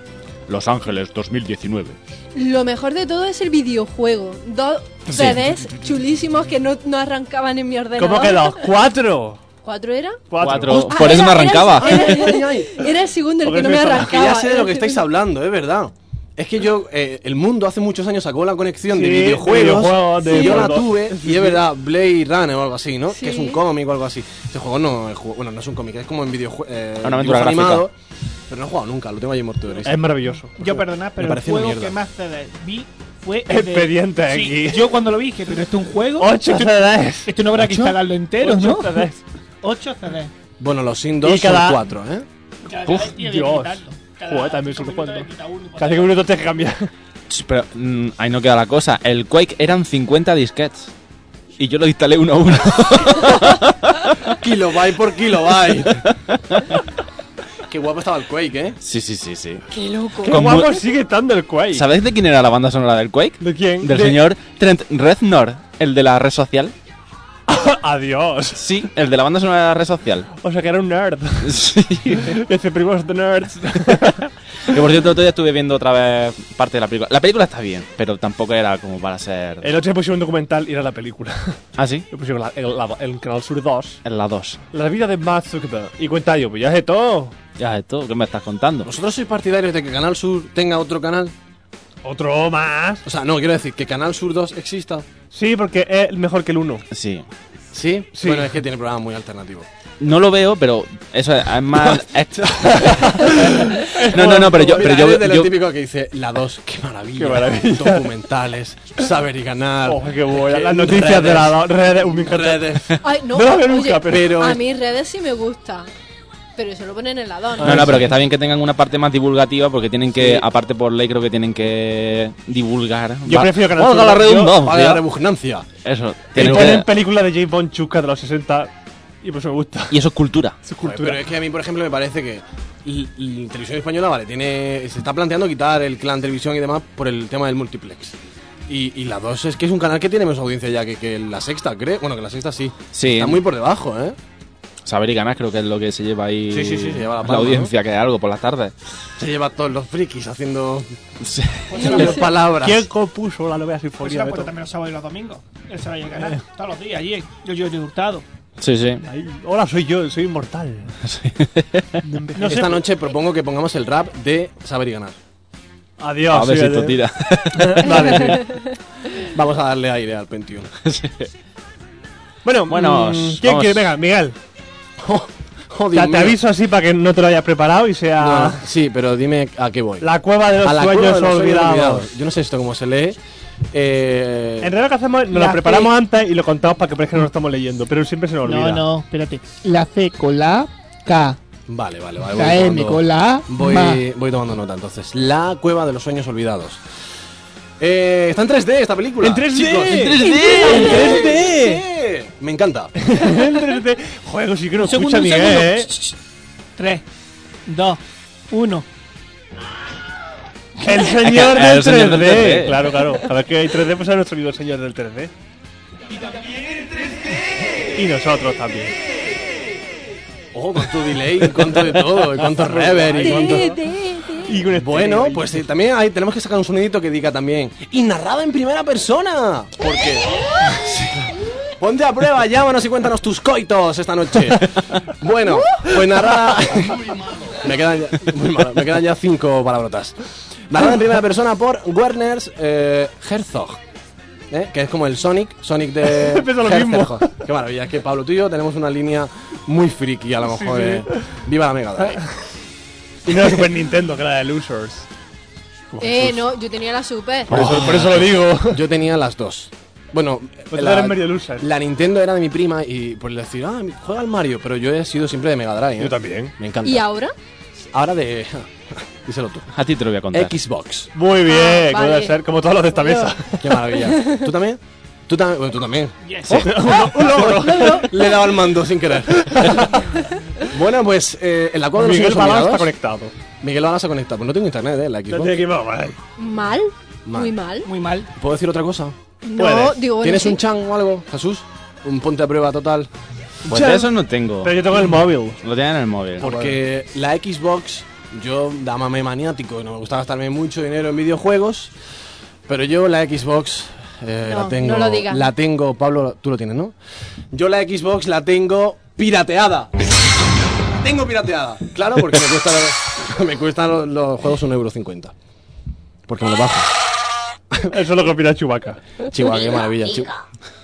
S7: Los Ángeles 2019.
S8: Lo mejor de todo es el videojuego. Dos CDs chulísimos que no, no arrancaban en mi ordenador.
S6: ¿Cómo que dos? ¡Cuatro!
S8: ¿Cuatro era?
S7: Cuatro.
S8: Ah,
S7: Por eso no
S8: era-
S7: arrancaba.
S8: Era, era- era el segundo el
S6: Porque
S8: que no me
S6: es eso,
S8: arrancaba.
S9: Que ya sé de lo que estáis hablando, es verdad. Es que yo, eh, el mundo hace muchos años sacó la conexión de
S6: Sí, de
S9: videojuegos.
S6: videojuegos, de
S9: y yo la
S6: videojuegos.
S9: tuve, y es verdad, Blade Runner o algo así, ¿no?
S8: Sí.
S9: Que es un cómic o algo así. Este juego no, el juego- bueno, no es un cómic, es como en videojuego.
S7: Una aventura gráfica.
S9: Pero no he jugado nunca, lo tengo ahí en Mortuoris.
S6: Es maravilloso.
S2: Yo perdonad, pero el
S9: parece una
S2: juego
S9: mierda.
S2: que más CD vi fue el de-
S6: Expediente
S2: Sí,
S6: aquí.
S2: Yo cuando lo vi dije, pero esto es un juego.
S6: ¡Ocho CDs!
S2: Esto no habrá que instalarlo entero,
S6: Ocho
S2: ¿no?
S6: CDs.
S2: 8 CDs.
S9: Bueno, los Sin
S6: Y
S9: 2
S6: cada-
S9: son 4, ¿eh?
S6: Uf, Dios. Joder, también son cuantos.
S2: pues.
S6: Casi que un minuto tienes que cambiar.
S7: Ch, Pero mm, ahí no queda la cosa. El Quake eran 50 disquets. Y yo lo instalé uno a uno.
S9: kilobyte por kilobyte. Qué guapo estaba el Quake, ¿eh?
S7: sí, sí, sí, sí.
S8: Qué loco.
S6: ¡Qué
S7: Con mu-
S6: guapo sigue estando el Quake!
S7: ¿Sabéis de quién era la banda sonora del Quake?
S6: ¿De quién?
S7: Del
S6: De-
S7: señor Trent Reznor, el de la red social.
S6: ¡Adiós!
S7: Sí, el de la banda sonora de la red social.
S6: O sea que era un nerd.
S7: Sí.
S6: Dice primos de nerds.
S7: Que por cierto, el otro día estuve viendo otra vez parte de la película. La película está bien, pero tampoco era como para ser.
S6: El otro día pusieron un documental y era la película.
S7: Ah, sí.
S6: Lo pusieron la- el, la- el Canal Sur 2.
S7: En la 2.
S6: La vida de Mark Zuckerberg. Y cuenta yo, pues ya es de todo.
S7: Ya, esto, ¿qué me estás contando?
S9: ¿Vosotros sois partidarios de que Canal Sur tenga otro canal?
S6: Otro más.
S9: O sea, no, quiero decir, que Canal Sur 2 exista.
S6: Sí, porque es mejor que el 1.
S7: Sí.
S9: ¿Sí?
S6: Sí.
S9: Bueno, es que tiene programas muy alternativos.
S7: No lo veo, pero eso es es más. es- no, no, no, pero yo.
S9: Mira,
S7: Pero yo,
S9: eres de lo
S7: yo-
S9: típico que dice, la 2, qué maravilla.
S6: Qué maravilla.
S9: Documentales, saber y ganar.
S6: Oh, qué buena.
S9: Eh,
S6: Las noticias de la do- redes. Un
S9: Redes.
S8: Ay, no,
S6: No lo veo
S8: oye,
S6: nunca, pero-
S8: a mí redes sí me gusta. Pero eso lo ponen en la dona.
S7: No, no, pero que está bien que tengan una parte más divulgativa porque tienen que, aparte por ley, creo que tienen que divulgar.
S6: Yo
S7: Va-
S6: prefiero Canal
S7: Valga
S6: Sur
S7: la
S6: Radio,
S7: redundancia.
S9: Para la repugnancia.
S7: Eso.
S6: Y
S7: tienen
S6: ponen
S7: que-
S6: películas de James Bond chuscas de los 60. Y pues me gusta.
S7: Y eso es cultura.
S6: Su
S9: Pero
S6: cultura.
S9: es que a mí, por ejemplo, me parece que l- l- Televisión Española, vale, tiene se está planteando quitar el clan televisión y demás por el tema del multiplex. Y, y la 2 es que es un canal que tiene menos audiencia ya que, que la sexta, creo. Bueno, que la sexta sí.
S7: Sí.
S9: Está muy por debajo, ¿eh?
S7: Saber y ganar creo que es lo que se lleva ahí
S9: Sí, sí, sí, se lleva la palma,
S7: audiencia, que es algo por las tardes.
S9: Se lleva todos los frikis haciendo
S7: Sí.
S9: las palabras.
S6: ¿Quién compuso la novela
S2: Pues
S6: sinfonía?
S2: la
S6: de Eh.
S2: puerta
S6: Beethoven?
S2: también los sábados y los domingos. Él se va a llegar todos los días allí. Yo, yo, yo, hurtado.
S7: Sí, sí.
S6: Ay, hola, soy yo, soy inmortal.
S2: No sé,
S9: Esta noche propongo que pongamos el rap de Saber y Ganar.
S6: Adiós. eh.
S7: A ver si
S6: sí,
S7: esto
S6: adiós.
S7: tira.
S6: Vale, sí.
S9: Vamos a darle aire al 21.
S6: Bueno,
S7: Bueno,
S6: mm,
S7: os-
S6: ¿quién
S7: vamos.
S6: quiere? Venga, Miguel.
S9: Joder,
S6: Ya te aviso así para que no te lo hayas preparado y sea
S9: sí, pero dime a qué voy.
S6: la cueva de los
S9: a la cueva
S6: sueños
S9: de los sueños
S6: olvidados.
S9: olvidados. Yo no sé esto cómo se lee. Eh,
S6: En realidad lo que hacemos es nos lo
S2: La
S6: preparamos antes y lo contamos para que parezca que no lo estamos leyendo, pero siempre se nos olvida.
S2: espérate. La C con la K.
S9: Vale, vale, vale.
S2: La
S9: voy
S2: M
S9: tomando-
S2: con la A, ma.
S9: Voy, voy tomando nota entonces. La cueva de los sueños olvidados. Eh, está en 3D esta película.
S6: ¡En 3D!
S9: chicos.
S6: ¡En
S9: ¡En 3D! Me encanta.
S6: En 3D. Joder, sí que no
S2: Un
S6: escucha
S2: segundo, un
S6: Miguel,
S2: segundo.
S6: ¿eh?
S2: Ch, ch, ch. Tres, dos, uno.
S6: El señor del
S7: El señor
S6: 3D.
S7: del 3D.
S6: Claro, claro. A ver que hay 3D, pues a nuestro amigo el señor del 3D. Y también el 3D. Y nosotros también.
S9: Oh, cuánto delay, y cuánto de todo, y cuánto reverb, y cuánto...
S8: Te, te, te.
S6: Y este un estéreo
S9: Bueno,
S6: ahí.
S9: pues sí, también hay, tenemos que sacar un sonidito que diga también y narrado en primera persona. Porque ponte a prueba, llámanos y cuéntanos tus coitos esta noche. Bueno, pues narrada. me quedan ya, muy malo, me quedan ya cinco palabrotas. Narrada en primera persona por Werner's eh, Herzog. ¿eh? Que es como el Sonic, Sonic de.
S6: Pesa lo mismo.
S9: Herzog. Qué maravilla, es que Pablo, tú y yo tenemos una línea muy friki, a lo mejor. eh. Viva la Mega Drive.
S6: Y no la Super Nintendo, que era de Losers.
S8: Eh, no, yo tenía la super.
S6: Por eso, por eso lo digo.
S9: Yo tenía las dos. Bueno,
S6: Pues tú eres medio loser.
S9: la Nintendo era de mi prima y por decir, ah, juega al Mario, pero yo he sido siempre de Mega Drive. ¿eh?
S6: Yo también.
S9: Me encanta.
S8: ¿Y ahora?
S9: Ahora de. Díselo tú.
S7: A ti te lo voy a contar.
S9: Xbox.
S6: Muy bien,
S8: Ah,
S6: como
S8: vale.
S6: debe ser, como todos los de esta mesa.
S9: Qué maravilla. ¿Tú también? ¿Tú también? Bueno, tú también.
S2: Oh,
S6: Un logro.
S9: Le he dado al mando sin querer. bueno, pues eh, en la cuadra de los
S6: Miguel Balán está
S9: iluminados-
S6: conectado.
S9: Miguel Balán se ha conectado. Pues no tengo internet, ¿eh? La
S6: No
S9: Xbox.
S6: tiene que ir más mal.
S8: ¿Mal?
S9: Mal.
S8: Muy mal.
S2: Muy mal.
S9: ¿Puedo decir otra cosa?
S8: No,
S6: Puedes.
S8: digo, bueno,
S9: ¿Tienes
S8: sí.
S9: un chan o algo, Jesús? Un ponte a prueba total.
S7: Pues de eso no tengo.
S6: Pero yo tengo el móvil.
S7: Lo tenía en el móvil.
S9: Porque la Xbox, yo, dámame maniático, no me gusta gastarme mucho dinero en videojuegos, pero yo la Xbox eh,
S8: No,
S9: la tengo.
S8: no lo digas.
S9: La tengo, Pablo, tú lo tienes, ¿no? Yo la Xbox la tengo pirateada. tengo pirateada. Claro, porque me cuesta, me cuestan los, los juegos un euro cincuenta. Porque me lo bajo.
S6: Eso es lo que opina Chubaca.
S9: Chihuahua, qué maravilla.
S1: Mico,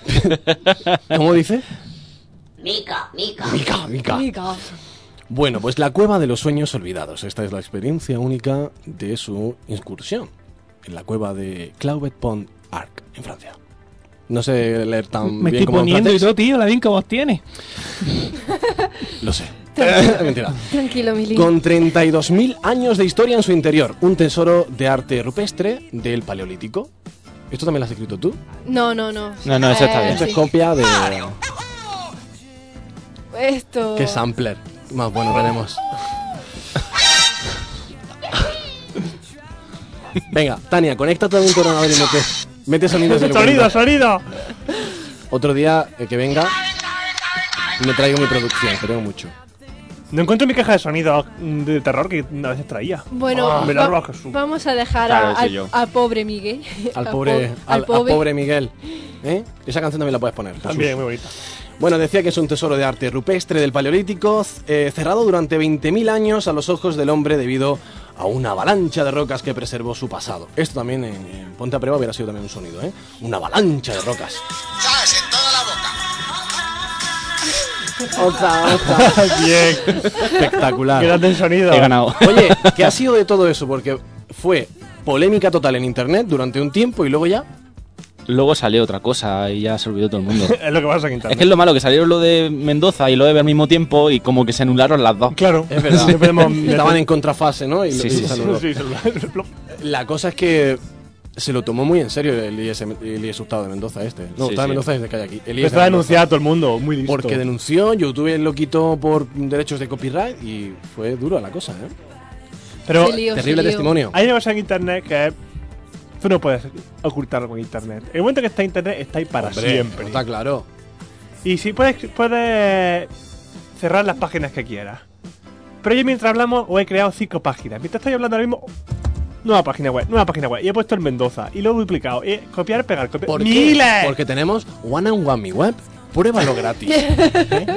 S9: Chihu- ¿Cómo dice?
S1: Mico, Mico.
S9: Mica, mica.
S8: Mica.
S9: Bueno, pues la cueva de los sueños olvidados. Esta es la experiencia única de su incursión en la cueva de Clauvet Pont Arc, en Francia. No sé leer tan
S2: Me
S9: bien
S2: estoy
S9: como en
S2: poniendo y
S9: francés.
S2: todo, tío, la bien que vos tienes.
S9: Lo sé. Mentira.
S8: Tranquilo, Mili.
S9: Con 32.000 años de historia en su interior, un tesoro de arte rupestre del Paleolítico. ¿Esto también lo has escrito tú?
S8: No, no, no.
S7: No, no, eso está
S8: Eh,
S7: bien.
S9: Esto es
S8: sí.
S9: copia de...
S8: Esto.
S9: ¿Qué sampler? Más bueno tenemos. Venga, Tania, conéctate a un coronavirus y mete, mete sonidos. de
S6: ¡Sonido, sonido!
S9: Otro día eh, que venga, me traigo mi producción, que tengo mucho.
S6: No encuentro mi caja de sonido mm, de terror que a veces traía.
S8: Bueno,
S6: Ah, me la
S8: va-
S6: roba Jesús.
S8: vamos a dejar
S7: Claro,
S8: a,
S7: soy
S8: al-
S7: yo.
S8: a pobre Miguel.
S9: Al
S8: A
S9: pobre,
S8: po-
S9: al, al pobre. Miguel. ¿Eh? Esa canción también la puedes poner. Jesús.
S6: También, muy bonita.
S9: Bueno, decía que es un tesoro de arte rupestre del Paleolítico, c- eh, cerrado durante 20.000 años a los ojos del hombre debido a una avalancha de rocas que preservó su pasado. Esto también en, en Ponte a Prueba hubiera sido también un sonido, ¿eh? Una avalancha de rocas.
S6: Bien,
S9: Espectacular.
S6: quédate el sonido.
S7: He ganado.
S9: Oye, ¿qué ha sido de todo eso? Porque fue polémica total en internet durante un tiempo y luego ya.
S7: Luego salió otra cosa y ya se olvidó todo el mundo.
S6: Es lo que pasa en
S7: Es
S6: internet.
S7: que es lo malo, que salieron lo de Mendoza y lo de Eve al mismo tiempo y como que se anularon las dos.
S6: Claro,
S9: Es verdad.
S6: Siempre podemos
S9: Estaban en contrafase, ¿no? Y-
S7: Sí,
S9: y
S7: sí,
S9: se
S7: sí.
S9: anuló.
S6: Sí, se- plop.
S9: La cosa es que se lo tomó muy en serio el IES, el IES Hurtado de Mendoza este. No,
S7: Sí,
S9: Hurtado de
S7: sí.
S9: Mendoza es de calle aquí. El IES
S6: Está
S9: de Mendoza.
S6: denunciado todo el mundo, muy listo.
S9: Porque denunció, YouTube lo quitó por derechos de copyright y fue duro la cosa, ¿eh?
S6: Pero
S8: Se lió, se
S9: Terrible
S8: lió.
S9: testimonio.
S6: hay una cosa en internet que es- tú no puedes ocultarlo con internet. El momento que está en internet, está ahí para
S9: Hombre,
S6: siempre.
S9: Está claro.
S6: Y si puedes, puedes cerrar las páginas que quieras. Pero yo mientras hablamos, os he creado cinco páginas. Mientras estoy hablando ahora mismo, nueva página web, nueva página web. Y he puesto el Mendoza. Y lo he duplicado. Y he- copiar, pegar, copiar.
S9: ¿Por
S6: ¡Miles!
S9: qué? Porque tenemos One and One Mi Web. Pruébalo gratis. ¿Eh?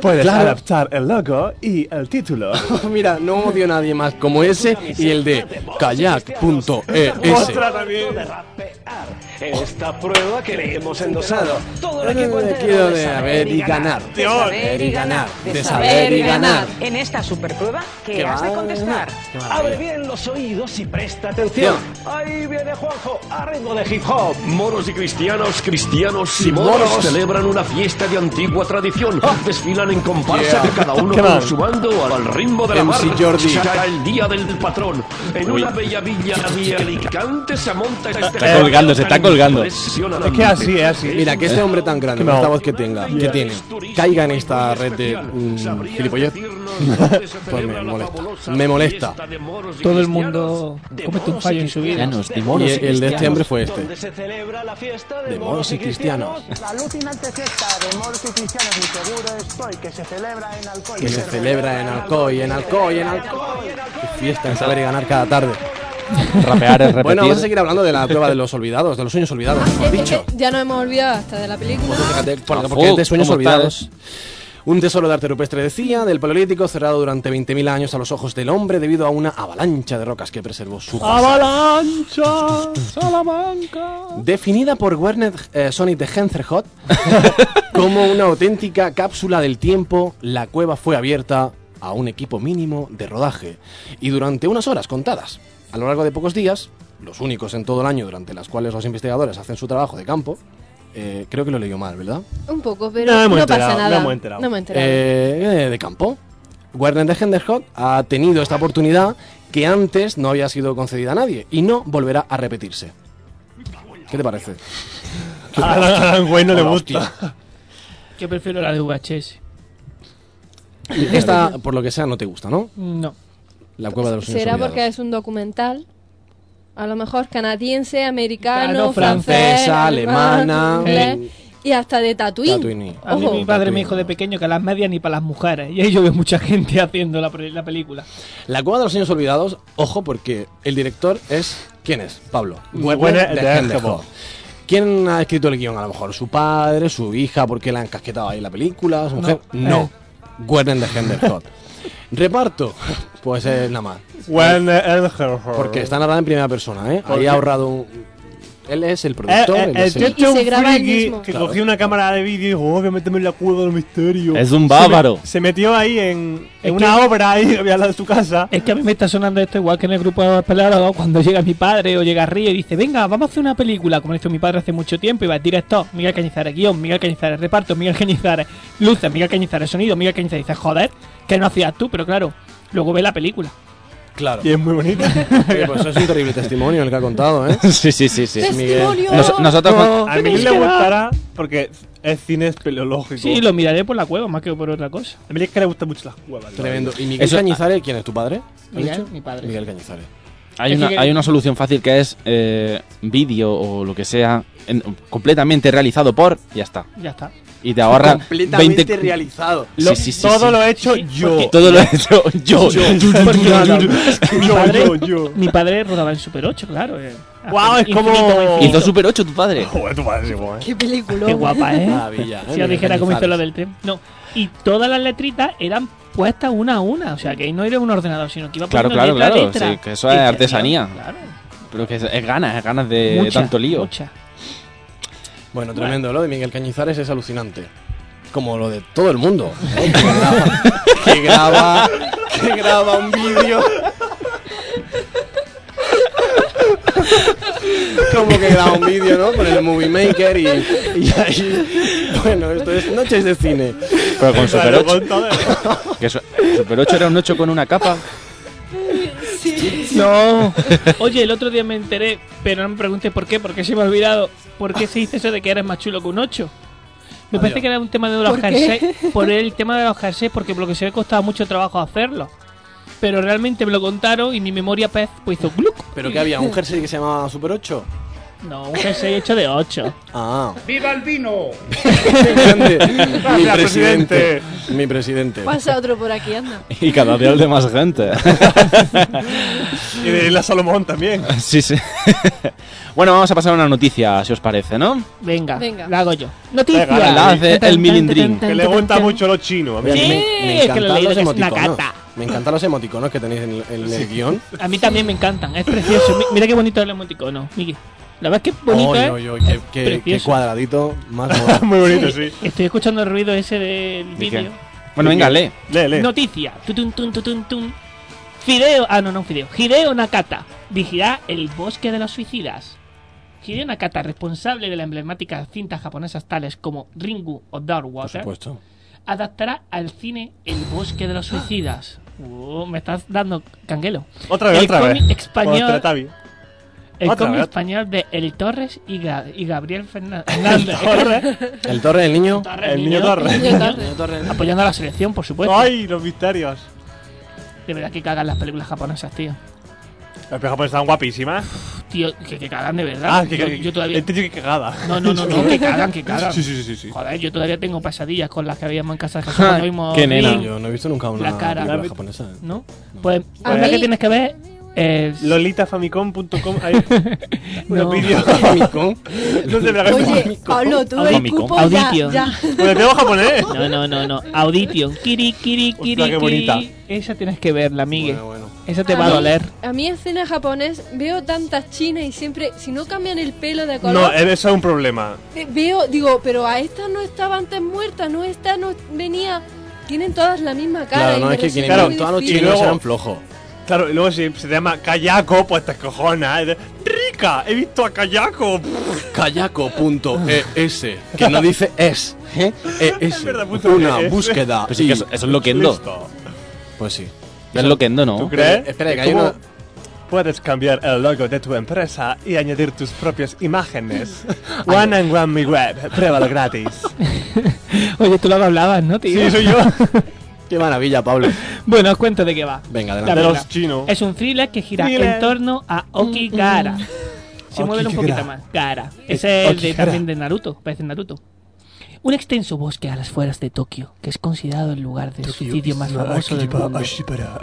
S6: Puedes
S9: Claro.
S6: adaptar el logo y el título.
S9: Mira, no odio a nadie más como ese y el de E kayak.es.
S6: Otra también.
S11: En esta prueba que le hemos endosado todo lo que
S6: Eh,
S11: cuenta de
S9: Quiero
S11: saber
S9: de haber y ganar.
S11: De saber y ganar.
S9: De saber y ganar.
S12: En esta superprueba que has de contestar.
S9: Qué
S11: Abre
S9: maravilla.
S11: bien los oídos y presta atención. Ahí viene Juanjo, a ritmo de hip hop.
S12: Moros y cristianos, cristianos
S9: Y
S12: y moros,
S9: moros. Ah.
S12: celebran una fiesta de antigua tradición. Desfilan en comparsa,
S9: Yeah.
S12: cada uno
S6: Come on.
S12: con su bando al ritmo de la
S9: MC
S12: mar.
S9: Jordi.
S12: Saca el día del patrón. En
S7: Uy.
S12: una bella villa de Alicante se monta este
S7: colgando, se está
S12: carnaval
S7: colgando.
S6: Es que así, es así.
S9: Mira, que este hombre tan grande,
S6: No.
S9: con esta voz que tenga, que
S6: Yeah.
S9: tiene, caiga en esta red de mm, gilipollez, pues me molesta. Me molesta.
S2: Todo el mundo comete un fallo en su vida.
S9: Y el- el de este hombre fue este. De moros y cristianos.
S13: La alucinante fiesta de moros y cristianos, y seguro estoy, que se celebra en Alcoy.
S9: Que se celebra en Alcoy, en Alcoy, en Alcoy. Qué Fiesta en saber y ganar cada tarde.
S7: Rapear es repetir.
S9: Bueno, vamos a seguir hablando de la prueba de los olvidados, de los sueños olvidados.
S8: Es que ya nos hemos olvidado hasta de la película.
S9: Fíjate, porque,
S7: Ah,
S9: porque es de
S7: fuck,
S9: sueños
S7: ¿cómo estás?
S9: olvidados. Un tesoro de arte rupestre decía, del paleolítico cerrado durante 20.000 años a los ojos del hombre debido a una avalancha de rocas que preservó su
S2: ¡Avalancha! ¡Salamanca!
S9: Definida por Werner eh, Sonic de Henserhot como una auténtica cápsula del tiempo, la cueva fue abierta a un equipo mínimo de rodaje y durante unas horas contadas. A lo largo de pocos días, los únicos en todo el año durante las cuales los investigadores hacen su trabajo de campo, eh, creo que lo leí mal, ¿verdad?
S8: Un poco, pero
S6: No
S8: no,
S6: hemos enterado,
S8: pasa nada.
S6: no hemos enterado.
S8: No me he enterado.
S9: Eh, de campo. Werner de Hendershot ha tenido esta oportunidad que antes no había sido concedida a nadie y no volverá a repetirse. ¿Qué te parece?
S11: Ah,
S6: A Alan- Alan Wake no le
S9: Hola,
S6: gusta.
S9: hostia.
S2: Yo prefiero la de VHS.
S9: Esta, por lo que sea, no te gusta, ¿no?
S2: No.
S9: La cueva de los sueños
S8: Será
S9: olvidados.
S8: porque es un documental. A lo mejor canadiense, americano,
S9: Italiano,
S8: francés,
S9: francesa,
S8: alemán,
S9: alemana.
S8: inglés, y hasta de Tatooine.
S9: Tatooine.
S2: A mí
S8: Ojo.
S2: mi padre me dijo de pequeño que las medias ni para las mujeres. Y ahí yo veo mucha gente haciendo la, pre- la película.
S9: La cueva de los sueños olvidados, ojo, porque el director es. ¿Quién es? Pablo.
S6: Werner
S9: Werner
S6: de
S9: de
S6: Hendershot.
S9: Hendershot. ¿Quién ha escrito el guión? A lo mejor su padre, su hija, porque la han casquetado ahí la película, su mujer. No. Werner de Hendershot. Reparto, pues es nada más.
S6: Werner Elherhor.
S9: Porque está narrada en primera persona, ¿eh? Ahí
S6: Porque-
S9: ha ahorrado un. Él es el
S6: Eh,
S9: productor.
S6: eh,
S9: él
S6: el
S9: es el-
S6: tío es
S8: Y se
S6: un
S8: graba él
S6: friki
S8: mismo.
S6: que
S9: Claro.
S6: cogió una cámara de vídeo y dijo, oh, que méteme en la cueva del misterio.
S7: Es un
S6: Se me-
S7: bávaro.
S6: Se, metió ahí en, en
S2: Es
S6: una
S2: que-
S6: obra ahí, había la de su casa.
S2: Es que a mí me está sonando esto igual que en el grupo de palabras cuando llega mi padre o llega Río y dice, venga, vamos a hacer una película, como lo hizo mi padre hace mucho tiempo, y va a director, Miguel Cañizares, guión, Miguel Cañizares, reparto, Miguel Cañizares, luces, Miguel Cañizares, sonido, Miguel Cañizares, dice, joder, que no hacías tú, pero claro, luego ve la película.
S9: Claro.
S6: Y es muy bonita.
S9: Oye, pues es un terrible testimonio el que ha contado, ¿eh?
S7: Sí, sí, sí, sí.
S8: ¡Testimonio!
S7: Nos- nosotros
S9: No.
S6: A mí
S2: tenéis
S6: le
S2: que dar?
S6: gustará porque es cine espeleológico.
S2: Sí, lo miraré por la cueva más que por otra cosa.
S6: A mí es que le gustan mucho las cuevas. ¿no?
S9: Tremendo. ¿Y Miguel
S7: Eso-
S9: Cañizares? ¿Quién es tu padre? ¿Has
S2: Miguel,
S9: dicho?
S2: mi padre.
S9: Miguel Cañizares.
S7: Hay
S2: Es
S7: una,
S2: que-
S7: hay una solución fácil que es eh, vídeo o lo que sea en- completamente realizado por, ya está.
S2: Ya está.
S7: Y te ahorra 20
S9: realizado.
S6: Lo-
S7: sí, sí, sí,
S6: todo
S7: sí.
S6: lo he hecho yo.
S7: Todo lo he hecho yo.
S6: Yo, yo, yo.
S2: Mi padre rodaba en Super 8, claro. eh.
S6: Guau, es como-
S2: Infinito,
S7: Y hizo
S2: infinito.
S7: Super 8 tu padre.
S6: Joder, tu madre, guay.
S8: Qué película.
S2: Qué guapa, ¿eh?
S9: Maravilla.
S2: Si os dijera cómo hizo lo del tren. No. Y todas las letritas eran puestas una a una. O sea, que no era un ordenador, sino que iba
S7: Claro,
S2: poniendo
S7: claro,
S2: letra a
S7: claro,
S2: letra.
S7: sí, que eso es
S2: Y te-
S7: artesanía.
S2: Claro.
S7: Pero que es, es ganas, es ganas de
S2: Mucha,
S7: tanto lío.
S2: mucha.
S9: Bueno, tremendo. Lo de Miguel Cañizares es alucinante. Como lo de todo el mundo. que graba. Que graba un vídeo. Como que graba un vídeo, ¿no? Con el Movie Maker y, y ahí. Bueno, esto es Noches de Cine.
S7: Pero con Super 8.
S6: Con todo el-
S7: Que su- Super 8 era un 8 con una capa.
S2: No. Oye, el otro día me enteré, pero no me preguntes por qué, porque se me ha olvidado. ¿Por qué se dice eso de que eres más chulo que un 8? Me parece que era un tema de los
S8: ¿Por qué?
S2: jerseys. Por el tema de los jerseys, porque por lo que se ve costaba mucho trabajo hacerlo. Pero realmente me lo contaron y mi memoria pez pues hizo gluc.
S9: ¿Pero que había? ¿Un jersey que se llamaba Super 8?
S2: No, un jersey hecho de 8.
S9: Ah.
S11: ¡Viva el vino!
S9: mi
S6: Gracias,
S9: presidente.
S6: presidente.
S9: Mi presidente.
S2: Pues,
S8: Pasa otro por aquí, anda.
S7: Y cada día el de más gente.
S6: Y de la Salomón también.
S7: sí, sí. bueno, vamos a pasar a una noticia, si os parece, ¿no?
S2: Venga,
S8: Venga.
S2: la hago yo. Noticia.
S6: Venga,
S7: la hace el milindrín.
S6: Que le gusta mucho lo chino. A mí.
S9: Mira,
S2: Sí,
S9: me,
S2: es
S9: me
S2: que lo he
S9: encantan
S2: leído,
S9: los
S2: que es una
S9: emoticonos.
S2: cata.
S9: Me encantan los emoticonos que tenéis en, el- en el guión.
S2: A mí también me encantan, es precioso. Mi- Mira qué bonito el emoticono, Miki. La verdad es que es bonito,
S9: Oy,
S2: ¿eh?
S9: oy, oy, qué, qué- qué
S2: Precioso.
S9: cuadradito más mono.
S6: Muy bonito, sí.
S2: Estoy escuchando el ruido ese del
S7: ¿De qué?
S2: vídeo.
S7: Bueno, venga, lee.
S6: Lee, lee.
S2: Noticia. Tutun, tun, tutun, tun. Fideo. Ah, no, no, Fideo. Hideo Nakata dirigirá El bosque de los suicidas. Hideo Nakata, responsable de las emblemáticas cintas japonesas tales como Ringu o Dark
S9: Por
S2: Water,
S9: supuesto.
S2: adaptará al cine El bosque de los suicidas. Oh, me estás dando canguelo.
S6: Otra vez,
S2: El
S6: otra vez.
S2: cómic español-
S6: Otra, Tavi.
S2: El
S6: Otra
S2: cómic
S6: vez.
S2: español de El Torres y, Ga- y Gabriel Fernan- Fernández.
S6: ¿eh?
S2: Torres.
S9: El Torre, el niño.
S2: Torres, niño. El niño Torres. Apoyando a la selección, por supuesto.
S6: ¡Ay, los misterios!
S2: De verdad que cagan las películas japonesas, tío.
S6: Las pues están guapísimas.
S2: Tío, que, que cagan de verdad.
S6: Ah, que,
S2: yo,
S6: que-
S2: yo todavía...
S6: He entendido que cagada.
S2: No, no, no, no, que cagan, que cagan.
S6: Sí, sí, sí, sí, sí.
S2: Joder, yo todavía tengo pasadillas con las que habíamos en casa de Jesús cuando vimos
S9: Qué nena.
S2: Ring,
S9: Yo no he visto nunca una
S2: la cara.
S9: película japonesa, ¿eh?
S2: ¿No? Pues,
S6: A
S2: pues la
S6: mí-
S2: que tienes que ver es...
S6: Lolitafamicom.com. Ahí.
S2: No.
S6: Unos vídeos.
S2: Famicom.
S6: No sé, pero
S8: Oye, Pablo, tú el
S2: Famicom.
S8: cupo
S2: Audition.
S8: ya,
S6: Pues tengo japonés.
S2: No, no, no, no. Audition. Kiri, kiri, kiri.
S6: qué
S2: kiri.
S6: bonita.
S2: Esa tienes que verla, Miguel. Esa te
S8: A
S2: va a
S8: mí-
S2: doler.
S8: A mí en cine japonés veo tantas chinas y siempre, si no cambian el pelo de color,
S6: No, eh. eso es un problema.
S8: ve- veo, digo, pero a esta no estaba antes muerta, no esta no venía, tienen todas la misma cara.
S9: Claro, no,
S8: y
S9: es que
S8: me
S9: quien
S8: resulta muy
S9: inventó a los
S8: difícil.
S9: chinos eran flojos.
S6: Claro, y luego si se llama Kayako, pues te cojonas. ¡Rica! He visto a Kayako.
S9: Kayako.es, E que no dice es. ¿eh? ES.
S6: verdad, punto
S9: Una
S2: E
S6: ES.
S9: búsqueda.
S7: Pues es que eso- eso es lo que endo.
S6: Listo.
S9: Pues sí.
S7: Es Loquendo, ¿no?
S6: ¿Tú crees?
S9: Eh, espera, que hay
S6: ¿Cómo
S9: una-
S6: Puedes cambiar el logo de tu empresa y añadir tus propias imágenes. one and One Mi Web. Pruébalo gratis.
S2: Oye, tú lo hablabas, ¿no, tío?
S6: Sí, soy yo.
S9: Qué maravilla, Pablo.
S2: Bueno, os cuento de qué va.
S9: Venga,
S2: La
S9: adelante.
S2: película. Es un thriller que gira
S6: Thriller. Mm,
S2: en torno a Okigara. Se mueve un poquito
S6: Okigara.
S2: más. Gara.
S6: Eh,
S2: Ese es el de,
S6: Okigara.
S2: también de Naruto. Parece Naruto. Un extenso bosque a las afueras de Tokio, que es considerado el lugar de suicidio más famoso del mundo.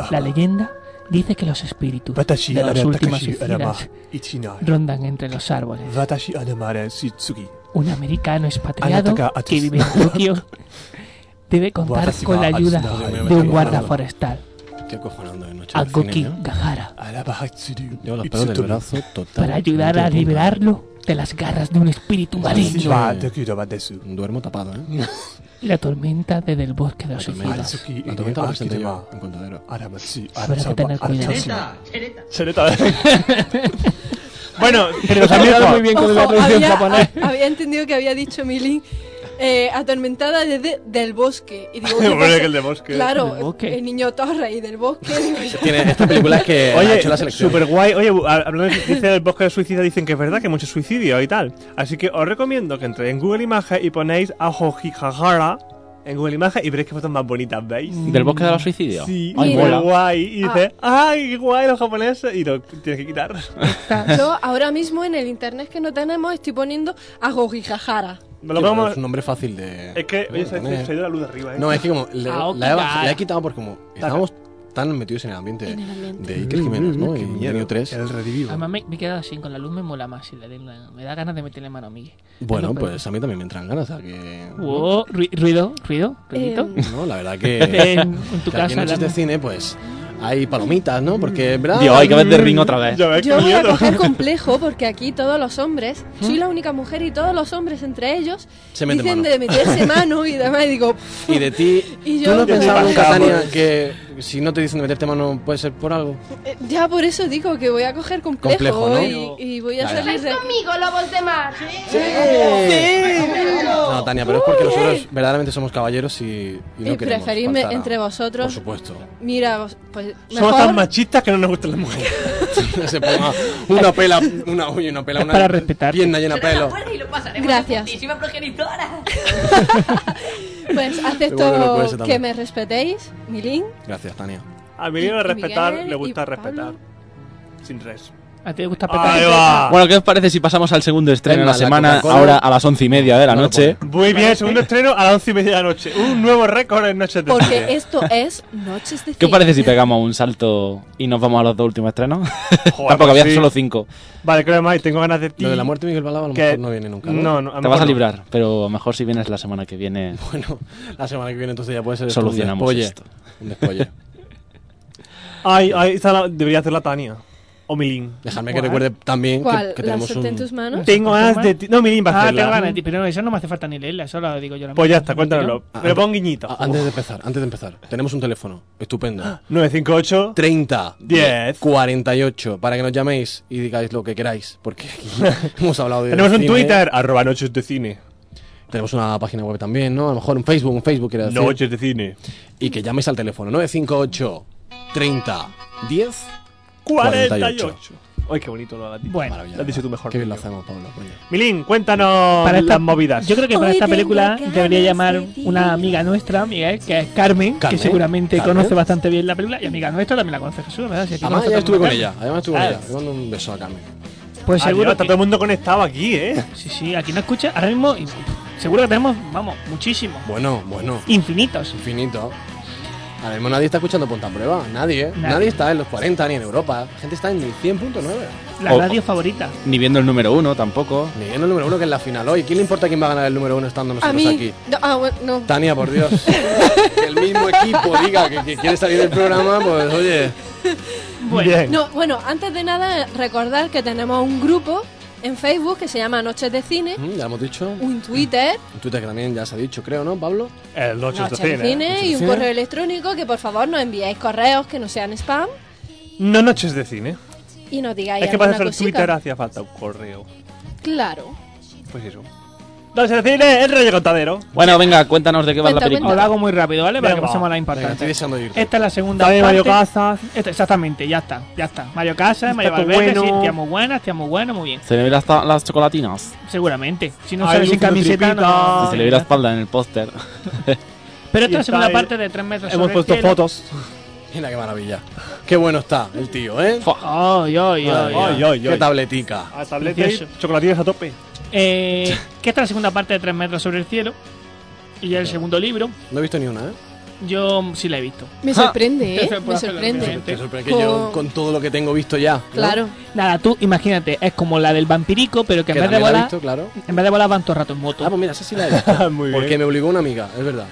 S2: La leyenda dice que los espíritus
S6: Watashi
S2: de las
S6: ara
S2: últimas
S6: Takashi arama
S2: escenas
S6: ichinai.
S2: rondan entre los árboles.
S6: Watashi Anamara Shitsugi.
S2: Un americano expatriado
S6: Anataka atis.
S2: que vive en Tokio debe contar
S6: Watashi
S2: con
S6: wa
S2: la ayuda
S6: atis. Madre mía, me
S2: de un
S6: estoy
S2: guarda
S6: muriendo.
S2: forestal,
S9: Qué cojonando de noche. de
S2: Akoki
S9: cine, ¿no?
S2: Gahara,
S9: Llevo los pelos del brazo total.
S2: para ayudar a liberarlo de las garras de un espíritu maligno.
S9: Duermo tapado, ¿eh?
S2: La tormenta desde el bosque de los
S9: tormenta.
S2: suicidas.
S9: La tormenta la presento yo en contadero.
S2: Habrá que tener cuidado.
S6: Sereta. bueno, queridos
S7: Pues
S2: Ha quedado
S6: amigos.
S2: muy bien con la
S8: Ojo,
S2: traducción
S8: había,
S2: japonés.
S8: a- había entendido que había dicho Milin eh, atormentada desde del bosque. Y digo, ¿qué
S6: Hombre,
S8: pasa?
S6: que el de bosque.
S8: Claro,
S2: Del bosque.
S8: el niño Torre y del bosque. digo yo.
S9: Tiene esta película es que la ha hecho la
S6: Oye,
S9: selección.
S6: super guay. Oye, bu- a- hablando de dice del bosque de suicida, dicen que es verdad que hay mucho suicidio y tal. Así que os recomiendo que entréis en Google Images y ponéis a Jojijajara en Google Images y veréis qué fotos más bonitas, ¿veis?
S7: ¿Del bosque de los suicidios?
S6: Sí,
S7: Ay,
S6: muy
S7: mola.
S6: guay. Y dice,
S9: Ah.
S6: ¡ay, qué guay los japoneses! Y lo tienes que quitar.
S8: Yo ahora mismo en el internet que no tenemos estoy poniendo a Gojijajara.
S6: Me lo
S9: Sí, pero
S6: pongo-
S9: Es un nombre fácil de.
S6: Es que, oye, se, se-
S9: poner.
S6: se ha ido la luz de arriba, ¿eh?
S9: No, es que como. le-
S2: Ah,
S9: la, he,
S2: Okigahara.
S9: la he quitado porque como estábamos tan metidos en el ambiente
S8: En el ambiente.
S9: de Iker Jiménez, ¿no?
S6: Mm, Qué
S9: Y
S6: miedo.
S9: Niño 3.
S6: El redivivo.
S2: Además me, me he quedado así, con la luz me mola más. y le den la- me da ganas de meterle mano a Miguel.
S9: Bueno,
S2: No, pero-
S9: pues a mí también me entran ganas, o sea que.
S2: Wow, ru- ruido, ruido, ruidito.
S8: Eh,
S9: No, la verdad que.
S2: En, en tu
S9: que aquí
S2: casa.
S9: en noches de
S2: hablando.
S9: cine, pues. Hay palomitas, ¿no? Porque, en ¿verdad?
S7: Dios, hay que ver de ring otra vez.
S6: Ya ves,
S8: Yo
S6: qué
S8: voy a
S6: miedo.
S8: coger complejo porque aquí todos los hombres, soy la única mujer y todos los hombres entre ellos
S9: Se meten
S8: dicen
S9: mano.
S8: de meterse mano y demás y digo, pff,
S9: Y de ti.
S8: Y
S9: ¿Tú
S8: yo-
S9: no
S8: Yo
S9: pensabas
S6: me
S9: nunca,
S6: pasaba por-
S9: Tania, que si no te dicen de meterte mano puede ser por algo?
S8: eh, ya por eso digo que voy a coger complejo,
S9: Complejo, ¿no?
S8: y, y voy a
S9: Vale.
S8: salir de...
S9: No, Tania, pero es porque nosotros verdaderamente somos caballeros y, y no
S8: Y
S9: queremos
S8: preferirme
S9: faltar a-
S8: entre vosotros.
S9: Por supuesto.
S8: Mira, vos- pues
S6: Somos tan
S8: mejor...
S6: machistas que no nos gustan las mujeres.
S9: Se ponga una pela, una uy, una pela,
S2: Es
S9: una
S2: para respetar.
S9: pierna llena de pelo.
S8: Gracias. Pues
S9: Igual no lo puedes
S8: acepto
S9: hacer
S8: que
S9: también.
S8: me respetéis, Milín.
S9: Gracias, Tania.
S6: A mi niño de
S8: Y- y
S6: respetar
S8: Miguel,
S6: le
S8: y
S6: gusta
S8: Pablo.
S6: respetar. Sin res.
S2: ¿A ti te gusta
S6: Ahí
S2: petar? Ah,
S6: va.
S7: Bueno, ¿qué os parece si pasamos al segundo estreno de la
S9: Venga, la
S7: semana,
S9: Coca-Cola.
S7: ahora a las once y media de la
S9: No lo
S7: noche?
S6: Muy bien, segundo estreno a las once y media de la noche. Un nuevo récord en noches de
S8: Porque
S6: cine.
S8: esto es Noches de
S7: ¿Qué
S8: Cine.
S7: os parece si pegamos un salto y nos vamos a los dos últimos estrenos?
S6: Joder, pues
S7: Tampoco había
S6: sí.
S7: solo cinco.
S6: Vale, creo que más, tengo ganas de ti.
S9: Lo de la muerte de Miguel Balaba a lo
S6: que-
S9: mejor no viene nunca.
S6: No, no, a lo
S7: Te
S6: mejor
S7: vas a
S6: no.
S7: librar, pero a lo mejor si vienes la semana que viene.
S9: Bueno, la semana que viene entonces ya puede ser esto
S7: Solucionamos
S9: un despolle.
S7: esto.
S9: Un despolle.
S6: Ay, ay, esta la- debería hacer la Tania. O Milín.
S9: Dejadme que recuerde también que,
S8: ¿Cuál?
S9: que
S8: ¿La
S9: tenemos
S8: suerte en tus
S9: un...
S8: manos?
S6: Tengo ganas de ti. No, Milín va a
S2: Ah,
S6: hacerla.
S2: tengo ganas de ti, pero eso no me hace falta ni leerla, eso lo digo yo. la
S6: Pues ya
S2: misma.
S6: está, cuéntanoslo.
S9: Ah,
S6: Pero
S9: antes-
S6: pon un guiñito.
S9: a- Antes de empezar, antes de empezar, tenemos un teléfono estupendo.
S6: 958.
S9: 30
S6: Ah. Diez.
S9: 48 para que nos llaméis y digáis lo que queráis, porque aquí hemos hablado de
S6: Tenemos un
S9: cine,
S6: Twitter, arroba noches de cine.
S9: Tenemos una página web también, ¿no? A lo mejor un Facebook, un Facebook quiero decir.
S6: Noches de cine.
S9: Y que llaméis al teléfono 958 30 10
S6: 48. Ay, qué bonito lo has dicho.
S2: Bueno.
S6: lo has dicho tú mejor.
S9: Qué bien lo hacemos, Pablo.
S6: Milín, cuéntanos
S2: Para esta-
S6: las movidas.
S2: Yo creo que para
S6: Hoy
S2: esta
S6: tengo
S2: película debería llamar una amiga nuestra, amiga, eh, que es Carmen,
S9: Carmen,
S2: que seguramente
S9: Carmen. Ah,
S2: conoce bastante bien la película. Y amiga nuestra también la conoce Jesús, ¿verdad? Si aquí
S9: Además,
S2: conoce
S9: ya
S2: a todo
S9: estuve
S2: el
S9: con
S2: mundo.
S9: ella. Además, estuve con
S2: Ah,
S9: ella. Le mando un beso a Carmen.
S6: ah,
S2: Pues
S9: Adiós,
S2: seguro
S9: está
S2: todo
S9: todo
S2: el
S6: mundo conectado aquí, ¿eh?
S2: Sí, sí, aquí no escucha. Ahora mismo y- seguro que tenemos, vamos, muchísimos.
S9: Bueno, bueno.
S2: Infinitos.
S9: Infinito. Ahora mismo nadie está escuchando Ponta Prueba. Nadie, ¿eh? Nadie. está en los 40 ni en Europa. La gente está en el 100.9.
S2: La
S7: O-
S2: radio favorita.
S7: Ni viendo el número uno tampoco.
S9: Ni viendo el número uno que es la final hoy. ¿Quién le importa quién va a ganar el número uno estando
S8: A
S9: nosotros
S8: mí.
S9: pues aquí?
S8: No, ah, bueno, no.
S9: Tania, por Dios. que el mismo equipo diga que, que quiere salir del programa, pues oye. Bien.
S8: No, bueno, antes de nada, recordar que tenemos un grupo en Facebook que se llama Noches de Cine,
S9: Mm, Ya hemos dicho.
S8: un Twitter,
S9: En Twitter que también ya se ha dicho, creo, ¿no, Pablo?
S6: El
S8: Noches de Cine y un correo electrónico que por favor nos enviáis correos que no sean spam
S6: No noches de cine.
S8: y nos digáis
S6: Es que para
S8: alguna
S6: hacer
S8: cosita.
S6: Twitter hacía falta un correo.
S8: Claro.
S6: Pues eso. Noches de cine, el rollo contadero.
S7: Bueno, venga, cuéntanos de qué va la
S2: Cuenta,
S7: película.
S2: cuenta. Os la hago muy rápido, ¿vale? Para que Eh.
S7: Venga.
S2: pasemos a la
S7: Venga,
S2: importante.
S7: estoy deseando irte.
S2: Esta es la segunda
S7: Dale,
S2: parte.
S7: Mario
S6: Casas.
S2: Esta- exactamente, ya está, ya está. Mario Casas, Mario
S6: todo
S2: Valverde,
S6: bueno.
S2: sí, tía muy buena, tía muy buena, muy bien.
S7: Se le ve las, ta- las chocolatinas.
S2: Seguramente. Si no
S6: Ay,
S2: sale sin
S6: Lucio
S2: camiseta,
S6: Tripita.
S2: no-
S7: Y se le ve la espalda en el póster.
S2: Pero
S6: Y
S2: esta es la
S6: está
S2: segunda
S6: el-
S2: parte de tres metros
S6: Hemos
S2: sobre el
S6: puesto
S2: cielo.
S6: fotos.
S9: Mira qué maravilla. Qué bueno está el tío, ¿eh?
S2: Ay, ay, ay,
S9: Madre
S2: ay.
S9: mía, Qué tabletica.
S6: A tablete,
S2: Precioso.
S6: chocolatinas a tope.
S2: Eh, que esta es la segunda parte de tres metros sobre el cielo. Y ya el segundo libro.
S9: No he visto ni una, ¿eh?
S2: Yo mm, sí la he visto.
S8: Me sorprende, ¿eh? Me sorprende.
S9: Te sorprende que yo, con todo lo que tengo visto ya. ¿no?
S2: Nada, tú imagínate, es como la del vampirico, pero que en
S9: Que
S2: vez de
S9: también la he
S2: volar.
S9: visto, claro.
S2: En vez de volar van todo el rato en moto.
S9: Ah, pues mira, esa sí la he visto.
S6: Muy
S9: Porque
S6: bien.
S9: me obligó una amiga, es verdad.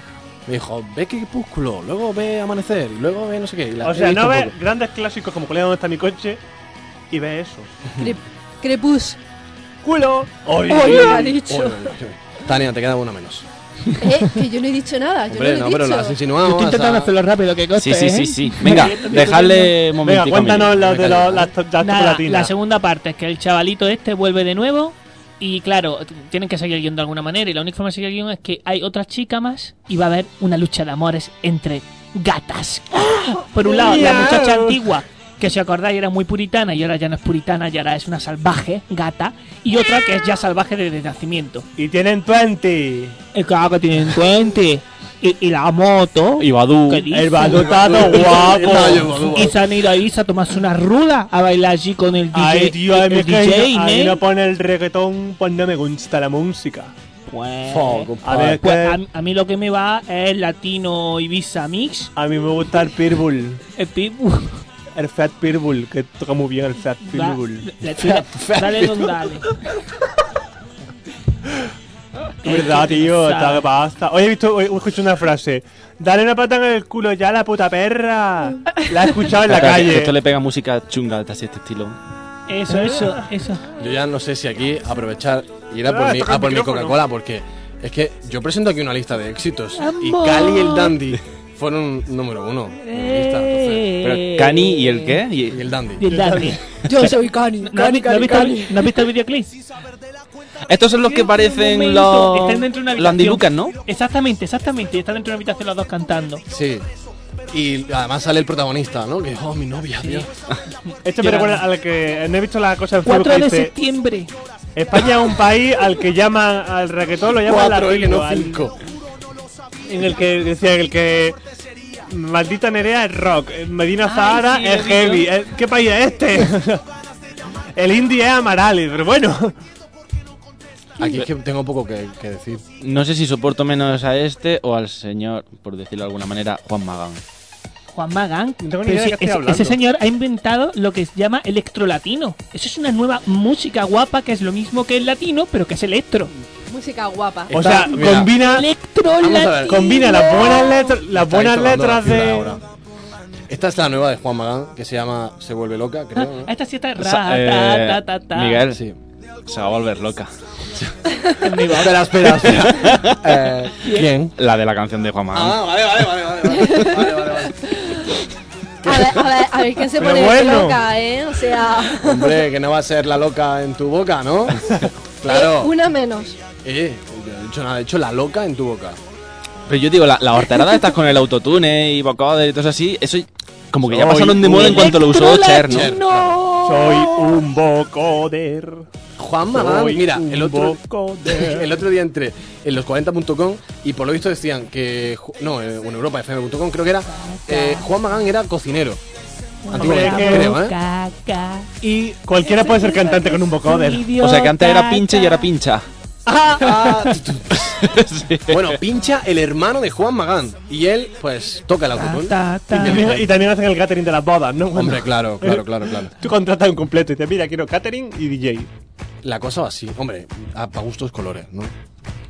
S9: Me dijo, ve crepúsculo, luego ve amanecer, y luego ve no sé qué. y la
S6: O
S9: he
S6: sea,
S9: visto
S6: no
S9: un
S6: ves
S9: poco.
S6: grandes clásicos como Colega, ¿dónde está mi coche? Y ves eso.
S8: Crep- crepús.
S6: ¡Culo!
S8: Oy,
S9: Oy, oy,
S8: lo ha
S9: oy,
S8: dicho.
S9: oy, oy, oy. Tania, te queda una menos.
S8: Eh, que yo no he dicho nada, yo
S9: Hombre,
S8: no
S9: no,
S8: lo he
S9: pero
S8: dicho.
S9: lo has insinuado.
S2: Yo estoy
S9: o sea,
S2: intentando hacerlo rápido, que coste,
S7: Sí, sí, sí,
S2: ¿eh?
S7: sí. Venga, dejadle un momentico.
S6: Venga, cuéntanos
S7: Miriam.
S6: lo de lo- las, to- las
S2: Nada, la
S6: chocolatinas.
S2: segunda parte es que el chavalito este vuelve de nuevo y claro, t- tienen que seguir el guión de alguna manera y la única forma de seguir el guión es que hay otra chica más y va a haber una lucha de amores entre gatas. Por un lado, la
S6: Miau.
S2: muchacha antigua, que si acordáis era muy puritana y ahora ya no es puritana, y ahora es una salvaje gata, y otra que es ya salvaje desde nacimiento.
S6: Y tienen 20.
S2: El claro que tienen 20. Y, y la moto.
S7: Y Badu.
S2: ¿Qué dices?
S6: El Badu está todo guapo.
S2: Y se han ido ahí a tomarse una ruda a bailar allí con el DJ.
S6: Ay, tío,
S2: el,
S6: es que
S2: DJ,
S6: no- a mí
S2: ¿eh?
S6: no pone el reggaetón, pues no me gusta la música.
S2: Pues,
S9: Oh,
S6: Fuck,
S2: a,
S6: compadre.
S2: ver, pues, a, mí- a mí lo que me va es el latino Ibiza Mix.
S6: A mí me gusta el Pitbull.
S2: El pitbull.
S6: El Fat Pitbull, que toca muy bien el Fat
S2: Va,
S6: Pitbull.
S2: le- le tira- dale don dale.
S6: ¿Verdad, tío?
S2: sabe.
S6: Está que pasa. Hoy he visto, hoy escuché una frase. Dale una pata en el culo ya a la puta perra. La he escuchado en la
S7: Espera, que- que
S6: calle.
S7: Esto le pega música chunga de así este estilo.
S2: Eso, eso, eso.
S9: Yo ya no sé si aquí aprovechar y ir a
S6: Ah,
S9: por mi,
S6: toca
S9: a por mi
S6: micrófono.
S9: Coca-Cola, porque es que yo presento aquí una lista de éxitos. Y
S2: Amor.
S9: Cali y el Dandy fueron número uno. en mi lista,
S2: Eh.
S9: entonces.
S7: Pero Cani y el qué? Y-
S9: Y el Dandy.
S2: Bien, dale.
S4: Yo soy Cani,
S2: ¿No has
S4: Cani,
S2: vi- no has
S4: Cani,
S2: visto
S4: Cani.
S2: el- no has visto el videoclip?
S7: Estos son los que parecen los.
S2: Están dentro de una habitación.
S7: Los Andy Lucas, ¿no?
S2: Exactamente, exactamente. Están dentro de una habitación los dos cantando.
S9: Sí. Y además sale el protagonista, ¿no? Que, oh, mi novia, tío.
S6: Esto me recuerda al que. No he visto la cosa en Facebook
S2: 4
S6: que
S2: de
S6: dice.
S2: septiembre.
S6: España es un país al que llaman al reggaetón, lo llaman
S9: Cuatro, eh, que
S6: latino,
S9: no
S6: al-
S9: cinco.
S6: En el que decía en el que. Maldita Nerea es rock, Medina Zahara
S2: sí, lo he
S6: es
S2: visto.
S6: heavy. eh, ¿Qué país es este? el indie es Amarales, pero bueno.
S9: Aquí es que tengo poco que, que decir.
S7: No sé si soporto menos a este o al señor, por decirlo de alguna manera, Juan Magán.
S2: Juan Magán.
S6: No tengo ni
S2: Pero
S6: idea de
S2: si
S6: qué estoy
S2: ese,
S6: hablando.
S2: ese señor ha inventado lo que se llama electrolatino. Eso es una nueva música guapa que es lo mismo que el latino, pero que es electro.
S8: Música guapa.
S6: O
S9: Está-
S6: sea,
S9: mira,
S6: combina,
S9: Vamos a ver.
S2: Electrolatino.
S6: combina las buenas letras, las
S9: Estáis
S6: buenas
S9: tocando la
S6: letras
S9: fibra
S6: de.
S9: ahora. Esta es la nueva de Juan Magán, que se llama Se vuelve loca, creo. ¿no?
S2: Ah, Esta sí está ra,
S7: Sa- eh,
S2: ta, ta, ta, ta.
S7: Miguel,
S9: Sí.
S7: se va a volver loca.
S9: espera, espera, espera. eh, ¿Quién?
S7: La de la canción de Juan Magán.
S9: Ah, vale, vale, vale, vale, vale, vale, vale, vale.
S8: A ver, a ver, a ver quién se
S6: Pero
S8: pone
S6: bueno.
S8: loca, ¿eh? O sea,
S9: Hombre, que no va a ser la loca en tu boca, ¿no? Claro.
S8: una menos.
S9: Eh, yo no he dicho nada, he dicho la loca en tu boca.
S7: Pero yo digo, la, la horterada estás con el autotune y vocoder y todo eso así, eso como que ya
S9: Soy
S7: pasaron de moda en
S9: un
S7: cuanto lo usó Cher, ¿no?
S9: Cher.
S2: No.
S6: Soy
S2: Oh.
S6: un bocoder.
S9: Juan Magán,
S6: Soy
S9: mira,
S6: un
S9: el otro,
S6: bocoder.
S9: el otro día entré en los 40.com y por lo visto decían que. ju- No, eh, en Europa FM.com creo que era. eh, Juan Magán era cocinero. Antiguamente,
S6: Hombre, que-
S9: creo, ¿eh?
S6: Y cualquiera puede ser cantante con un vocoder.
S7: O sea que antes era pinche y ahora pincha.
S9: Ah, Bueno, pincha el hermano de Juan Magán. Y él, pues, toca el autotune.
S2: Y
S6: también, y también hacen el catering de las bodas, ¿no? eh,
S9: Hombre, claro, claro, claro, claro.
S6: Tú contratas un completo y dices, mira, quiero catering y DJ.
S9: La cosa va así, hombre, a, pa' gustos colores, ¿no?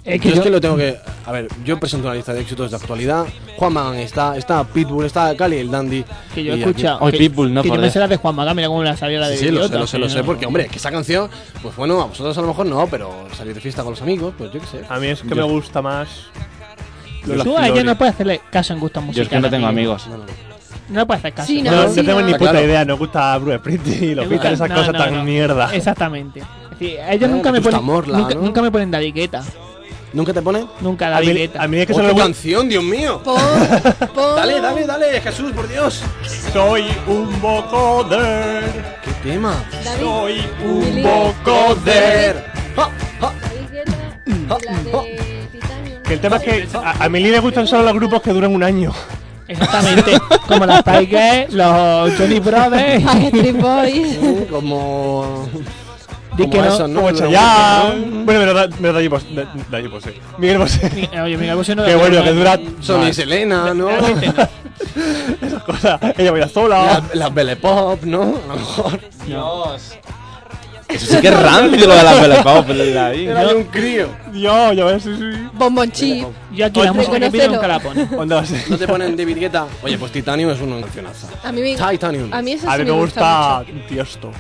S2: Es
S9: que
S2: que
S9: yo,
S2: yo-
S9: es que lo tengo que. A ver, yo presento una lista de éxitos de actualidad. Juan Magán está, está Pitbull, está Cali el Dandy.
S2: Que yo he
S9: y aquí-
S2: escuchado. que, que yo me sé la de Juan Magán, mira cómo me la sabía la de
S9: Sí, sí, lo sé,
S2: idiota,
S9: lo sé, lo
S2: que
S9: sé,
S2: no-
S9: porque, hombre, que esa canción, pues bueno, a vosotros a lo mejor no, pero salir de fiesta con los amigos, pues yo qué sé.
S6: A mí es que
S9: Yo-
S6: me gusta más. Lola
S2: Tú a ella
S6: Flores.
S2: no puedes hacerle caso en gusto musical. No le puedes hacer caso.
S8: Sí,
S6: No,
S8: no,
S6: no
S8: sí,
S6: tengo ni
S8: no.
S9: Está
S6: puta
S9: claro.
S6: idea, no gusta Bruce Springsteen y los Beatles, esas
S2: No,
S6: cosas
S2: no,
S6: tan
S2: no.
S6: mierda.
S2: Exactamente. Es decir, a ella
S9: Eh,
S2: nunca me
S9: Vetusta
S2: ponen.
S9: Morla,
S2: nunca,
S9: ¿no?
S2: nunca me ponen dadiqueta.
S9: ¿Nunca te ponen?
S2: Nunca
S6: A mí,
S2: dadiqueta.
S6: a mí es que
S9: ¡Oh,
S6: se
S9: qué
S6: me gusta.
S9: canción, Dios mío! Dale, dale, dale, Jesús, por Dios.
S6: Soy un vocoder.
S9: ¿Qué tema?
S6: Soy un
S8: Billy.
S6: vocoder.
S9: ¡Ja, ja!
S8: La de Titanium.
S6: Que el tema es que a, a Mili le gustan solo los grupos que duran un año.
S2: Exactamente. como las Tigers, los Johnny Brothers.
S8: Backstreet Boys.
S9: Sí, Como.
S2: Di
S9: como
S2: que no.
S9: esos, ¿no?
S6: Como
S9: Que
S6: hecho
S9: lo-
S6: ya. Bueno, pero da, pero Dalle Bosé. da- Dalle Bosé. Miguel Bosé.
S2: Ni- Eh, Oye, mira, vos no ¿eh?
S6: Qué bueno, que dura.
S9: Sony y
S6: Vale.
S9: Selena, ¿no?
S6: Esas cosas. Ella baila
S9: Las
S6: sola.
S9: las Belle Pop, ¿no? A lo mejor.
S7: Dios. Eso sí que es rancio lo de las Belepop, la vida.
S9: Era de un crío.
S6: Dios, ya ves, sí, sí.
S8: Bombón Chip.
S2: Yo aquí la
S8: Oye,
S2: música que pido
S8: reconócelo.
S2: nunca la pone.
S6: Onda así.
S9: No te ponen David Guetta. Oye, pues Titanium es una cancionaza.
S8: A mí me,
S9: Titanium.
S8: a mí eso
S6: A
S8: sí
S6: mí
S8: me
S6: me
S8: gusta.
S6: gusta Tiesto.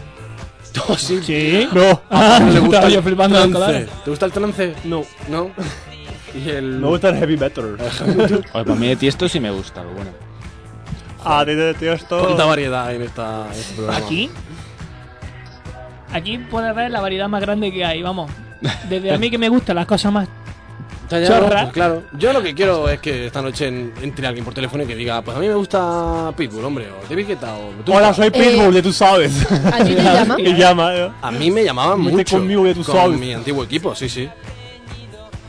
S9: Oh, sí.
S2: Sí.
S6: No.
S2: Ah,
S9: ¿No le gusta
S2: estaba
S9: el
S2: yo flipando los
S9: trance?
S2: colores.
S9: ¿Te gusta el trance? No. ¿No? Y el.
S6: Me gusta el heavy metal.
S7: Oye, para mí de tiesto sí me gusta, lo bueno.
S6: Ah, de- de Tiesto.
S9: Cuánta variedad en, esta, en este programa.
S2: Aquí. Aquí puedes ver la variedad más grande que hay, vamos. Desde a mí que me gustan las cosas más.
S9: Está ya,
S2: Chorra.
S9: pues claro. Yo lo que quiero es que esta noche en- entre alguien por teléfono y que diga, pues a mí me gusta Pitbull, hombre, o David Guetta, o tú.
S6: Hola, soy Pitbull,
S8: Eh,
S6: de tú sabes.
S8: ¿A ti te llama?
S6: Y llama, eh.
S9: A mí me llamaban
S6: Vete
S9: mucho.
S6: conmigo, que tú
S9: con
S6: sabes.
S9: mi antiguo equipo, sí, sí.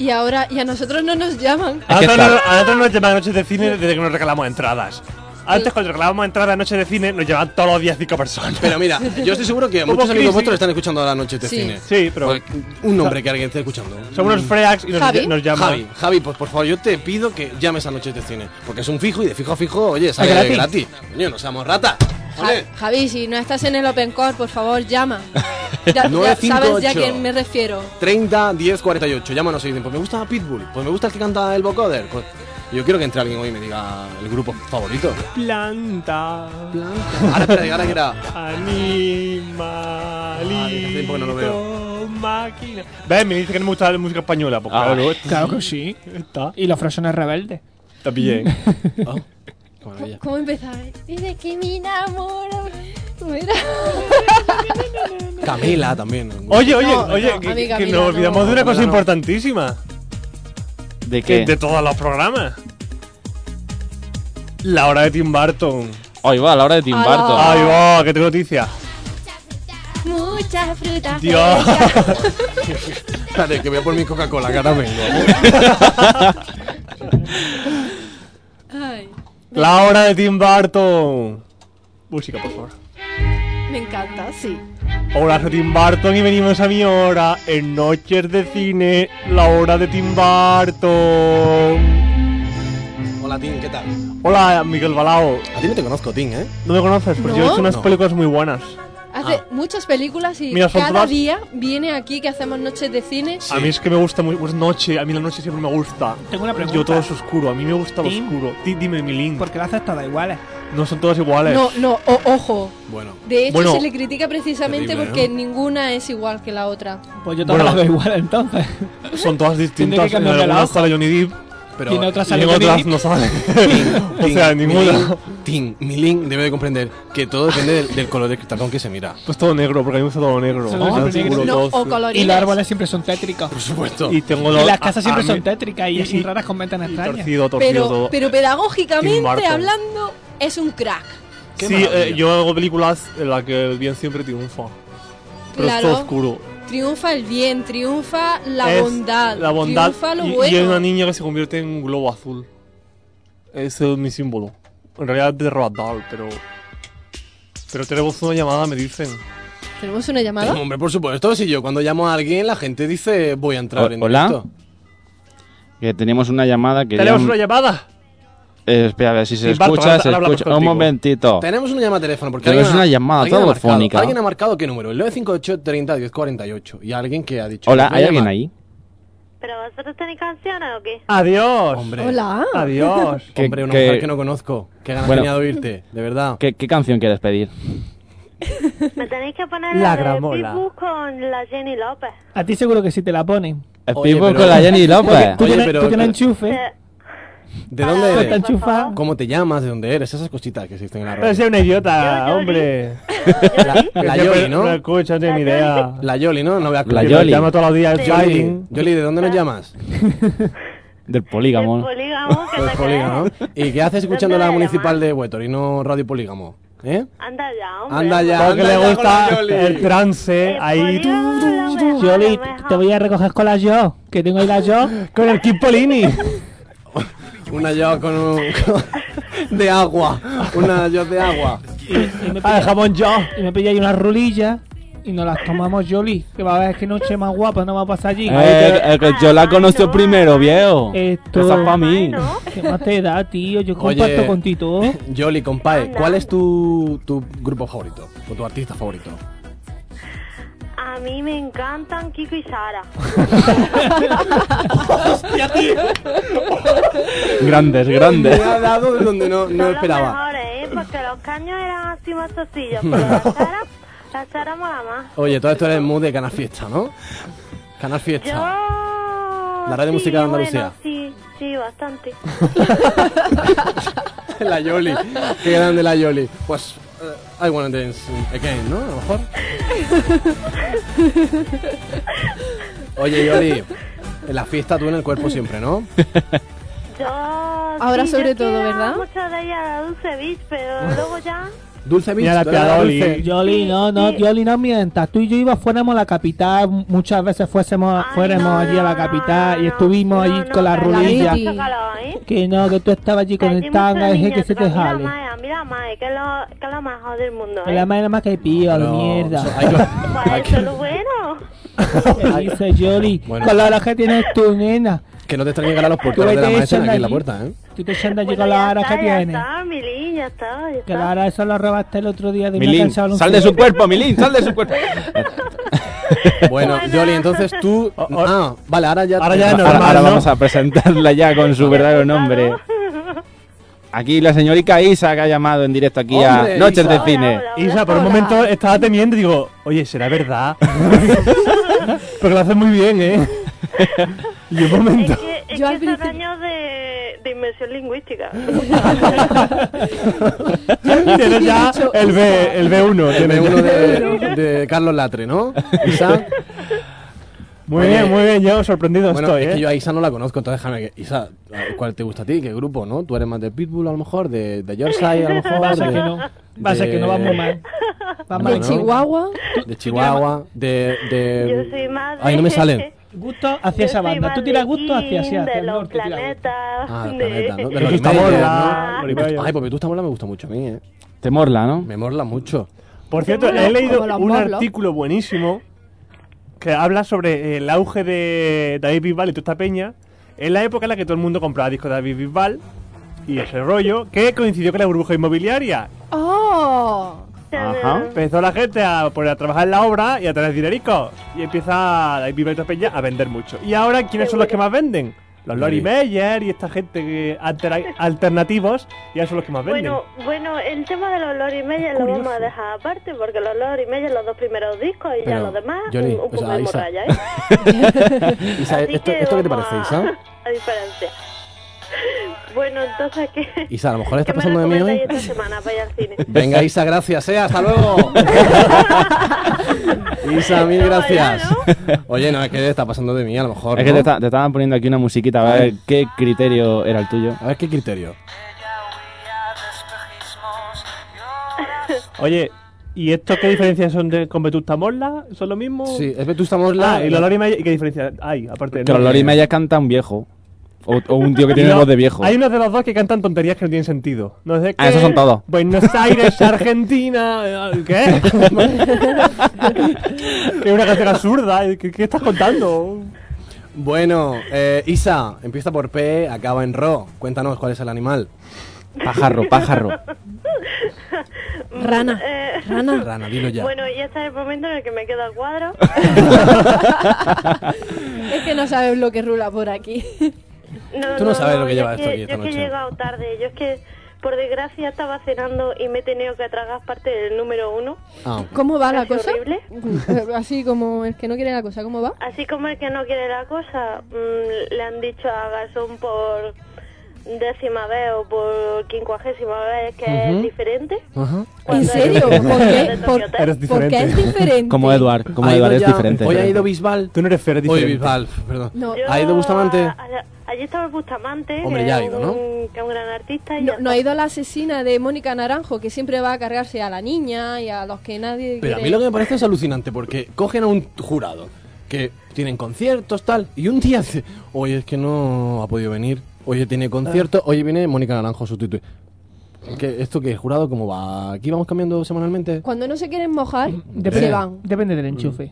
S8: Y ahora, y a nosotros no nos llaman.
S6: A
S7: que
S6: nosotros,
S7: está-
S6: Ah, no- a nosotros nos llaman noches de cine desde que nos regalamos entradas. Antes, cuando regalábamos entradas a noches de cine, nos llamaban todos los días cinco personas.
S9: Pero mira, yo estoy seguro que muchos
S6: crisis.
S9: amigos vuestros están escuchando ahora Noche de
S8: Sí.
S9: Cine.
S6: Sí, pero
S9: Porque Un nombre que alguien esté escuchando.
S6: son unos freaks y nos,
S8: Javi.
S6: nos llaman.
S9: Javi, Javi, pues por favor, yo te pido que llames a Noches de Cine. Porque es un fijo y de fijo a fijo, oye, sale
S2: gratis?
S9: gratis. Coño, no seamos ratas.
S8: Ja-
S9: Ole.
S8: Javi, si no estás en el Open Core, por favor, llama. Ya,
S9: No
S8: ya
S9: es cinco,
S8: sabes ya a
S9: ocho.
S8: quién me refiero.
S9: 30 10 48. Llámanos y dicen, pues me gusta Pitbull, pues me gusta el que canta el vocoder. Pues yo quiero que entre alguien hoy y me diga el grupo favorito.
S6: Planta,
S9: Ahora espera, ahora que era. Ay, hace tiempo
S6: animalito,
S9: que no lo
S6: máquina. Ves, me dice que no me gusta la música española.
S7: Ah,
S6: Pues claro,
S2: Claro que sí.
S6: está,
S2: Y los frosones rebeldes.
S6: está bien.
S9: Oh,
S6: Ah,
S9: qué maravilla.
S8: ¿Cómo empezar? Dice que me enamoro. Mira.
S9: Camila también. un grupo.
S6: Oye, oye,
S8: No,
S6: oye,
S8: no,
S6: que,
S8: amiga,
S6: que
S8: mira,
S6: nos olvidamos
S8: no.
S6: de una cosa
S9: Amiga, no.
S6: importantísima.
S7: ¿De
S6: que
S7: qué?
S6: De todos los programas. La hora de Tim Burton.
S7: Hoy va, a la hora de Tim
S8: Ala.
S7: Burton.
S6: Ay, va, que tengo noticia.
S8: Mucha fruta.
S6: Dios.
S9: Espérate, que voy a por mi Coca-Cola, que ahora vengo.
S8: Ay,
S6: La hora de Tim Burton. Música, por favor.
S8: me encanta, sí.
S6: Hola, soy Tim Burton y venimos a mi hora en Noches de Cine, la hora de Tim Burton.
S9: Hola, Tim, ¿qué tal?
S6: Hola, Miguel Balao.
S9: A ti no te conozco, Tim, ¿eh?
S6: No me conoces, pero
S8: ¿No?
S6: yo he hecho unas
S9: No.
S6: películas muy buenas.
S8: Hace muchas películas y
S6: Ah. Mira, son
S8: cada
S6: todas-
S8: día viene aquí que hacemos noches de cine.
S6: A mí es que me gusta muy. Pues noche, a mí la noche siempre me gusta.
S2: Tengo una pregunta.
S6: Yo todo es oscuro, a mí me gusta lo
S2: Tim.
S6: oscuro. Di- dime, Milín.
S2: Porque lo haces todas iguales.
S6: No son todas iguales.
S8: No, no, o- ojo.
S9: Bueno.
S8: De hecho,
S6: Bueno, ¿eh?
S8: se le critica precisamente
S9: terrible,
S8: porque
S9: ¿no?
S8: ninguna es igual que la otra.
S2: Pues yo todas
S6: Bueno.
S2: las hago iguales entonces.
S6: Son todas
S2: Tendré
S6: distintas.
S2: que
S6: En
S2: cambiarme la
S6: algunas
S2: hoja.
S6: sale Johnny Depp.
S9: Pero
S2: Tiene otra
S6: Y
S2: sale
S6: en
S2: Johnny
S6: otras
S2: Deep.
S6: no sale. o sea,
S9: Tim,
S6: ninguna.
S9: Milín- Tim, mi link debe de comprender que todo depende del, del color del cartón que se mira.
S6: Pues todo negro, porque a mí me gusta todo negro. Ah,
S2: Solo
S6: Tan
S2: siempre
S6: seguro, eh.
S2: negro.
S8: No,
S6: todo-
S8: o colorines.
S2: Y los árboles siempre son tétricos.
S9: Por supuesto.
S6: Y tengo
S2: Y
S6: dos-
S2: las casas
S6: a- a
S2: siempre son
S6: mí-
S2: tétricas y
S6: y-
S2: así
S6: y-
S2: raras con ventanas
S6: y
S2: extrañas.
S6: torcido, torcido
S8: Pero,
S6: todo.
S8: pero
S6: Tim
S8: pedagógicamente
S6: Burton.
S8: hablando, es un crack.
S9: Qué
S6: sí,
S9: maravilla.
S6: eh, yo hago películas en las que el bien siempre triunfa. Pero es
S8: Claro.
S6: todo oscuro.
S8: Triunfa el bien, triunfa la
S6: Es
S8: bondad,
S6: La bondad.
S8: triunfa lo
S6: y, y
S8: bueno.
S6: hay una niña que se convierte en un globo azul. Ese es mi símbolo. En realidad es de Roald Dahl, pero. Pero tenemos una llamada, me dicen.
S8: Tenemos una llamada.
S9: Tengo, hombre, por supuesto, si yo cuando llamo a alguien, la gente dice voy a entrar
S7: O-
S9: en
S7: hola.
S9: directo.
S7: Que tenemos una llamada que...
S9: Tenemos
S6: Em,
S7: ya-
S9: una
S6: llamada.
S7: Eh, espera, a ver si se
S9: Sí, Barto,
S7: escucha,
S9: ahora-
S7: se
S9: ahora hablamos
S7: escucha. Un
S9: contigo.
S7: momentito.
S9: Tenemos una llamada de teléfono porque
S7: Pero
S9: alguien
S7: es
S9: ha-
S7: una llamada
S9: alguien ha marcado.
S7: telefónica.
S9: Alguien ha marcado qué número, el 958 30 1048 y alguien que ha dicho
S7: Hola,
S9: "Voy a
S7: ¿hay alguien
S9: llamar".
S7: ahí?
S10: ¿Pero vosotros tenéis canciones o
S2: Ah,
S10: qué?
S6: Adiós.
S9: Hombre.
S10: Hola.
S6: Adiós.
S7: Que-
S9: Hombre, una
S7: que-
S9: mujer que no conozco. Qué ganas
S7: Bueno.
S9: tenía de oírte, de verdad.
S7: ¿Qué, qué canción quieres pedir?
S10: Me tenéis que poner
S2: La
S10: la, de
S2: gramola.
S10: Pitbull con la Jenny López.
S2: A ti seguro que sí te la ponen.
S7: El Pitbull con la Jenny López.
S2: Tú que
S9: Oye,
S2: la-
S9: pero-
S2: tú que la enchufes.
S9: ¿De
S10: Ah,
S9: dónde
S2: Pues te
S9: eres?
S2: enchufa.
S9: ¿Cómo te llamas? ¿De dónde eres? Esas cositas que existen en la
S6: Pero
S9: radio.
S6: sea un idiota, hombre.
S9: La, la Yoli,
S6: No
S9: ¿no?
S6: escuchas ni idea.
S9: La Yoli, ¿no? No voy a
S7: La
S9: que
S7: Yoli.
S9: te llamo todos los días.
S6: Sí.
S9: Yoli, Yoli, ¿de dónde nos llamas?
S7: Del polígamo.
S10: Polígamo, que
S9: Del Pues
S10: te
S9: polígamo. ¿Y qué haces escuchando la municipal de Huetorino Radio Polígamo? ¿eh?
S10: Anda ya, hombre.
S9: Anda ya,
S6: Porque
S9: anda
S6: le
S9: ya con la
S6: gusta
S9: Yoli.
S6: el trance. Ahí.
S2: Yoli, te voy a recoger con la yo, que tengo ahí la yo.
S6: Con el Kipolini.
S9: Una yo con un... con- de agua. Una yo de agua.
S2: Ah, jamón yo. Y me pilláis unas rulillas y nos las tomamos Yoli. Que va a ver qué noche más guapa no va a pasar allí.
S7: Eh, eh, que yo la conocí primero, viejo.
S2: Esto-
S7: Esa es para mí.
S2: ¿Qué más te da, tío? Yo
S9: Oye.
S2: comparto con Tito.
S9: Yoli, compadre, ¿cuál es tu, tu grupo favorito? ¿O tu artista favorito?
S10: A mí me encantan Kiko y Sara.
S9: Pues
S2: ¡Hostia, tío!
S7: Grandes,
S9: Me
S7: grandes.
S9: ha dado de donde no, no esperaba.
S10: Mejores, ¿eh? Porque los caños eran así más sencillos, pero la Sara, la Sara mola más.
S9: Oye, todo esto eres muy de Canal Fiesta, ¿no? Canal Fiesta. La radio
S10: Sí,
S9: musical de Andalucía.
S10: Bueno, sí, sí, bastante.
S9: la Yoli. Qué grande la Yoli. Pues, hay I wanna dance again, ¿no? A lo mejor. Oye, Yoli, en la fiesta tú en el cuerpo siempre, ¿no?
S10: Ahora
S8: Ahora sobre todo, ¿verdad?
S10: Mucho de ella, Dulce Beach, pero luego ya...
S9: Dulce Beach.
S2: Mira la
S9: tú eres
S2: tía Yoli.
S9: Dulce.
S2: Yoli, no, no, Yoli, no mientas. Tú y yo iba, fuéramos a la capital, muchas veces fuésemos, Ah, fuéramos allí a la capital y estuvimos allí con la rulilla.
S10: Mucho calor, ¿eh?
S2: Que no, que tú estabas allí con el tanga, dije que se te jale.
S10: Mira, mira, madre, que es lo, que es lo mejor del mundo,
S2: Me
S10: ¿eh?
S2: La madre nada más que pío, la mierda.
S10: Pues eso es lo bueno.
S2: ¿Qué dice Yoli?
S9: Bueno.
S2: Con la hora que tienes tú, nena.
S9: Que no te extrañen llegar a los
S2: Tú
S9: porteros de la
S2: vete
S9: maestra
S2: echando
S9: aquí en la
S2: allí.
S9: puerta, ¿eh?
S2: Tú te echando allí con
S10: Bueno,
S2: la
S10: ya
S2: hora que
S10: está, ya
S2: tienes.
S10: está, Milín, ya está, ya
S2: Que
S10: está.
S2: la hora eso lo robaste el otro día de una
S7: Milín,
S2: cansada
S7: sal de su cuerpo, Milín, sal de su cuerpo.
S9: Bueno, Yoli, entonces tú. Ah, vale, ahora ya.
S7: Ahora, ahora vamos a presentarla ya con su verdadero nombre. Aquí la señorita Isa que ha llamado en directo aquí a
S6: Hombre,
S7: Noches
S6: Isa.
S7: de Cine.
S6: Isa, por un momento estaba temiendo y digo, oye, ¿será verdad? Porque lo haces muy bien, ¿eh? Y un momento.
S10: Es que, es
S8: Yo
S10: que
S8: al
S10: son
S8: principio-
S10: años de, de inmersión lingüística.
S9: Ah,
S6: Tienes ya el, B, el B1.
S9: El
S6: tienes
S9: B1
S6: ya.
S9: de, de Carlos Latre, ¿no? Isa.
S6: Muy bien, muy bien, yo sorprendido
S9: Bueno,
S6: estoy,
S9: es que
S6: ¿eh?
S9: yo a Isa no la conozco, entonces déjame que. Isa, ¿cuál te gusta a ti? ¿Qué grupo, no? Tú eres más de Pitbull a lo mejor, de, de Yorkshire a lo mejor.
S2: Pasa
S9: de,
S2: que no. Pasa
S9: de-
S2: que no vamos mal. Vamos
S9: Del
S2: mal.
S9: Chihuahua. De Chihuahua, de. de-
S10: Yo soy más
S9: Ay, no me sale.
S2: Gusto hacia esa banda. Tú tiras gusto hacia, hacia, hacia el norte. tira gusto.
S9: Ah, de
S10: de-
S9: planeta, ¿no? De
S6: de
S9: los
S6: Tusta
S9: medios,
S6: Morla,
S9: ¿no?
S6: Orihuela.
S9: Ay, porque tú esta morla me gusta mucho a mí, ¿eh?
S7: Te morla, ¿no?
S9: Me morla mucho.
S6: Por cierto,
S10: Como
S6: he
S10: los-
S6: leído
S10: como los
S6: un
S10: morlos.
S6: artículo buenísimo que habla sobre eh, el auge de David Bisbal y toda esta peña en la época en la que todo el mundo compraba discos de David Bisbal y ese rollo que coincidió con la burbuja inmobiliaria.
S8: ¡Oh!
S6: Empezó la gente a, poner a trabajar en la obra y a traer dinericos. Y empieza David Bisbal y toda esta peña a vender mucho. ¿Y ahora quiénes son los que más venden? Los Lori
S9: Sí.
S6: Meyer y esta gente que altera- alternativos y ahora son los que más venden.
S10: Bueno, bueno, el tema de los Lori Meyer lo vamos a dejar aparte porque los Lori Meyer los dos primeros discos y ya
S9: Pero,
S10: los demás
S9: Johnny,
S10: un, un
S9: o
S10: poco
S9: sea,
S10: de
S9: Isa.
S10: morralla, ¿eh?
S9: Isa,
S10: Así
S9: ¿esto, ¿esto qué te
S10: vamos
S9: parece,
S10: a-
S9: Isa?
S10: A diferencia. Bueno, entonces, ¿qué,
S9: Isa, a lo mejor está
S10: ¿qué me
S9: pasando de mí hoy.
S10: recomendáis esta semana para ir al cine?
S9: Venga, Isa, gracias, ¿eh? Hasta luego. Isa, mil gracias. Oye, no, es que está pasando de mí, a lo mejor.
S7: Es que
S9: ¿no?
S7: te, esta- te estaban poniendo aquí una musiquita, a ver qué criterio era el tuyo.
S9: A ver qué criterio.
S6: Oye, ¿y estos qué diferencias son de, con Vetusta Morla? ¿Son lo mismo?
S8: Uh.
S9: Sí, es Vetusta Morla.
S6: Ah, ¿y los Lori Meyer? ¿Y qué diferencia hay? Aparte de
S7: Que los Lori Meyer canta un viejo. O, o un tío que tiene
S6: No,
S7: voz de viejo.
S6: Hay unos de los dos que cantan tonterías que no tienen sentido. No sé
S7: Ah,
S6: qué,
S7: esos son todos.
S6: Buenos Aires, Argentina. eh, ¿Qué? que es una canción absurda. eh, ¿Qué, qué estás contando?
S9: Bueno, eh, Isa, empieza por P, acaba en Ro. Cuéntanos cuál es el animal.
S7: Pájaro, pájaro.
S8: Rana.
S10: Eh,
S8: Rana.
S9: Rana, dilo ya.
S10: Bueno, y este es el momento en el que me quedo a cuadro.
S8: Es que no sabes lo que rula por aquí.
S9: Tú no sabes lo que
S10: yo
S9: lleva
S10: es
S9: esto
S10: que-
S9: aquí esta
S10: Yo es que
S9: noche.
S10: he llegado tarde. Yo es que, por desgracia, estaba cenando y me he tenido que tragar parte del número uno.
S9: Ah.
S8: ¿Cómo va la
S10: Casi
S8: cosa?
S10: horrible.
S8: Eh, Así como el que no quiere la cosa, ¿cómo va?
S10: Así como el que no quiere la cosa, mm, le han dicho a Gasón por décima vez o por quincuagésima vez que
S7: Ujú.
S10: es diferente.
S8: ¿En serio? ¿Por qué? ¿Por, por qué es diferente?
S7: Como Eduard, como
S9: Ha ido
S7: Eduard es
S9: ya-
S7: diferente.
S9: Hoy ha ido Bisbal.
S6: Tú no eres Fer, es
S9: Hoy
S6: diferente.
S9: Bisbal, perdón.
S8: No.
S9: ¿Ha ido Bustamante?
S10: Allí estaba Bustamante,
S9: Hombre,
S10: que,
S9: ya ha
S10: es
S9: ido,
S10: un,
S9: ¿no?
S10: que es un gran artista. Y
S8: No,
S10: ya
S8: no
S10: está.
S8: ha ido la asesina de Mónica Naranjo, que siempre va a cargarse a la niña y a los que nadie
S9: Pero a
S8: quiere.
S9: mí lo que me parece es alucinante porque cogen a un jurado que tienen conciertos, tal, y un día hace, oye, es que no ha podido venir, oye, tiene concierto, oye, viene Mónica Naranjo a sustituir. ¿Qué- ¿Esto qué? ¿Jurado cómo va? ¿Aquí vamos cambiando semanalmente?
S8: Cuando no se quieren mojar,
S2: Depende,
S8: se van.
S2: depende del enchufe.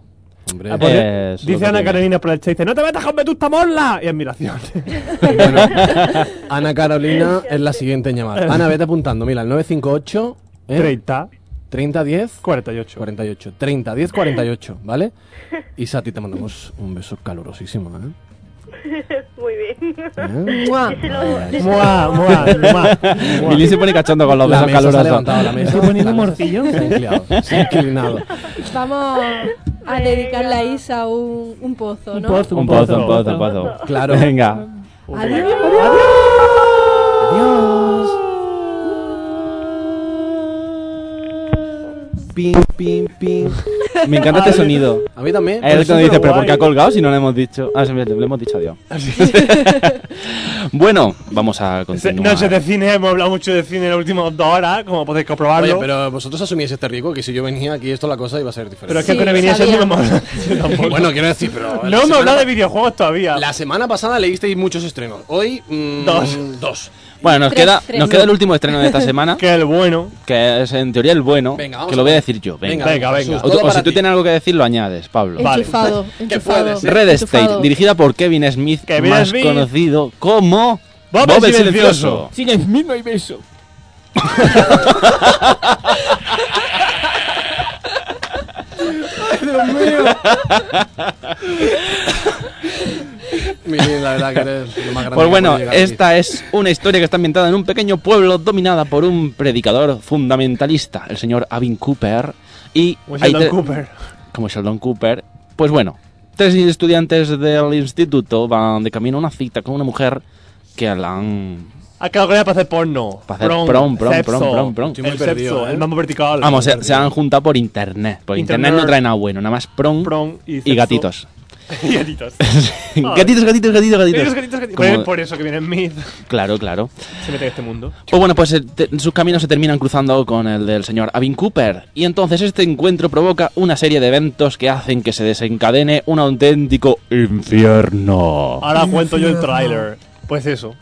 S9: Hombre, eh,
S6: Ah, pues,
S7: Eh, es lo
S6: dice
S7: que
S6: Ana
S7: tiene.
S6: Carolina por el chat, dice, no te metas con Vetusta Morla. Y admiración.
S7: ¿Eh?
S9: Ana Carolina es la siguiente en llamar. Ana, vete apuntando, mira, el 958... ¿eh?
S6: 30.
S9: 30, 10...
S6: 48.
S9: 48. 30, 10, 48, ¿vale? Isa, a ti te mandamos un beso calurosísimo, ¿eh?
S10: Muy bien.
S9: ¿Eh?
S8: Mua.
S6: Mua, mua, mua.
S7: Lili se pone cachondo con los
S9: La
S7: besos
S9: mesa se ha levantado,
S7: calurosos.
S9: la mesa.
S2: Estoy poniendo
S9: la mesa
S2: morcillo.
S9: Se ha inclinado, se ha inclinado.
S8: Vamos a dedicarle a Isa un, un pozo, ¿no?
S7: Un pozo, un pozo, un pozo.
S9: Claro.
S7: Venga.
S8: Adiós.
S9: Adiós. Pim, pim, pim.
S7: Me encanta este sonido.
S9: A mí también.
S7: Es el que
S6: eso
S7: nos
S6: está
S7: dice, pero ¿por
S6: guay".
S9: ¿eh?
S7: qué ha colgado si no le hemos dicho? Ah, sí, le le hemos dicho adiós.
S9: Ah,
S7: bueno, vamos a continuar.
S6: Noches de cine, hemos hablado mucho de cine en las últimas dos horas, como podéis comprobarlo.
S9: Oye,
S6: pero...
S9: pero vosotros asumíais este riesgo que si yo venía aquí esto la cosa iba a ser diferente.
S6: es que
S8: Sí,
S6: tú no vinieses
S8: sabía.
S6: yo no me yo tampoco.
S9: bueno, quiero decir, pero la
S6: No hemos
S9: semana
S6: hablado de
S9: pa-
S6: videojuegos todavía.
S9: La semana pasada leísteis muchos estrenos. Hoy mm,
S6: Dos.
S9: dos.
S7: Bueno, nos,
S8: Tres,
S7: queda,
S8: tres.
S7: nos queda el último estreno de esta semana,
S6: Que el bueno.
S7: que es en teoría el bueno,
S9: Venga, vamos
S7: que lo
S9: a
S7: voy a
S9: ver.
S7: decir yo.
S9: Venga,
S7: Venga.
S6: Venga, venga.
S9: Jesús,
S7: O,
S9: todo
S7: o
S9: para
S7: si tú
S9: ti.
S7: tienes algo que decir, lo añades, Pablo.
S6: Vale.
S8: Enchufado,
S9: ¿Qué
S8: enchufado.
S9: puede ser?
S7: Red State,
S8: Enchufado.
S7: dirigida por Kevin Smith,
S6: Kevin
S7: más
S6: Smith.
S7: conocido como
S6: Bob el Silencioso.
S2: Sigue el mismo y beso.
S9: Mirin, la verdad que eres lo más grande
S7: Pues
S9: que
S7: bueno,
S9: puede llegar aquí.
S7: esta es una historia que está ambientada en un pequeño pueblo dominada por un predicador fundamentalista, el señor Avin Cooper. Y
S6: O
S7: hay
S6: Sheldon
S7: tre-
S6: Cooper.
S7: como Sheldon Cooper. Pues bueno, tres estudiantes del instituto van de camino a una cita con una mujer que la han...
S6: Ha quedado con ella para hacer porno.
S7: Para hacer prom, prom,
S6: sexo.
S7: prom, prom, prom.
S9: Estoy muy
S6: El
S9: perdido,
S6: sexo,
S9: ¿eh?
S6: el mambo vertical.
S7: Vamos, se, se han juntado por internet. Por internet,
S6: Internet.
S7: no traen nada bueno, nada más prom,
S6: Prom y sexo.
S7: y gatitos.
S6: y gatitos.
S7: gatitos, gatitos, gatitos,
S6: Gatitos, gatitos,
S7: gatitos.
S6: gatitos.
S7: Como-
S6: Pues Por eso que viene Smith.
S7: Claro, claro.
S6: Se mete en este mundo.
S7: Pues bueno, pues eh, te- sus caminos se terminan cruzando con el del señor Avin Cooper. Y entonces este encuentro provoca una serie de eventos que hacen que se desencadene un auténtico infierno.
S6: Ahora cuento yo el tráiler. Pues eso.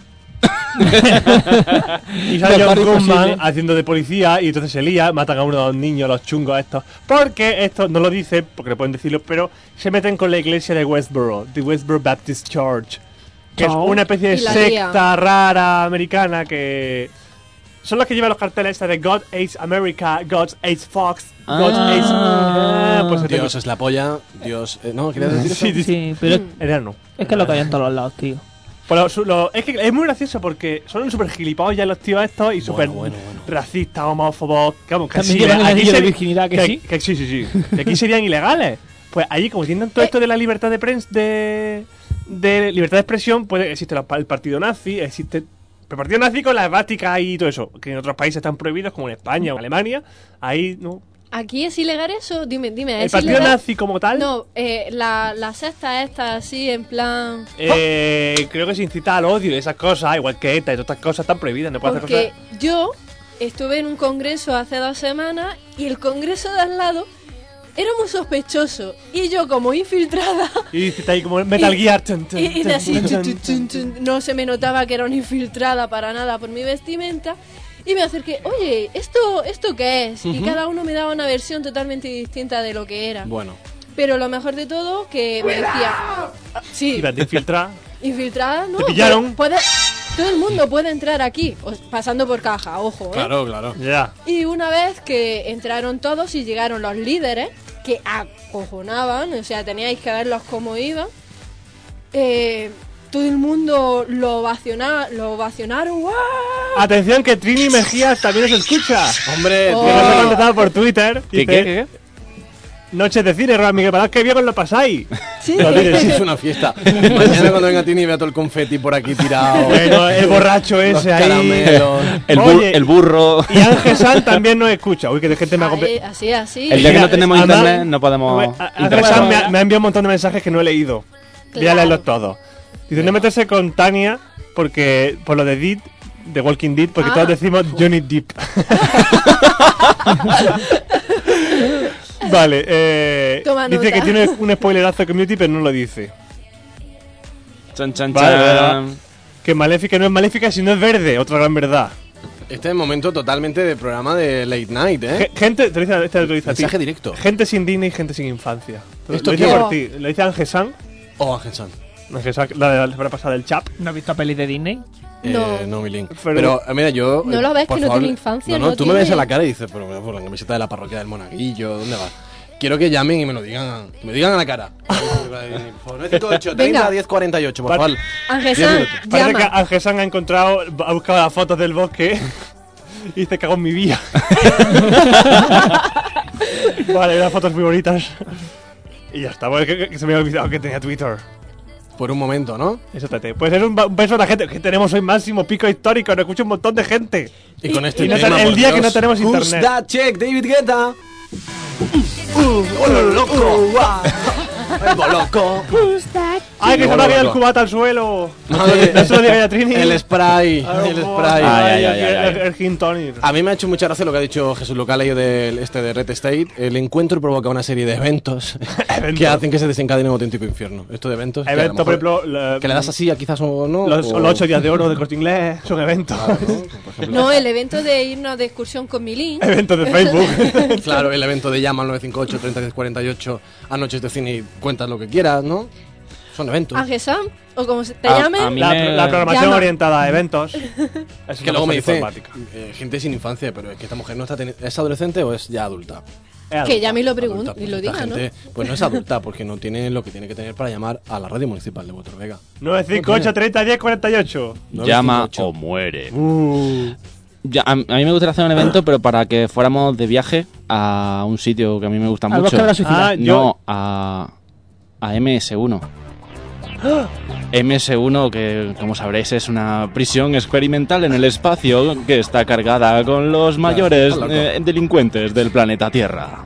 S6: y sale John
S2: Lo más
S6: Goodman
S2: imposible.
S6: haciendo de policía y entonces se lía, matan a uno de los niños, los chungos estos. Porque esto no lo dice, porque no pueden decirlo, pero se meten con la iglesia de Westboro, The Westboro Baptist Church. Que es
S2: Chao.
S6: una especie de
S8: Y la
S6: secta rara americana que... Son los que llevan los carteles de God Hates America, God Hates Fox, God
S7: Ah.
S6: Hates... Ah, pues se te-
S9: Dios es la polla, Dios... eh, no, querías decir eso?
S6: Sí, sí, sí.
S2: Sí, pero es-
S6: Era no.
S2: es que lo que hay en todos lados, tío.
S6: Pero su- Pues lo- es que es muy gracioso porque son súper gilipollas los tíos estos y súper
S9: bueno, bueno.
S6: racistas, homófobos. que vamos, que
S2: También
S6: sí, eh,
S2: llevan el
S6: aquí
S2: anillo de
S6: seri-
S2: virginidad, que sí.
S6: Que sí, sí, sí. Que aquí serían ilegales. Pues allí, como tienen
S8: Eh.
S6: todo esto de la libertad de prensa, de, de libertad de expresión, pues existe la- el partido nazi, existe el partido nazi con las básicas y todo eso, que en otros países están prohibidos, como en España o en Alemania. Ahí, ¿no?
S8: ¿Aquí es ilegal eso? Dime, dime.
S6: El
S8: ¿es
S6: partido
S8: ilegal?
S6: nazi como tal,
S8: No, eh, la, la cesta esta así en plan...
S6: eh, creo que se incita al odio y esas cosas, igual que ETA y todas estas cosas están prohibidas, no puede hacer
S8: Porque
S6: cosas.
S8: yo estuve en un congreso hace dos semanas y el congreso de al lado era muy sospechoso. Y yo, como infiltrada,
S6: Y está ahí como Metal
S8: Y-
S6: Gear. tun, tun,
S8: y, y
S6: tun,
S8: de así,
S6: tun, tun,
S8: chun, chun, chun, chun, no se me notaba que era una infiltrada para nada por mi vestimenta. Y me acerqué, oye, ¿esto, esto qué es? Y
S9: Ujú.
S8: cada uno me daba una versión totalmente distinta de lo que era.
S9: Bueno.
S6: ¿Eh?
S8: Pero lo mejor de todo, que me decía, Sí.
S6: Iba a infiltrar.
S8: infiltrada, no.
S6: Te pillaron.
S8: puede- todo el mundo puede entrar aquí, o- pasando por caja, ojo. ¿eh?
S9: Claro, claro.
S6: Ya.
S8: Y una vez que entraron todos y llegaron los líderes, que acojonaban, o sea, teníais que verlos cómo iban, eh, todo el mundo lo, ovaciona, lo ovacionaron. ¡guau!
S6: Atención que Trini Mejías también nos escucha.
S9: Hombre,
S6: que
S8: Oh.
S6: nos ha contestado por Twitter.
S7: ¿Qué,
S6: Dice,
S7: qué, qué,
S6: Noches de cine, Roa Miguel Balaz, qué bien os lo pasáis.
S8: Sí.
S9: Lo diré, sí, es una fiesta. Mañana cuando venga Tini vea todo el confeti por aquí tirado.
S6: Bueno, el borracho
S9: Los
S6: ese ahí.
S9: caramelos.
S7: El, bur-
S6: Oye.
S7: el burro.
S6: Y Ángel San también nos escucha. Uy, que de gente me ha compl-
S8: Ahí, así, así.
S7: El día que no tenemos
S6: Además,
S7: internet no podemos
S6: A- a- Ángel
S7: interactuar.
S6: San me ha, me ha enviado un montón de mensajes que no he leído. Voy a
S8: Claro.
S6: leerlos todos. Dice, no meterse con Tania porque por lo de Deed, de Walking Dead, porque
S8: Ah.
S6: todos decimos Johnny Deep. vale, eh,
S8: Toma
S6: dice
S8: nota.
S6: que tiene un spoilerazo de Community, pero no lo dice.
S7: Chan, chan,
S6: Vale, vale,
S7: chan.
S6: vale. Que maléfica no es maléfica, sino es verde, otra gran verdad.
S9: Este es el momento totalmente de programa de late night, ¿eh?
S6: Ge- Gente, te lo dice, este te lo dice a ti.
S9: Mensaje directo.
S6: Gente sin Disney y gente sin infancia. Lo-
S9: ¿Esto
S6: lo dice
S9: qué?
S6: por ti. Lo dice Ángel San.
S9: Oh, Ángel San.
S6: Ángel San, la de la semana pasada, el chap.
S2: ¿No has visto peli de Disney?
S8: No.
S9: Eh, no, mi link. Pero,
S6: Pero-
S9: eh, mira, yo.
S8: No
S9: eh,
S8: lo ves,
S9: por
S8: que no
S9: favor,
S8: tiene infancia,
S9: No, no,
S8: no
S9: tú me ves
S8: tiene-
S9: a la cara y dices, pero bueno, por la camiseta de la parroquia del Monaguillo, ¿dónde vas? Quiero que llamen y me lo digan, que me digan a la cara. por 958 30
S8: Venga.
S9: 1048, por
S6: Vale.
S9: favor.
S8: Ángel
S9: Diez
S8: San,
S9: minutos.
S6: Parece que
S8: llama.
S6: Ángel San ha encontrado, ha buscado las fotos del bosque y dice cago en mi vida. vale, unas fotos muy bonitas. Y ya está, bueno, que, que se me había olvidado que tenía Twitter.
S9: Por un momento, ¿no?
S6: Exactamente. Pues es un, ba- un beso a la gente que tenemos hoy máximo pico histórico, nos escucha un montón de gente.
S9: Y con este
S6: y no
S9: tema,
S6: ten- el
S9: por
S6: día que
S9: Dios.
S6: no tenemos
S9: Who's
S6: internet.
S9: that check, David Guetta. ¡Hola, loco! ¡Vuelvo loco!
S6: ¡Ay, que se me
S9: luego,
S6: ha caído el
S9: luego.
S6: cubata al suelo!
S9: Madre-
S6: No se lo diga a Trini.
S9: El spray,
S6: Ay,
S9: el
S6: por-
S7: Ay,
S9: spray.
S7: ay, ay,
S6: el-
S7: ay, ay.
S6: el- El gin tonic.
S9: A mí me ha hecho mucha gracia lo que ha dicho Jesús Localio del este de Red State. El encuentro provoca una serie de eventos que
S6: Eventos.
S9: hacen que se desencadene un auténtico infierno. Esto de eventos. que a lo
S6: Evento, por
S9: mejor-
S6: ejemplo, la-
S9: que le das así a quizás o no.
S6: los,
S9: o-
S6: los ocho días de oro de corte inglés son eventos.
S9: Claro, ¿no? Por ejemplo.
S8: No, el evento de irnos de excursión con Milín.
S6: eventos de Facebook.
S9: Claro, el evento de llama al 958 3048 a noches de cine y cuentas lo que quieras, ¿no? Son eventos.
S8: Ángel San, o como se- te
S7: A-
S8: llamen.
S7: a mí-
S6: La,
S7: me-
S6: la programación
S8: Llama.
S6: orientada a eventos. Es
S9: que luego me
S6: dice
S9: dice eh, gente sin infancia, pero es que esta mujer no está teni- ¿es adolescente o es ya adulta?
S8: Que ya me lo pregunto
S9: Adulta,
S8: y lo
S9: porque esta
S8: diga, ¿no?
S9: gente, Pues no es adulta porque no tiene lo que tiene que tener para llamar a la radio municipal de Botorvega.
S6: 958 30 10 48.
S7: Llama o muere. Ya, a, a mí me gustaría hacer un evento, pero para que fuéramos de viaje a un sitio que a mí me gusta
S2: Al
S7: mucho.
S2: bosque de la suicida.
S6: Ah, yo-
S7: no, a, a MS1. MS1, que como sabréis es una prisión experimental en el espacio que está cargada con los mayores
S9: está loco.
S7: eh, delincuentes del planeta Tierra.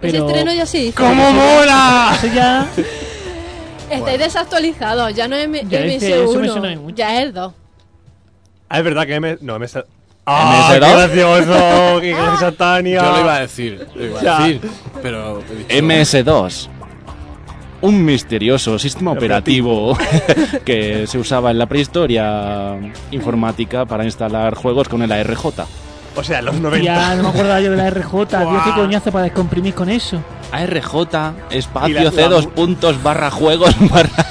S8: Ese
S2: Pero-
S8: estreno ya sí.
S6: ¡Cómo mola!
S2: Eso ya.
S8: Estáis desactualizados, ya no es M-
S2: Ya es que eso me suena a mí
S8: MS1,
S2: mucho.
S8: ya es el 2.
S6: Ah, es verdad que M. No, MS. ¡Ah!
S7: MS2.
S6: ¡Qué gracioso! ¡Qué graciosa Tania!
S9: Yo lo iba a decir, lo iba
S6: Ya.
S9: a decir, pero... he dicho-
S7: MS2. Un misterioso sistema operativo que se usaba en la prehistoria informática para instalar juegos con el ARJ.
S6: O sea, los 90.
S2: Ya no me acordaba yo de la RJ. Dios, qué coñazo para descomprimir con eso.
S7: ARJ,
S6: Y la-
S7: espacio
S6: la-
S7: C2 puntos barra juegos barra.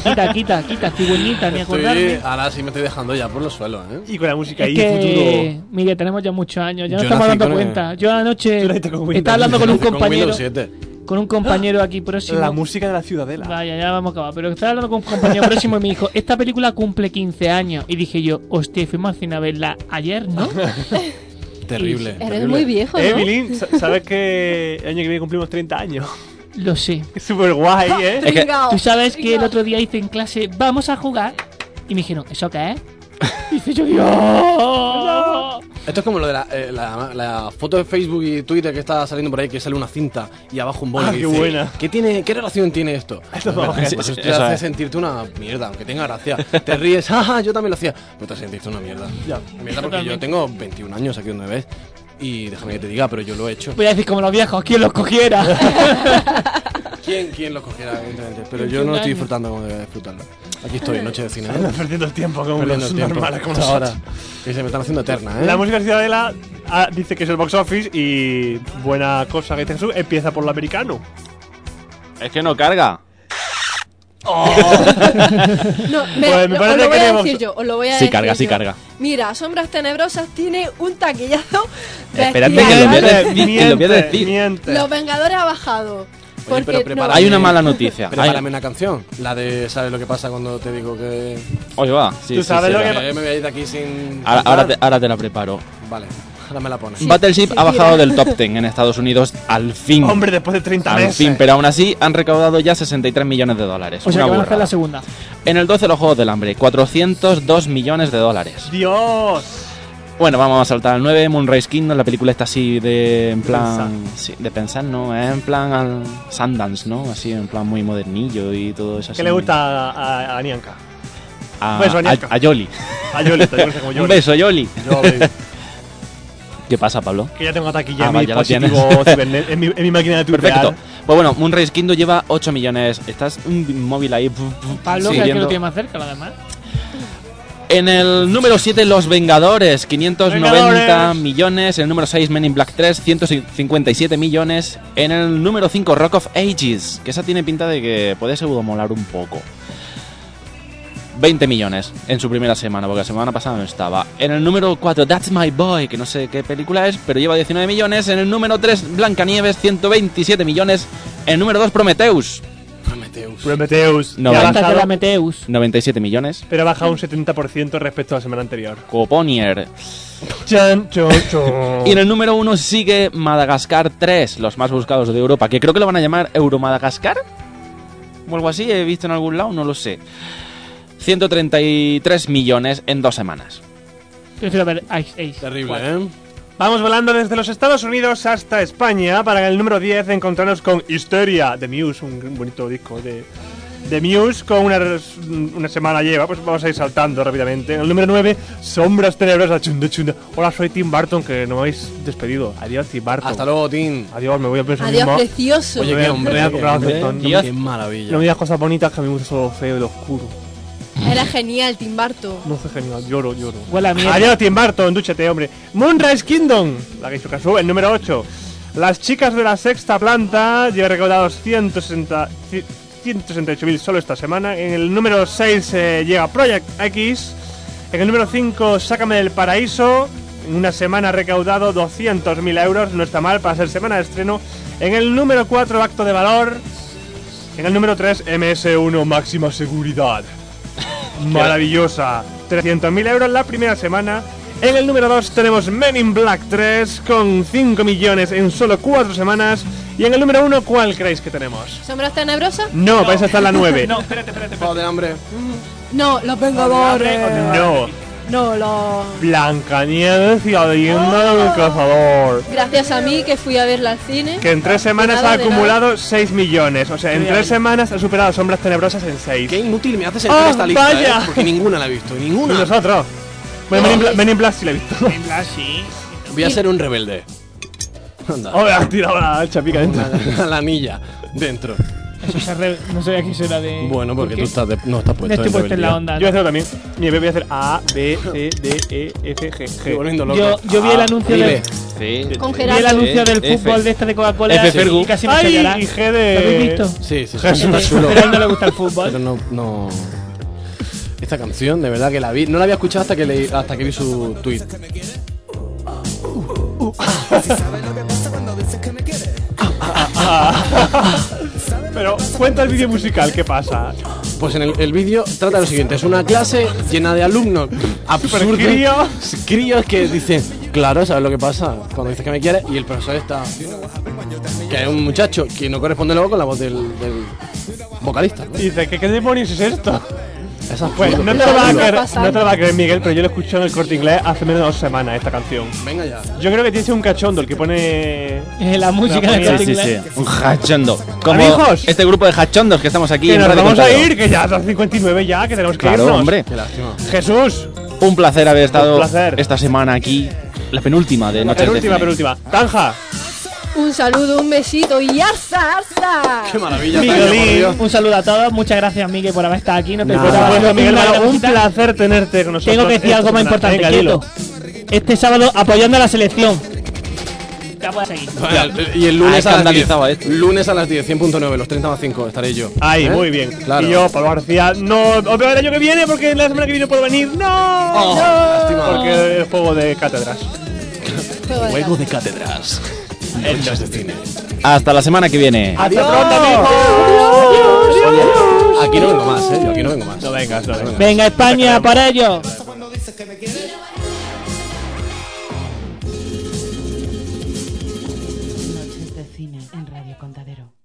S2: Quita, quita, quita, quita, cigüeñita, ni
S9: Estoy,
S2: acordarme.
S9: ahora sí me estoy dejando ya por los suelos, ¿eh?
S6: Y con la música ahí,
S2: Es
S6: futuro.
S2: que, Miguel, tenemos ya muchos años, ya no
S9: Yo
S2: estamos
S9: nací
S2: dando
S9: con el-
S2: cuenta. Yo anoche
S6: Yo nací con Windows.
S2: estaba hablando con un
S9: Con
S2: compañero,
S9: Windows 7.
S2: con un compañero aquí próximo.
S6: La música de la ciudadela.
S2: Vaya, ya vamos a acabar. Pero estaba hablando con un compañero próximo y me dijo, esta película cumple 15 años. Y dije yo, hostia, fuimos al cine a verla ayer, ¿no?
S9: Terrible. terrible.
S8: Eres muy viejo,
S6: Eh,
S8: ¿no?
S6: Bilín, sa- ¿sabes que el año que viene cumplimos 30 años?
S2: Lo sé.
S6: Qué súper guay, ¿eh?
S7: que-
S8: Pringao,
S2: Tú sabes que el
S8: pringao.
S2: otro día hice en clase, vamos a jugar. Y me dijeron, ¿eso qué es? Y dice yo, Dios.
S9: Esto es como lo de la, eh, la- la foto de Facebook y Twitter que está saliendo por ahí, que sale una cinta y abajo un boli.
S6: Ah,
S9: que
S6: qué
S9: dice,
S6: buena.
S9: ¿Qué, tiene, ¿Qué relación tiene esto?
S6: vamos a ver.
S9: Pues eso te
S6: Eso
S9: hace
S6: es.
S9: sentirte una mierda, aunque tenga gracia. Te ríes, ajá, yo también lo hacía. Pero te sentiste una mierda.
S2: Ya.
S9: Mierda porque yo
S2: Totalmente.
S9: tengo 21 años aquí donde ves. Y déjame que te diga, pero yo lo he hecho.
S2: Voy a decir como los viejos, quien los cogiera.
S9: ¿Quién, quién lo cogiera, evidentemente? Pero yo no lo estoy disfrutando como debería disfrutarlo. Aquí estoy, noche de cine.
S6: Anda perdiendo el tiempo como
S9: Perdiendo
S6: los
S9: el tiempo.
S6: normales como
S9: Hasta ahora.
S6: nosotros.
S9: Que se me están haciendo eterna, ¿eh?
S6: La música de Ciudadela ah, dice que es el box office y buena cosa que te sube. Empieza por lo americano.
S7: Es que no carga.
S8: No,
S7: Pues me
S8: me, lo- os
S7: parece
S8: lo
S7: que
S8: voy a
S7: debemos-
S8: decir yo, os lo voy a
S7: Sí
S8: decir
S7: carga, sí
S8: yo.
S7: carga.
S8: Mira, Sombras Tenebrosas tiene un taquillazo
S7: Espérate
S8: bestial.
S7: que lo voy a decir.
S6: Miente,
S7: que lo voy a decir.
S8: Los Vengadores ha bajado. Porque no-
S7: Hay una mala noticia.
S9: Prepárame una canción. La de ¿Sabes lo que pasa cuando te digo que.?
S7: Hoy va. Sí,
S9: Tú
S7: sí,
S9: sabes
S7: sí,
S9: lo
S7: va.
S9: que. Me voy a ir de aquí sin.
S7: Ahora, ahora te, ahora te la preparo.
S9: Vale, ahora me la pones.
S7: Battleship ha bajado del top 10 en Estados Unidos al fin.
S6: Hombre, después de 30
S7: Al
S6: meses.
S7: fin, pero aún así han recaudado ya 63 millones de dólares.
S2: O
S7: Una
S2: sea que van a
S7: burra.
S2: hacer la segunda.
S7: En el 12 los Juegos del Hambre, 402 millones de dólares.
S6: ¡Dios!
S7: Bueno, vamos a saltar al 9, Moonrise Kingdom, la película está así de en plan...
S6: Pensar.
S7: sí, de pensar, ¿no? Es en plan al Sundance, ¿no? Así, en plan muy modernillo y todo eso.
S6: ¿Qué
S7: así.
S6: le gusta a, a, a Nianca?
S7: A,
S6: Beso,
S7: a-
S6: Nianca.
S7: a Yoli.
S6: A Yoli, te conoce como Yoli.
S7: Un beso, Yoli.
S6: Yoli.
S7: ¿Qué pasa, Pablo?
S6: Que ya tengo taquilla
S7: Ah,
S6: en,
S7: vale,
S6: mi
S7: ya la
S6: dispositivo
S7: tienes.
S6: cibernet- en, mi, en mi máquina de tuitear.
S7: Perfecto. Pues bueno, Moonrise Kingdom lleva 8 millones. Estás un móvil ahí. pf, pf,
S2: Pablo, que es el que
S7: siguiendo.
S2: lo tiene más cerca, lo demás.
S7: En el número 7, Los Vengadores, 590
S2: Vengadores.
S7: millones. En el número 6, Men in Black 3, 157 millones. En el número 5, Rock of Ages, que esa tiene pinta de que puede seguro molar un poco. 20 millones en su primera semana, porque la semana pasada no estaba. En el número 4, That's My Boy, que no sé qué película es, pero lleva 19 millones. En el número 3, Blancanieves, 127 millones. En el número 2, Prometheus.
S6: Prometheus.
S7: No,
S6: Que ha
S7: Cuéntate
S6: bajado-
S2: la Meteus.
S7: 97 millones.
S6: Pero ha bajado un 70% respecto a la semana anterior.
S7: Coponier,
S6: Chan, chon, chon.
S7: Y en el número uno sigue Madagascar 3, los más buscados de Europa, que creo que lo van a llamar Euromadagascar. O algo así, he visto en algún lado, no lo sé. 133 millones en dos semanas.
S2: Prefiero ver Ice Age.
S9: Terrible, ¿eh?
S6: Vamos volando desde los Estados Unidos hasta España para el número 10 encontrarnos con Histeria de Muse, un bonito disco de, de Muse con una, res- una semana lleva, pues vamos a ir saltando rápidamente. En el número 9, Sombras Tenebrosas, chunda chunda. Hola, soy Tim Burton, que no me habéis despedido. Adiós, Tim Burton.
S9: Hasta luego, Tim.
S6: Adiós, me voy a pensar
S8: Adiós,
S6: mismo.
S8: precioso.
S9: Oye, qué hombre,
S6: Gracias,
S9: qué
S6: gracias,
S9: hombre,
S6: Antonio.
S9: qué maravilla.
S6: No me digas cosas bonitas que a mí me gusta solo lo feo y lo oscuro.
S8: Era genial, Timbarto.
S6: No sé, genial, lloro, lloro.
S2: Huele a mierda.
S6: Adiós, Tim Burton, dúchate, hombre. Moonrise Kingdom, la que hizo caso, el número 8. Las chicas de la sexta planta llevan recaudados 160 ci- 168.000 solo esta semana. En el número 6 eh, llega Project X. En el número 5, Sácame del Paraíso. En una semana ha recaudado 200.000 euros. No está mal para ser semana de estreno. En el número 4, Acto de Valor. En el número 3, MS1 Máxima Seguridad. Maravillosa. 300.000 euros la primera semana. En el número 2 tenemos Men in Black 3 con 5 millones en solo 4 semanas. Y en el número 1, ¿cuál creéis que tenemos?
S8: ¿Sombras Tenebrosas?
S6: No, vais a estar la 9.
S2: No,
S6: espérate, espérate.
S9: Joder, hambre.
S8: No, los Vengadores.
S6: No.
S8: No, los.
S6: Blancanieves y la leyenda del cazador.
S8: Gracias a mí que fui a verla al cine.
S6: Que en 3 semanas ha
S8: Nada de nada.
S6: acumulado 6 millones. O sea, en
S8: Qué
S6: 3
S8: bien.
S6: semanas ha superado Sombras Tenebrosas en 6.
S9: Qué inútil me haces
S6: ¡Ah,
S9: entrar esta lista.
S6: vaya!
S9: ¿eh? Porque ninguna la he visto,
S6: Y
S9: ninguna.
S6: nosotros. Bueno, Men in Bla- Men in Black sí la he visto.
S9: Voy a ser un rebelde. Anda.
S6: Ahora has tirado la hacha pica dentro.
S9: A la anilla. Dentro.
S2: Eso se re- No sabía que eso era de.
S9: Bueno, porque
S2: ¿Por qué?
S9: tú estás de- no estás
S2: No
S9: puesto
S2: estoy
S9: en
S2: puesto en la
S9: rebeldía.
S2: onda.
S6: Yo voy a hacerlo también. Mi bebé voy a hacer A, B, C, D, E, F, G,
S9: Estoy
S6: G.
S9: volviendo loco.
S2: Yo, yo vi el
S7: Ah,
S2: anuncio
S9: vive.
S2: del,
S7: Sí.
S8: Con
S2: vi
S8: Gerardo.
S2: el anuncio del
S7: F.
S2: fútbol de este de Coca-Cola
S7: F,
S2: y,
S7: Fergu.
S2: y casi me
S6: Ay,
S2: callará.
S6: y G
S2: ¿Lo habéis
S6: de...
S2: visto?
S9: Sí, sí, sí.
S2: Pero
S9: está chulo.
S2: a él no le gusta el fútbol.
S9: Pero no, no. Esta canción, de verdad que la vi. No la había escuchado hasta que leí, hasta que vi su tweet.
S6: Pero cuenta el vídeo musical, ¿qué pasa?
S9: Pues en el, el vídeo trata lo siguiente: es una clase llena de alumnos absurdos.
S6: Supercríos.
S9: Críos que dicen, claro, ¿sabes lo que pasa? Cuando dices que me quieres, y el profesor está. Que es un muchacho que no corresponde luego con la voz del, del vocalista. ¿no?
S6: Y dice, ¿qué, qué demonios es esto?
S9: Esas
S6: Pues
S9: fotos
S6: no
S9: que
S6: te, lo vas a
S9: chulo.
S6: creer, no te lo vas a creer, Miguel, pero yo lo escuché en el corte inglés hace menos de dos semanas esta canción.
S9: Venga ya.
S6: Yo creo que tiene que ser un cachondo el que pone.
S2: Es Eh, la música del
S6: ponía-
S2: Corte
S7: Sí, sí, un hachondo. Como
S6: Amigos.
S7: este grupo de hachondos que estamos aquí.
S6: Que
S7: en
S6: nos
S7: Radio
S6: vamos a
S7: Contadero.
S6: ir, que ya son 59 ya, que tenemos que
S7: Claro,
S6: irnos.
S7: hombre.
S6: Jesús,
S7: Un placer haber
S6: Un
S7: estado
S6: placer.
S7: esta semana aquí. La penúltima de Noches
S6: penúltima,
S7: de Cine.
S6: penúltima.
S7: Ah.
S6: Tanja,
S8: Un saludo, un besito y arsa, arsa.
S9: maravilla,
S2: Miguelín, un saludo a todos. Muchas gracias, Miguel, por haber estado aquí. No te
S6: Por
S2: esperaba
S6: supuesto, Pues,
S2: decir
S6: Miguel
S2: una
S6: Mara, un
S2: cosita.
S6: placer tenerte con nosotros.
S2: Tengo que decir
S6: esta
S2: algo más
S6: semana.
S2: importante.
S6: Venga,
S2: quieto.
S6: dilo.
S2: Este sábado apoyando a la selección. Ya puedes seguir.
S9: Y el lunes
S7: Ah,
S9: a las 10.
S7: escandalizaba
S9: Lunes a las 10, 100.9, los 30 más 5 estaré yo.
S6: Ahí,
S9: ¿Eh?
S6: muy bien.
S9: Claro.
S6: Y yo, Pablo García, no, os veo el año que viene porque la semana que viene no puedo venir. ¡No!
S9: Oh,
S6: no!
S9: lástima.
S6: Porque es juego de cátedras.
S9: Juego de cátedras. Noches de cine.
S7: Hasta la semana que viene.
S6: ¡Hasta pronto, amigos!
S9: Aquí no vengo más, eh. Yo aquí no vengo más.
S6: No vengas, no vengas.
S2: Venga, España, para ellos.
S4: Noches de cine en Radio Contadero.